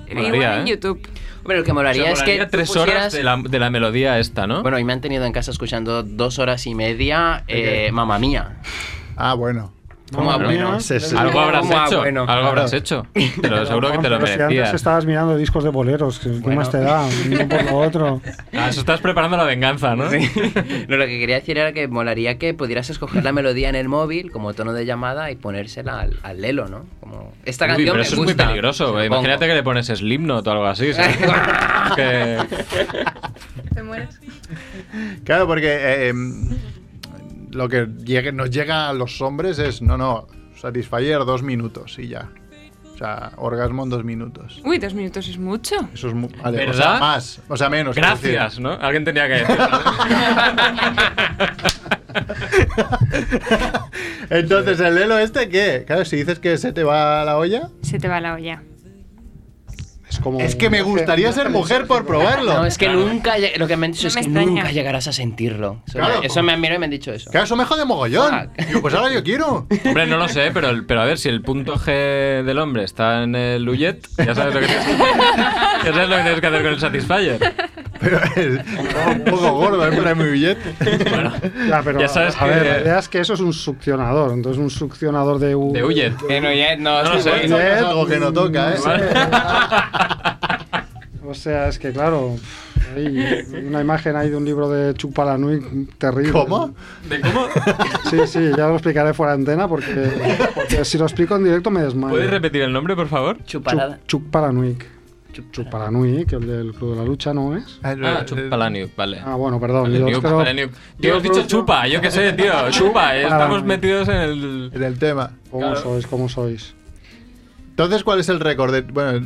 Speaker 3: Igual
Speaker 2: Molaría,
Speaker 3: en
Speaker 2: ¿eh?
Speaker 3: YouTube.
Speaker 4: Hombre, lo que molaría
Speaker 2: O sea,
Speaker 4: es que
Speaker 2: molaría
Speaker 4: tú
Speaker 2: tres horas
Speaker 4: pusieras-
Speaker 2: de la, de la melodía esta, ¿no?
Speaker 4: Bueno, y me han tenido en casa escuchando dos horas y media,
Speaker 1: ¿De
Speaker 4: eh,
Speaker 1: qué?
Speaker 4: mamá mía.
Speaker 1: [laughs] Ah, bueno.
Speaker 4: ¿Cómo ah, bueno?
Speaker 1: Sí, sí.
Speaker 2: Algo habrás
Speaker 4: Como, ah,
Speaker 2: hecho.
Speaker 4: bueno,
Speaker 2: algo habrás
Speaker 1: claro.
Speaker 4: [laughs]
Speaker 2: hecho. Te lo- seguro que te lo
Speaker 5: Pero si antes
Speaker 2: merecías.
Speaker 5: estabas mirando discos de boleros, ¿qué qué más te da? Uno por lo otro.
Speaker 2: Ah, eso estás preparando la venganza, ¿no?
Speaker 4: [laughs] No, lo que quería decir era que molaría que pudieras escoger la melodía en el móvil como tono de llamada y ponérsela al, al lelo, ¿no? Como esta
Speaker 2: Uy,
Speaker 4: canción
Speaker 2: pero
Speaker 4: me
Speaker 2: eso es muy
Speaker 4: gusta.
Speaker 2: peligroso.
Speaker 4: se la
Speaker 2: eh.
Speaker 4: pongo.
Speaker 2: Imagínate que le pones Slipknot o algo
Speaker 4: [laughs]
Speaker 2: así. ¿sabes? que...
Speaker 10: ¿Te mueres?
Speaker 1: Claro, porque eh, em, lo que llegue- nos llega a los hombres es, no, no, Satisfyer dos minutos y ya. O sea, orgasmo en dos minutos.
Speaker 3: Uy, dos minutos es mucho.
Speaker 1: Eso es muy... vale, O
Speaker 2: ¿Verdad?
Speaker 1: sea, más, o sea, menos. quiero decir.
Speaker 2: Gracias, ¿no? Alguien tenía que decir.
Speaker 1: [laughs] Entonces, ¿el lelo este qué? Claro, si dices que se te va la olla...
Speaker 3: Se te va la olla.
Speaker 5: Es como...
Speaker 1: Es que me gustaría ser mujer por probarlo.
Speaker 4: No, es que nunca, lle- lo que me han dicho
Speaker 3: No
Speaker 4: es
Speaker 3: me
Speaker 4: que
Speaker 3: extraña.
Speaker 4: nunca llegarás a sentirlo. Eso,
Speaker 1: Claro.
Speaker 4: me, eso me han mirado y me han dicho eso.
Speaker 1: Claro, eso me jode mogollón.
Speaker 4: Fuck.
Speaker 1: Digo, pues ahora yo quiero.
Speaker 2: Hombre, no lo sé, pero, el- pero a ver, si el punto G del hombre está en el Ujet, ya sabes lo que tienes, ya sabes lo que, tienes que hacer con el Satisfyer.
Speaker 1: Pero es un poco gordo, ¿eh? Para mi billete.
Speaker 5: Ya, pero,
Speaker 2: Ya sabes
Speaker 5: a ver,
Speaker 2: que-
Speaker 5: la idea es que eso es un succionador. Entonces, un succionador de... U-
Speaker 2: De Ujet.
Speaker 4: no,
Speaker 2: No lo sé.
Speaker 1: Eso es algo que no toca, ¿eh?
Speaker 5: O sea, es que claro, hay una imagen ahí de un libro de Chuck Palahniuk terrible.
Speaker 1: ¿Cómo?
Speaker 2: ¿De cómo?
Speaker 5: Sí, sí, ya lo explicaré fuera de antena porque, porque si lo explico en directo me desmayo.
Speaker 2: ¿Puedes repetir el nombre, por favor?
Speaker 4: Chuparada.
Speaker 5: Chuck, Chuck Palahniuk. Chuck Palahniuk, el del Club de la Lucha, ¿no es?
Speaker 2: Ah, Chup Palaniuk, vale.
Speaker 5: Ah, bueno, perdón. yo
Speaker 2: Palaniuk,
Speaker 5: creo-
Speaker 2: Palaniuk.
Speaker 5: yo
Speaker 2: Tío, has dicho
Speaker 5: creo-
Speaker 2: chupa, yo qué sé, tío. Chupa, eh, estamos
Speaker 5: Palaniuk.
Speaker 2: metidos en el.
Speaker 1: En el tema.
Speaker 5: ¿Cómo sois? ¿Cómo sois?
Speaker 1: Entonces, ¿cuál es el récord? de- Bueno, eh,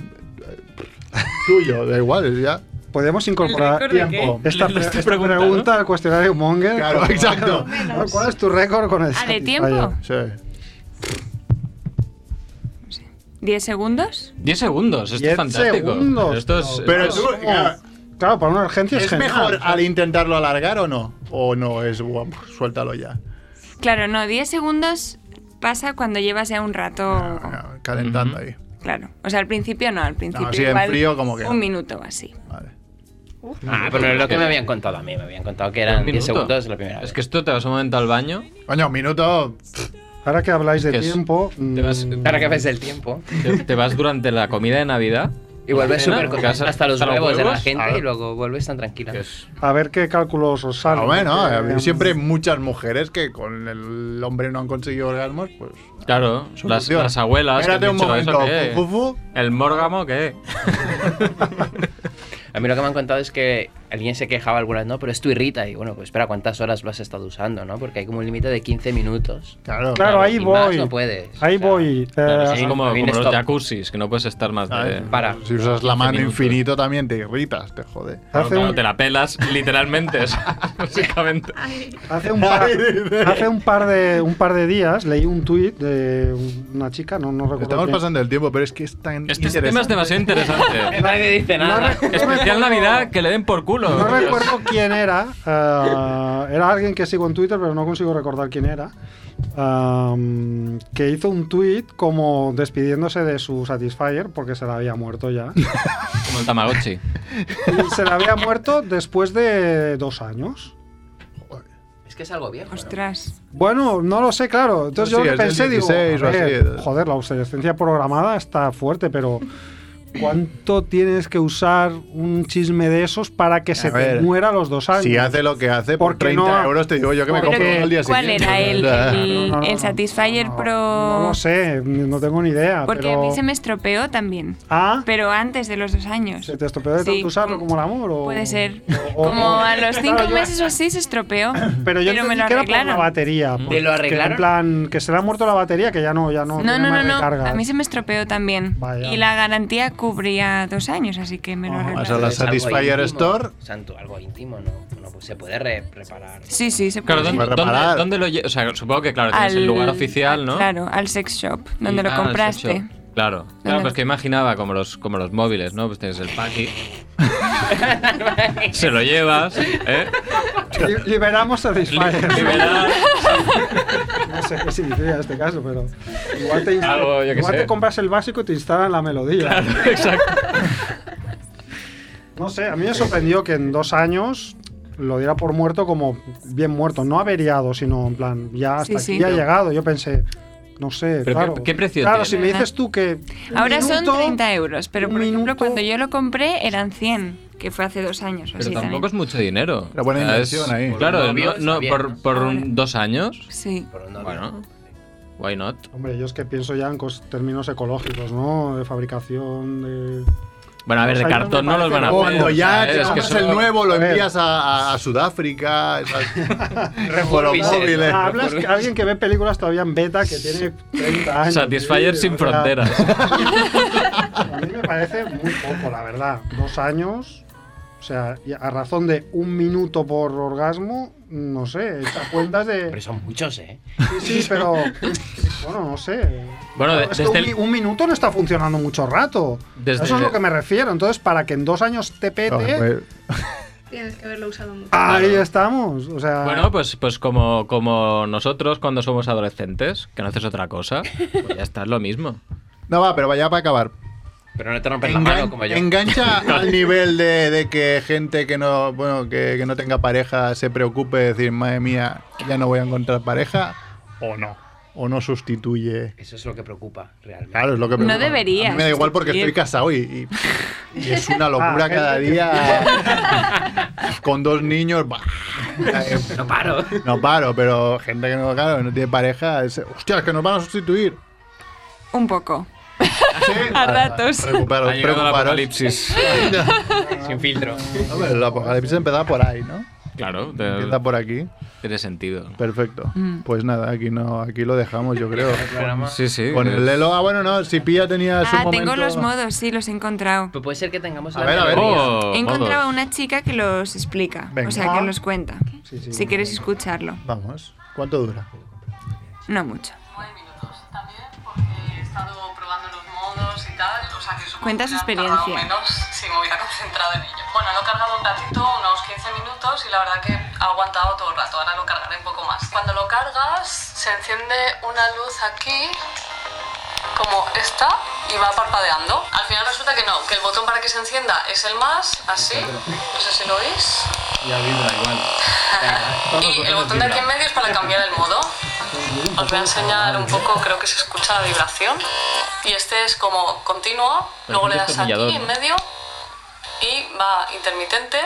Speaker 1: tuyo, da igual, ya.
Speaker 5: Podemos incorporar
Speaker 3: récord de
Speaker 5: tiempo.
Speaker 2: qué?
Speaker 5: Esta,
Speaker 2: Le-
Speaker 5: pre-
Speaker 2: le estoy
Speaker 5: esta
Speaker 2: preguntando.
Speaker 5: pregunta al cuestionario Monger.
Speaker 1: Claro, exacto.
Speaker 5: ¿Cuál es tu récord con el
Speaker 3: Ah, ¿de
Speaker 5: Satisfyer?
Speaker 3: tiempo?
Speaker 1: Sí.
Speaker 3: 10 segundos.
Speaker 2: 10 segundos, esto es
Speaker 5: 10
Speaker 2: fantástico.
Speaker 5: segundos,
Speaker 2: Esto es-
Speaker 1: Pero tú, claro,
Speaker 5: Claro, para una urgencia es,
Speaker 1: ¿es
Speaker 5: genial.
Speaker 1: mejor al intentarlo alargar o no? O no, es guapo, suéltalo ya.
Speaker 3: Claro, no, 10 segundos pasa cuando llevas ya un rato.
Speaker 1: Ah, Calentando
Speaker 2: Ujú.
Speaker 1: ahí.
Speaker 3: Claro. O sea, al principio no, al principio.
Speaker 1: sí, en
Speaker 3: igual
Speaker 1: frío como que no.
Speaker 3: Un minuto o así.
Speaker 1: Vale.
Speaker 4: Ah, pero no es lo que me habían contado a mí. Me habían contado que eran
Speaker 2: Un
Speaker 4: 10
Speaker 2: minuto.
Speaker 4: segundos la primera vez.
Speaker 2: Es que esto te vas un momento al baño,
Speaker 1: Coño, un minuto.
Speaker 5: Ahora que habláis de
Speaker 2: Que es-
Speaker 5: tiempo,
Speaker 2: te vas,
Speaker 5: mm,
Speaker 4: Ahora que ves el tiempo.
Speaker 2: te, te vas durante la comida de Navidad.
Speaker 4: Y vuelves
Speaker 2: Cena,
Speaker 4: súper
Speaker 2: porque vas
Speaker 4: contenta hasta los huevos, de la gente
Speaker 2: claro.
Speaker 4: y luego vuelves tan tranquila.
Speaker 2: que es-
Speaker 5: a ver qué cálculos os salen.
Speaker 1: Ah, bueno,
Speaker 5: porque,
Speaker 1: a mí
Speaker 5: em,
Speaker 1: siempre hay muchas mujeres que con el hombre no han conseguido orgasmos, pues.
Speaker 2: Claro, las,
Speaker 1: solución.
Speaker 2: las abuelas. que han
Speaker 1: Espérate un
Speaker 2: dicho, ¿eso
Speaker 1: momento.
Speaker 2: qué?
Speaker 1: fu, Eh, fu, fu.
Speaker 2: ¿El mórgamo qué?
Speaker 4: A mí lo que me han contado es que alguien se quejaba algunas, no, pero esto irrita. Y bueno, pues espera, ¿cuántas horas lo has estado usando, no? Porque hay como un límite de 15 minutos.
Speaker 1: Claro.
Speaker 5: Claro, ahí
Speaker 4: y más
Speaker 5: voy.
Speaker 4: no puedes.
Speaker 5: Ahí
Speaker 4: O sea,
Speaker 5: voy. eh,
Speaker 2: Claro, es
Speaker 4: sí.
Speaker 2: como,
Speaker 4: a mí
Speaker 2: como
Speaker 4: no
Speaker 2: los
Speaker 4: está-
Speaker 2: jacuzzis, que no puedes estar más de...
Speaker 1: Ay,
Speaker 4: Para.
Speaker 1: Ah, Si usas la mano
Speaker 2: Eh, minutos.
Speaker 1: infinito también te irritas, te jode.
Speaker 2: Claro,
Speaker 5: hace,
Speaker 2: claro,
Speaker 5: un,
Speaker 2: te la pelas literalmente, o sea, [laughs] básicamente.
Speaker 5: hace un par, [laughs] hace un par de un par de días leí un tuit de una chica, no, no recuerdo.
Speaker 1: Estamos
Speaker 5: quién.
Speaker 1: pasando el tiempo, pero es que es tan
Speaker 2: Este
Speaker 1: interesante.
Speaker 2: tema es demasiado interesante.
Speaker 4: [laughs]
Speaker 1: [laughs]
Speaker 4: Nadie dice nada.
Speaker 2: Especial Navidad, que le den por culo.
Speaker 5: No
Speaker 2: Dios.
Speaker 5: recuerdo quién era. eh, era alguien que sigo en Twitter, pero no consigo recordar quién era. am, que hizo un tweet como despidiéndose de su Satisfyer porque se la había muerto ya.
Speaker 2: Como el Tamagotchi.
Speaker 5: Y se la había muerto después de dos años.
Speaker 4: Es que es algo viejo. ¿no?
Speaker 3: Ostras.
Speaker 5: Bueno, no lo sé, claro. Entonces
Speaker 1: Sí,
Speaker 5: yo
Speaker 1: es del
Speaker 5: pensé, digo,
Speaker 1: 16 o
Speaker 5: a ver,
Speaker 1: así.
Speaker 5: joder, la obsolescencia programada está fuerte, pero ¿cuánto tienes que usar un chisme de esos para que se
Speaker 1: ver,
Speaker 5: te muera a los dos años?
Speaker 1: Si hace lo que hace por
Speaker 5: Porque
Speaker 1: 30
Speaker 5: no ha-
Speaker 1: euros, te digo yo que me
Speaker 5: Pero
Speaker 1: compro
Speaker 5: que-
Speaker 1: uno al día
Speaker 3: ¿Cuál
Speaker 1: siguiente. [laughs]
Speaker 3: era el, el,
Speaker 5: No, no,
Speaker 3: el
Speaker 5: no,
Speaker 3: Satisfyer
Speaker 5: no,
Speaker 3: Pro?
Speaker 5: No lo sé, no tengo ni idea.
Speaker 3: Porque
Speaker 5: pero...
Speaker 3: a mí se me estropeó también.
Speaker 5: Ah,
Speaker 3: Pero antes de los dos años.
Speaker 5: ¿se te estropeó de
Speaker 3: Sí,
Speaker 5: tanto usarlo
Speaker 3: como-
Speaker 5: como el amor? O...
Speaker 3: Puede ser.
Speaker 5: o- o-
Speaker 3: Como a los cinco
Speaker 5: Claro, Oh. yo-
Speaker 3: meses o así se estropeó.
Speaker 5: Pero yo
Speaker 3: me
Speaker 5: entendí
Speaker 3: lo
Speaker 5: que era por
Speaker 3: arreglaron.
Speaker 5: la batería. porque
Speaker 4: lo arreglaron?
Speaker 5: En plan, que se le ha muerto la batería, que ya no, ya no,
Speaker 3: No,
Speaker 5: tiene
Speaker 3: no, no,
Speaker 5: más
Speaker 3: no.
Speaker 5: recargas.
Speaker 3: A mí se me estropeó también.
Speaker 5: Vaya. Ah,
Speaker 3: Y la garantía cubría dos años, así que me lo
Speaker 1: Ajá.
Speaker 3: regalé.
Speaker 1: Vas a la
Speaker 4: Es algo
Speaker 1: Satisfyer
Speaker 4: íntimo.
Speaker 1: Store.
Speaker 4: Santo, algo íntimo, ¿no? Bueno, pues se puede re- reparar.
Speaker 3: Sí, sí, se puede.
Speaker 2: Claro, ¿dónde, dónde, dónde lo lle- O sea, supongo que, claro, tienes
Speaker 3: Al-
Speaker 2: el lugar oficial, ¿no?
Speaker 3: Claro, al sex shop, donde
Speaker 2: Y-
Speaker 3: lo
Speaker 2: ah, el sex
Speaker 3: compraste.
Speaker 2: shop. Claro, claro,
Speaker 3: Donde-
Speaker 2: pues que imaginaba como los, como los móviles, ¿no? Pues tienes el pack y... Se lo
Speaker 1: [laughs]
Speaker 2: llevas, ¿eh?
Speaker 5: Li- Liberamos [laughs] Satisfyer.
Speaker 2: liberar.
Speaker 5: no sé qué significa este caso, pero igual te, insta-
Speaker 2: Algo, yo qué
Speaker 5: igual
Speaker 2: sé.
Speaker 5: te compras el básico y te instalan la melodía.
Speaker 2: exacto.
Speaker 5: No sé, a mí me sorprendió que en dos años lo diera por muerto como bien muerto, no averiado, sino en plan, ya hasta
Speaker 3: Sí, sí.
Speaker 5: aquí ha llegado. Yo pensé, no sé,
Speaker 2: Pero
Speaker 5: claro.
Speaker 2: ¿qué- qué precio
Speaker 5: Claro,
Speaker 2: tiene?
Speaker 5: si me dices tú que. un
Speaker 3: Ahora son
Speaker 5: minuto-
Speaker 3: 30 euros, pero por ejemplo, cuando yo lo compré eran 100, que fue hace dos años. o
Speaker 2: Pero
Speaker 3: así
Speaker 2: tampoco
Speaker 3: también.
Speaker 2: es mucho dinero.
Speaker 1: Era buena
Speaker 2: O sea, es-
Speaker 1: inversión ahí.
Speaker 2: Claro,
Speaker 4: Por un novio
Speaker 2: no- no,
Speaker 4: está bien,
Speaker 2: por,
Speaker 4: ¿no?
Speaker 2: por un- dos años.
Speaker 3: Sí.
Speaker 2: Bueno, why not?
Speaker 5: Hombre, yo es que pienso ya en cos- términos ecológicos, ¿no? De fabricación, de.
Speaker 2: Bueno, a ver,
Speaker 5: O
Speaker 2: de
Speaker 5: sea, yo
Speaker 2: cartón
Speaker 5: me
Speaker 2: no los
Speaker 5: parece
Speaker 2: van a
Speaker 5: poco.
Speaker 2: poner.
Speaker 1: Cuando
Speaker 2: o sea,
Speaker 1: ya
Speaker 2: ¿eh?
Speaker 1: te
Speaker 2: es que
Speaker 1: compras
Speaker 2: eso-
Speaker 1: el nuevo, lo
Speaker 5: A ver.
Speaker 1: envías a, a- a Sudáfrica,
Speaker 5: [laughs]
Speaker 1: esas- por los
Speaker 4: Refurbished.
Speaker 1: móviles.
Speaker 5: Ah, hablas que alguien que ve películas todavía en beta que tiene 30 años.
Speaker 2: Satisfyer
Speaker 5: Sí,
Speaker 2: sin
Speaker 5: o
Speaker 1: [laughs]
Speaker 5: sea,
Speaker 2: fronteras.
Speaker 5: A mí me parece muy poco, la verdad. Dos años. O sea, y a razón de un minuto por orgasmo, no sé, echa cuentas
Speaker 4: Pero
Speaker 5: de.
Speaker 4: son muchos, ¿eh?
Speaker 5: Sí, sí, pero. Bueno, no sé.
Speaker 2: Bueno, de-
Speaker 5: Es que
Speaker 2: desde
Speaker 5: un,
Speaker 2: el-
Speaker 5: mi- un minuto no está funcionando mucho rato.
Speaker 2: Desde-
Speaker 5: Eso es lo que me refiero. Entonces, para que en dos años te pete,
Speaker 1: Ah, pues,
Speaker 7: Tienes que haberlo usado mucho.
Speaker 5: ahí estamos. O sea,
Speaker 2: Bueno, pues, pues como, como nosotros cuando somos adolescentes, que no haces otra cosa, pues ya está, es lo mismo.
Speaker 1: No va, pero vaya para acabar.
Speaker 4: Pero no te rompes la
Speaker 1: Engan-
Speaker 4: mano como
Speaker 2: [laughs]
Speaker 4: yo.
Speaker 1: engancha al nivel de, de que gente que no bueno que, que no tenga pareja se preocupe de decir, madre mía, ya no voy a encontrar pareja, o no. O no sustituye.
Speaker 4: Eso es lo que preocupa, realmente.
Speaker 1: Claro, es lo que
Speaker 3: No
Speaker 1: preocupa.
Speaker 3: debería
Speaker 1: A mí me da igual porque
Speaker 3: sustituir.
Speaker 1: estoy casado y, y- y es una locura
Speaker 5: Ah,
Speaker 1: cada
Speaker 5: gente
Speaker 1: día. Con dos niños, bah,
Speaker 4: No paro.
Speaker 1: no paro, pero gente que no, claro, que no tiene pareja, es, hostia, es que nos van a sustituir.
Speaker 3: Un poco.
Speaker 1: Sí,
Speaker 3: A ratos.
Speaker 1: Preocuparos,
Speaker 2: Ha llegado el
Speaker 1: preocuparos.
Speaker 2: apocalipsis.
Speaker 4: Sin filtro.
Speaker 1: No, pero el apocalipsis empezaba por ahí, ¿no?
Speaker 2: Claro, te-
Speaker 1: Empieza por aquí.
Speaker 2: tiene sentido.
Speaker 1: Perfecto.
Speaker 3: Mm.
Speaker 1: Pues nada, aquí no, aquí [laughs] lo dejamos, yo creo.
Speaker 2: Sí, sí.
Speaker 1: Con el Lelo. Ah, bueno, no, si pilla tenía su
Speaker 3: Ah,
Speaker 1: momento.
Speaker 3: tengo los modos, sí, los he encontrado.
Speaker 4: Pu- puede ser que tengamos
Speaker 1: A
Speaker 4: la
Speaker 1: ver, a ver.
Speaker 4: melodía.
Speaker 2: Oh,
Speaker 3: He encontrado a
Speaker 2: modos.
Speaker 3: una chica que los explica,
Speaker 1: Venga.
Speaker 3: o sea, que los cuenta.
Speaker 5: Sí, sí.
Speaker 3: si quieres escucharlo.
Speaker 1: Vamos. ¿Cuánto dura?
Speaker 3: No mucho.
Speaker 13: He estado probando los modos y tal, o sea que supongo
Speaker 3: Cuenta su
Speaker 13: que me han
Speaker 3: experiencia.
Speaker 13: tardado menos [laughs] si me hubiera concentrado en ello. Bueno, lo he cargado un ratito, unos 15 minutos, y la verdad que ha aguantado todo el rato. Ahora lo cargaré un poco más. Cuando lo cargas, se enciende una luz aquí, como esta, y va parpadeando. Al final resulta que no, que el botón para que se encienda es el más, así, no sé si lo oís. Y el botón de aquí en medio es para cambiar el modo. Os voy a enseñar un poco, creo que se escucha la vibración. Y este es como continuo, luego le das aquí
Speaker 2: destornillador,
Speaker 13: en
Speaker 2: ¿no?
Speaker 13: medio y va intermitente.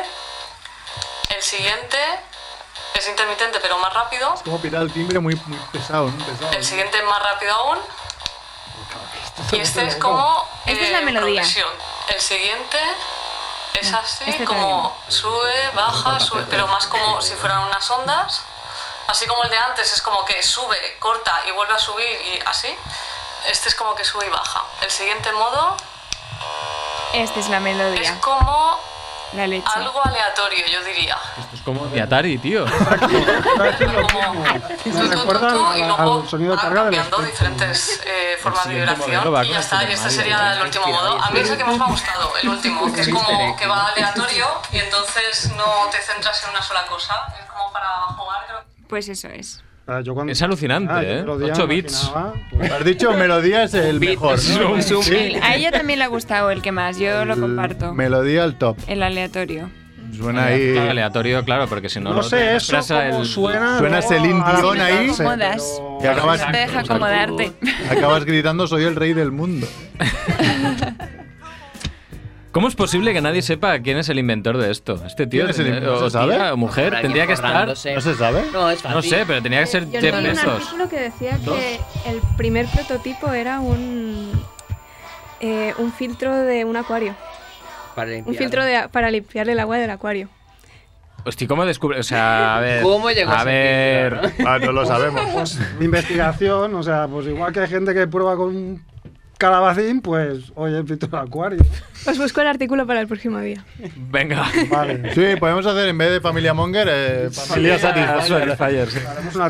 Speaker 13: El siguiente es intermitente pero más rápido.
Speaker 1: Como pitar el timbre muy, muy pesado, ¿no? Pesado.
Speaker 13: El siguiente es más rápido aún. Y este es como.
Speaker 3: Esta es la
Speaker 13: eh,
Speaker 3: melodía.
Speaker 13: progresión. El siguiente es así,
Speaker 3: este
Speaker 13: como sube, baja, sube, pero más como si fueran unas ondas. Así como el de antes es como que sube, corta y vuelve a subir y así. Este es como que sube y baja. El siguiente modo
Speaker 3: Esta es la
Speaker 13: es
Speaker 3: melodía,
Speaker 13: como
Speaker 3: la leche.
Speaker 13: algo aleatorio, yo diría.
Speaker 2: Esto es como de Atari, tío.
Speaker 13: Como
Speaker 5: Me recuerda al, al sonido de
Speaker 13: van
Speaker 5: carga de los
Speaker 13: cambiando diferentes eh, formas de
Speaker 2: siguiente modelo
Speaker 13: vibración
Speaker 2: va a
Speaker 13: y ya está,
Speaker 2: considerar
Speaker 13: y este
Speaker 2: Mario,
Speaker 13: sería el último modo. A mí es el que más me ha gustado,
Speaker 5: [laughs]
Speaker 13: el último, que es como que va aleatorio y entonces no te centras en una sola cosa, es como para jugar, creo
Speaker 3: Pues eso es.
Speaker 5: Ah, yo cuando-
Speaker 2: Es alucinante,
Speaker 5: Ah, yo
Speaker 2: ¿eh?
Speaker 5: el otro día
Speaker 2: 8
Speaker 5: me
Speaker 2: bits.
Speaker 5: imaginaba, pues,
Speaker 1: Has dicho melodía es el mejor, ¿no?
Speaker 3: El- A ella también
Speaker 13: [laughs]
Speaker 3: le ha gustado el que más, yo lo comparto.
Speaker 1: Melodía al top.
Speaker 3: El aleatorio.
Speaker 1: Suena ahí.
Speaker 2: Claro, aleatorio, claro, porque si no.
Speaker 5: No sé, eso
Speaker 2: esperas a
Speaker 5: cómo suena.
Speaker 1: Suena
Speaker 5: luego
Speaker 1: Celine
Speaker 5: a la
Speaker 1: Dion
Speaker 5: mitad,
Speaker 1: ahí.
Speaker 5: no sé,
Speaker 3: Modas.
Speaker 5: pero-
Speaker 1: Y acabas,
Speaker 3: No te deja acomodarte.
Speaker 1: acabas gritando, soy el rey del mundo.
Speaker 2: ¿Cómo es posible que nadie sepa quién es el inventor de esto? Este tío.
Speaker 1: ¿Quién es el inventor? ¿Se
Speaker 2: o
Speaker 1: sabe?
Speaker 2: tía o mujer,
Speaker 4: Alguien
Speaker 2: tendría que estar.
Speaker 4: forrándose.
Speaker 1: ¿No se sabe?
Speaker 4: No, es fácil.
Speaker 2: No sé, pero tendría que ser
Speaker 10: Yo
Speaker 2: Jeff
Speaker 10: leí un
Speaker 2: Bezos.
Speaker 10: artículo que decía que el primer prototipo era un, eh, un filtro de un acuario.
Speaker 4: Para
Speaker 10: Un
Speaker 4: limpiar.
Speaker 10: filtro de- para limpiar el agua del acuario.
Speaker 2: Hostia, ¿cómo descubre? O sea, a ver.
Speaker 4: Eh, ¿Cómo llegó
Speaker 2: A
Speaker 4: ese tío,
Speaker 2: ver.
Speaker 1: Ah, no lo sabemos.
Speaker 5: Pues, de investigación, o sea, pues igual que hay gente que prueba con calabacín, pues hoy en pintura acuario.
Speaker 10: Os busco el artículo para el próximo día.
Speaker 2: Venga.
Speaker 4: [laughs]
Speaker 1: Vale. Sí, podemos hacer en vez de Familia Monger, eh, Familia Satisfyer.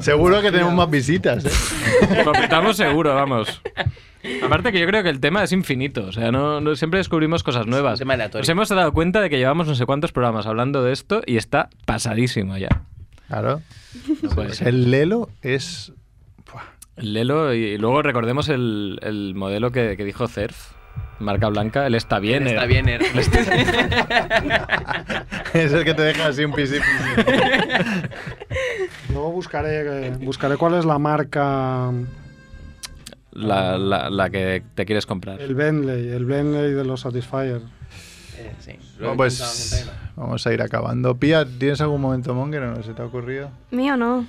Speaker 1: Seguro que tenemos más visitas. ¿eh?
Speaker 2: Completamos seguro, vamos. Aparte que yo creo que el tema es infinito, o sea, no, no- siempre descubrimos cosas nuevas. Nos hemos dado cuenta de que llevamos no sé cuántos programas hablando de esto y está pasadísimo ya.
Speaker 1: Claro.
Speaker 2: puede ser.
Speaker 1: El Lelo es.
Speaker 2: El Lelo, y, y luego recordemos el, el modelo que, que dijo CERF, marca blanca, él está bien.
Speaker 4: Él
Speaker 2: eh.
Speaker 4: está
Speaker 2: [laughs]
Speaker 4: bien, er.
Speaker 2: Él está-
Speaker 1: Es el que te deja así un pisi
Speaker 5: Luego buscaré, eh, buscaré cuál es la marca,
Speaker 2: la, la- la que te quieres comprar.
Speaker 5: el Bentley, el Bentley de los Satisfyer.
Speaker 4: Eh, sí.
Speaker 1: Bueno, pues vamos a ir acabando. Pia, ¿tienes algún momento Monger o no se te ha ocurrido?
Speaker 10: Mío no.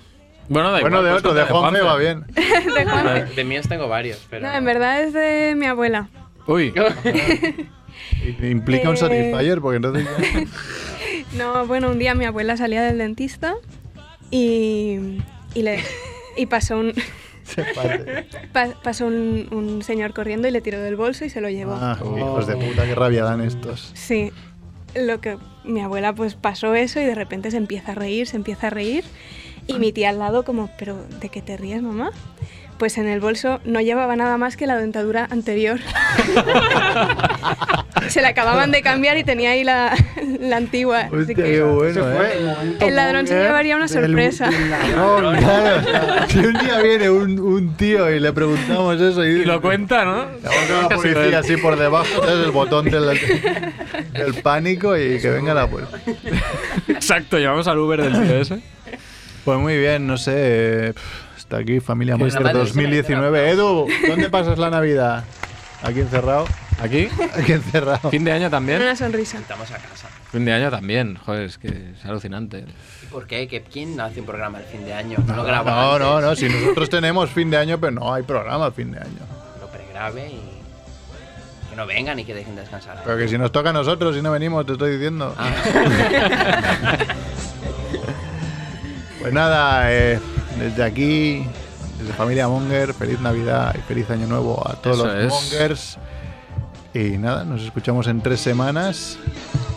Speaker 2: Bueno, pues
Speaker 1: bueno, de otro, de Juanfe va bien.
Speaker 10: De Juan.
Speaker 4: De, de míos tengo varios, pero.
Speaker 10: No, en verdad es de mi abuela.
Speaker 1: [laughs]
Speaker 2: Uy.
Speaker 1: Implica un
Speaker 10: Eh.
Speaker 1: Satisfyer porque entonces ya-
Speaker 10: No, bueno, un día mi abuela salía del dentista y, y le y pasó un [laughs] pa- pasó un, un señor corriendo y le tiró del bolso y se lo llevó.
Speaker 1: Ah, hijos de puta, qué rabia dan estos.
Speaker 10: Sí. Lo que mi abuela pues pasó eso y de repente se empieza a reír, se empieza a reír y mi tía al lado como, "¿Pero de qué te ríes, mamá?" Pues en el bolso no llevaba nada más que la dentadura anterior. [laughs] se la acababan de cambiar y tenía ahí la, la antigua. Así
Speaker 1: Hostia,
Speaker 10: que-
Speaker 1: qué bueno,
Speaker 5: Ese fue el
Speaker 1: ¿eh?
Speaker 10: El ladrón se llevaría una sorpresa.
Speaker 1: Cabrón,
Speaker 2: [laughs]
Speaker 1: claro. Si un día viene un, un tío y le preguntamos eso y,
Speaker 2: Lo cuenta, ¿no?
Speaker 1: la policía así por debajo, entonces el botón del, del pánico y que venga la puerta.
Speaker 2: Exacto, llevamos al Uber del tío
Speaker 1: [laughs]
Speaker 2: ese.
Speaker 1: Pues muy bien, no sé. eh, pf, Hasta aquí, Familia
Speaker 2: Que
Speaker 1: Monster
Speaker 2: la madre
Speaker 1: 2019. Edu, ¿dónde pasas la Navidad? Aquí encerrado.
Speaker 2: [laughs] ¿Aquí?
Speaker 1: Aquí encerrado.
Speaker 2: Fin de año también.
Speaker 10: Una sonrisa.
Speaker 4: Estamos a casa.
Speaker 2: Fin de año también, joder, es que es alucinante.
Speaker 4: ¿Y ¿Por qué? ¿Que ¿Quién hace un programa al fin de año? No, lo graba.
Speaker 1: No, Ah, no,
Speaker 4: antes,
Speaker 1: no. Si nosotros tenemos fin de año, pero no hay programa al fin de año.
Speaker 4: Lo pregrabe y. Que no vengan y que dejen descansar.
Speaker 1: Pero que si nos toca a nosotros y no venimos, te estoy diciendo.
Speaker 2: Ah.
Speaker 1: [laughs] Pues nada, eh, desde aquí, desde Familia Monger, feliz Navidad y feliz Año Nuevo a todos
Speaker 2: Eso
Speaker 1: los
Speaker 2: es.
Speaker 1: Mongers. Y nada, nos escuchamos en tres semanas.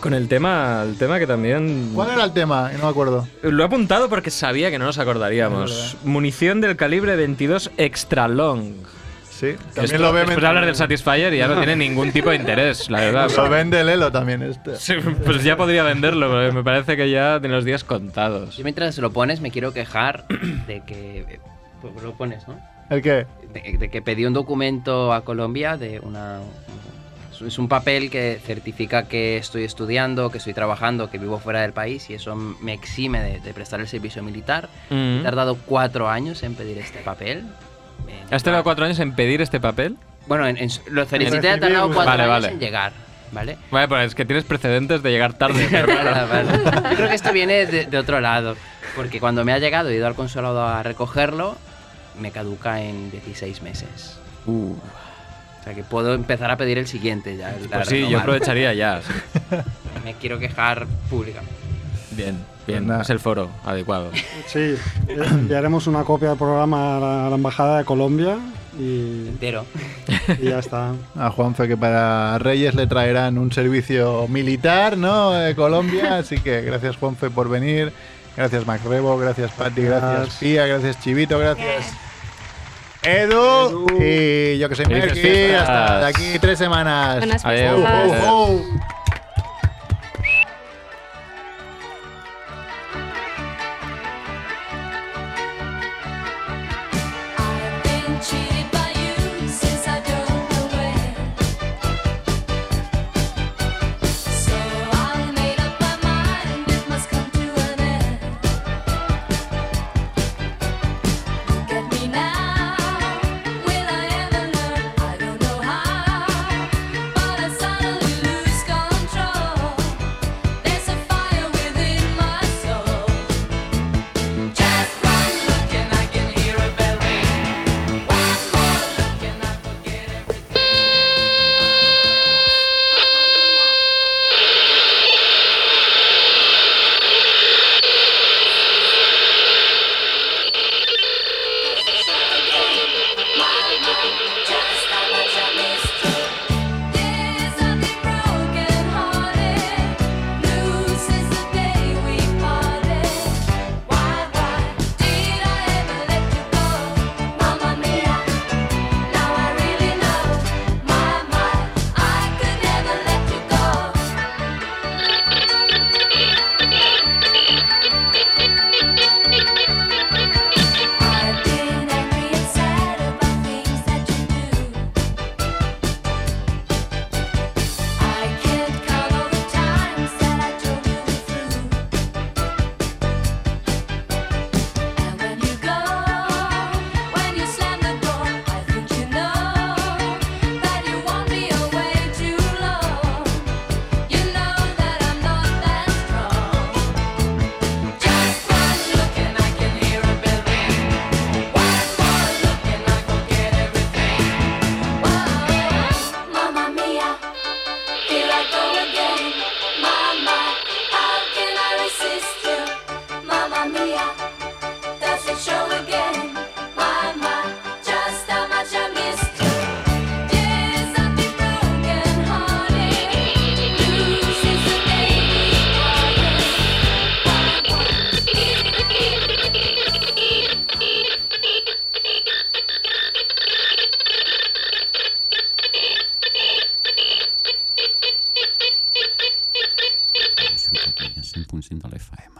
Speaker 2: Con el tema, el tema que también...
Speaker 1: ¿Cuál era el tema? No me acuerdo.
Speaker 2: Lo he apuntado porque sabía que no nos
Speaker 1: Es
Speaker 2: acordaríamos. Munición del calibre 22 extra long.
Speaker 1: Sí,
Speaker 2: Esto-
Speaker 1: también lo ve
Speaker 2: después de hablar del Satisfyer y ya no tiene ningún tipo de
Speaker 1: [laughs]
Speaker 2: interés, la verdad.
Speaker 1: Lo vende Lelo también este.
Speaker 2: Sí, pues ya podría venderlo, pero me parece que ya tiene los días contados.
Speaker 4: Yo mientras lo pones me quiero quejar de que. Pues lo pones, ¿no?
Speaker 1: ¿El qué?
Speaker 4: de, de que pedí un documento a Colombia de una es un papel que certifica que estoy estudiando, que estoy trabajando, que vivo fuera del país y eso m- me exime de, de prestar el servicio militar.
Speaker 2: Mm.
Speaker 4: He tardado cuatro años en pedir este papel. Eh,
Speaker 2: ¿Has tardado cuatro años en pedir este papel?
Speaker 4: Bueno, en, en- lo felicité, ha tardado cuatro
Speaker 2: Vale,
Speaker 4: años
Speaker 2: vale.
Speaker 4: en llegar,
Speaker 2: [laughs]
Speaker 4: ¿vale?
Speaker 2: Vale, pues es que tienes precedentes de
Speaker 1: [laughs]
Speaker 2: llegar tarde. pero claro.
Speaker 4: [laughs] Yo creo que esto viene de, de otro lado, porque cuando me ha llegado he ido al consulado a recogerlo, me caduca en 16 meses.
Speaker 2: Uh,
Speaker 4: O sea que puedo empezar a pedir el siguiente ya. el-
Speaker 2: pues
Speaker 4: a
Speaker 2: sí, yo
Speaker 4: renovar.
Speaker 2: aprovecharía ya. sí.
Speaker 4: Me quiero quejar públicamente.
Speaker 2: Bien, bien.
Speaker 1: Pues nada.
Speaker 2: Es el foro adecuado.
Speaker 5: Sí, eh, enviaremos una copia del programa a la, a la Embajada de Colombia y,
Speaker 4: Entero.
Speaker 5: y ya está.
Speaker 1: A Ah, Juanfe que para Reyes le traerán un servicio militar, ¿no? De [laughs] Colombia. Así que gracias Juanfe por venir. Gracias Macrebo, gracias Patti, gracias
Speaker 5: Gracias.
Speaker 1: Pía, gracias Chivito, gracias Edu.
Speaker 5: Edu.
Speaker 1: Y yo que soy
Speaker 2: Felices
Speaker 1: Merky.
Speaker 2: fiestas.
Speaker 1: Hasta de aquí tres semanas.
Speaker 10: Buenas
Speaker 2: Adiós.
Speaker 10: fiestas.
Speaker 1: Oh, oh.
Speaker 13: I've been cheated by you since I don't know when. So I made up my mind it must come to an end. Look at me now, will I ever learn? I don't know how, but I suddenly lose control.
Speaker 14: Central FM.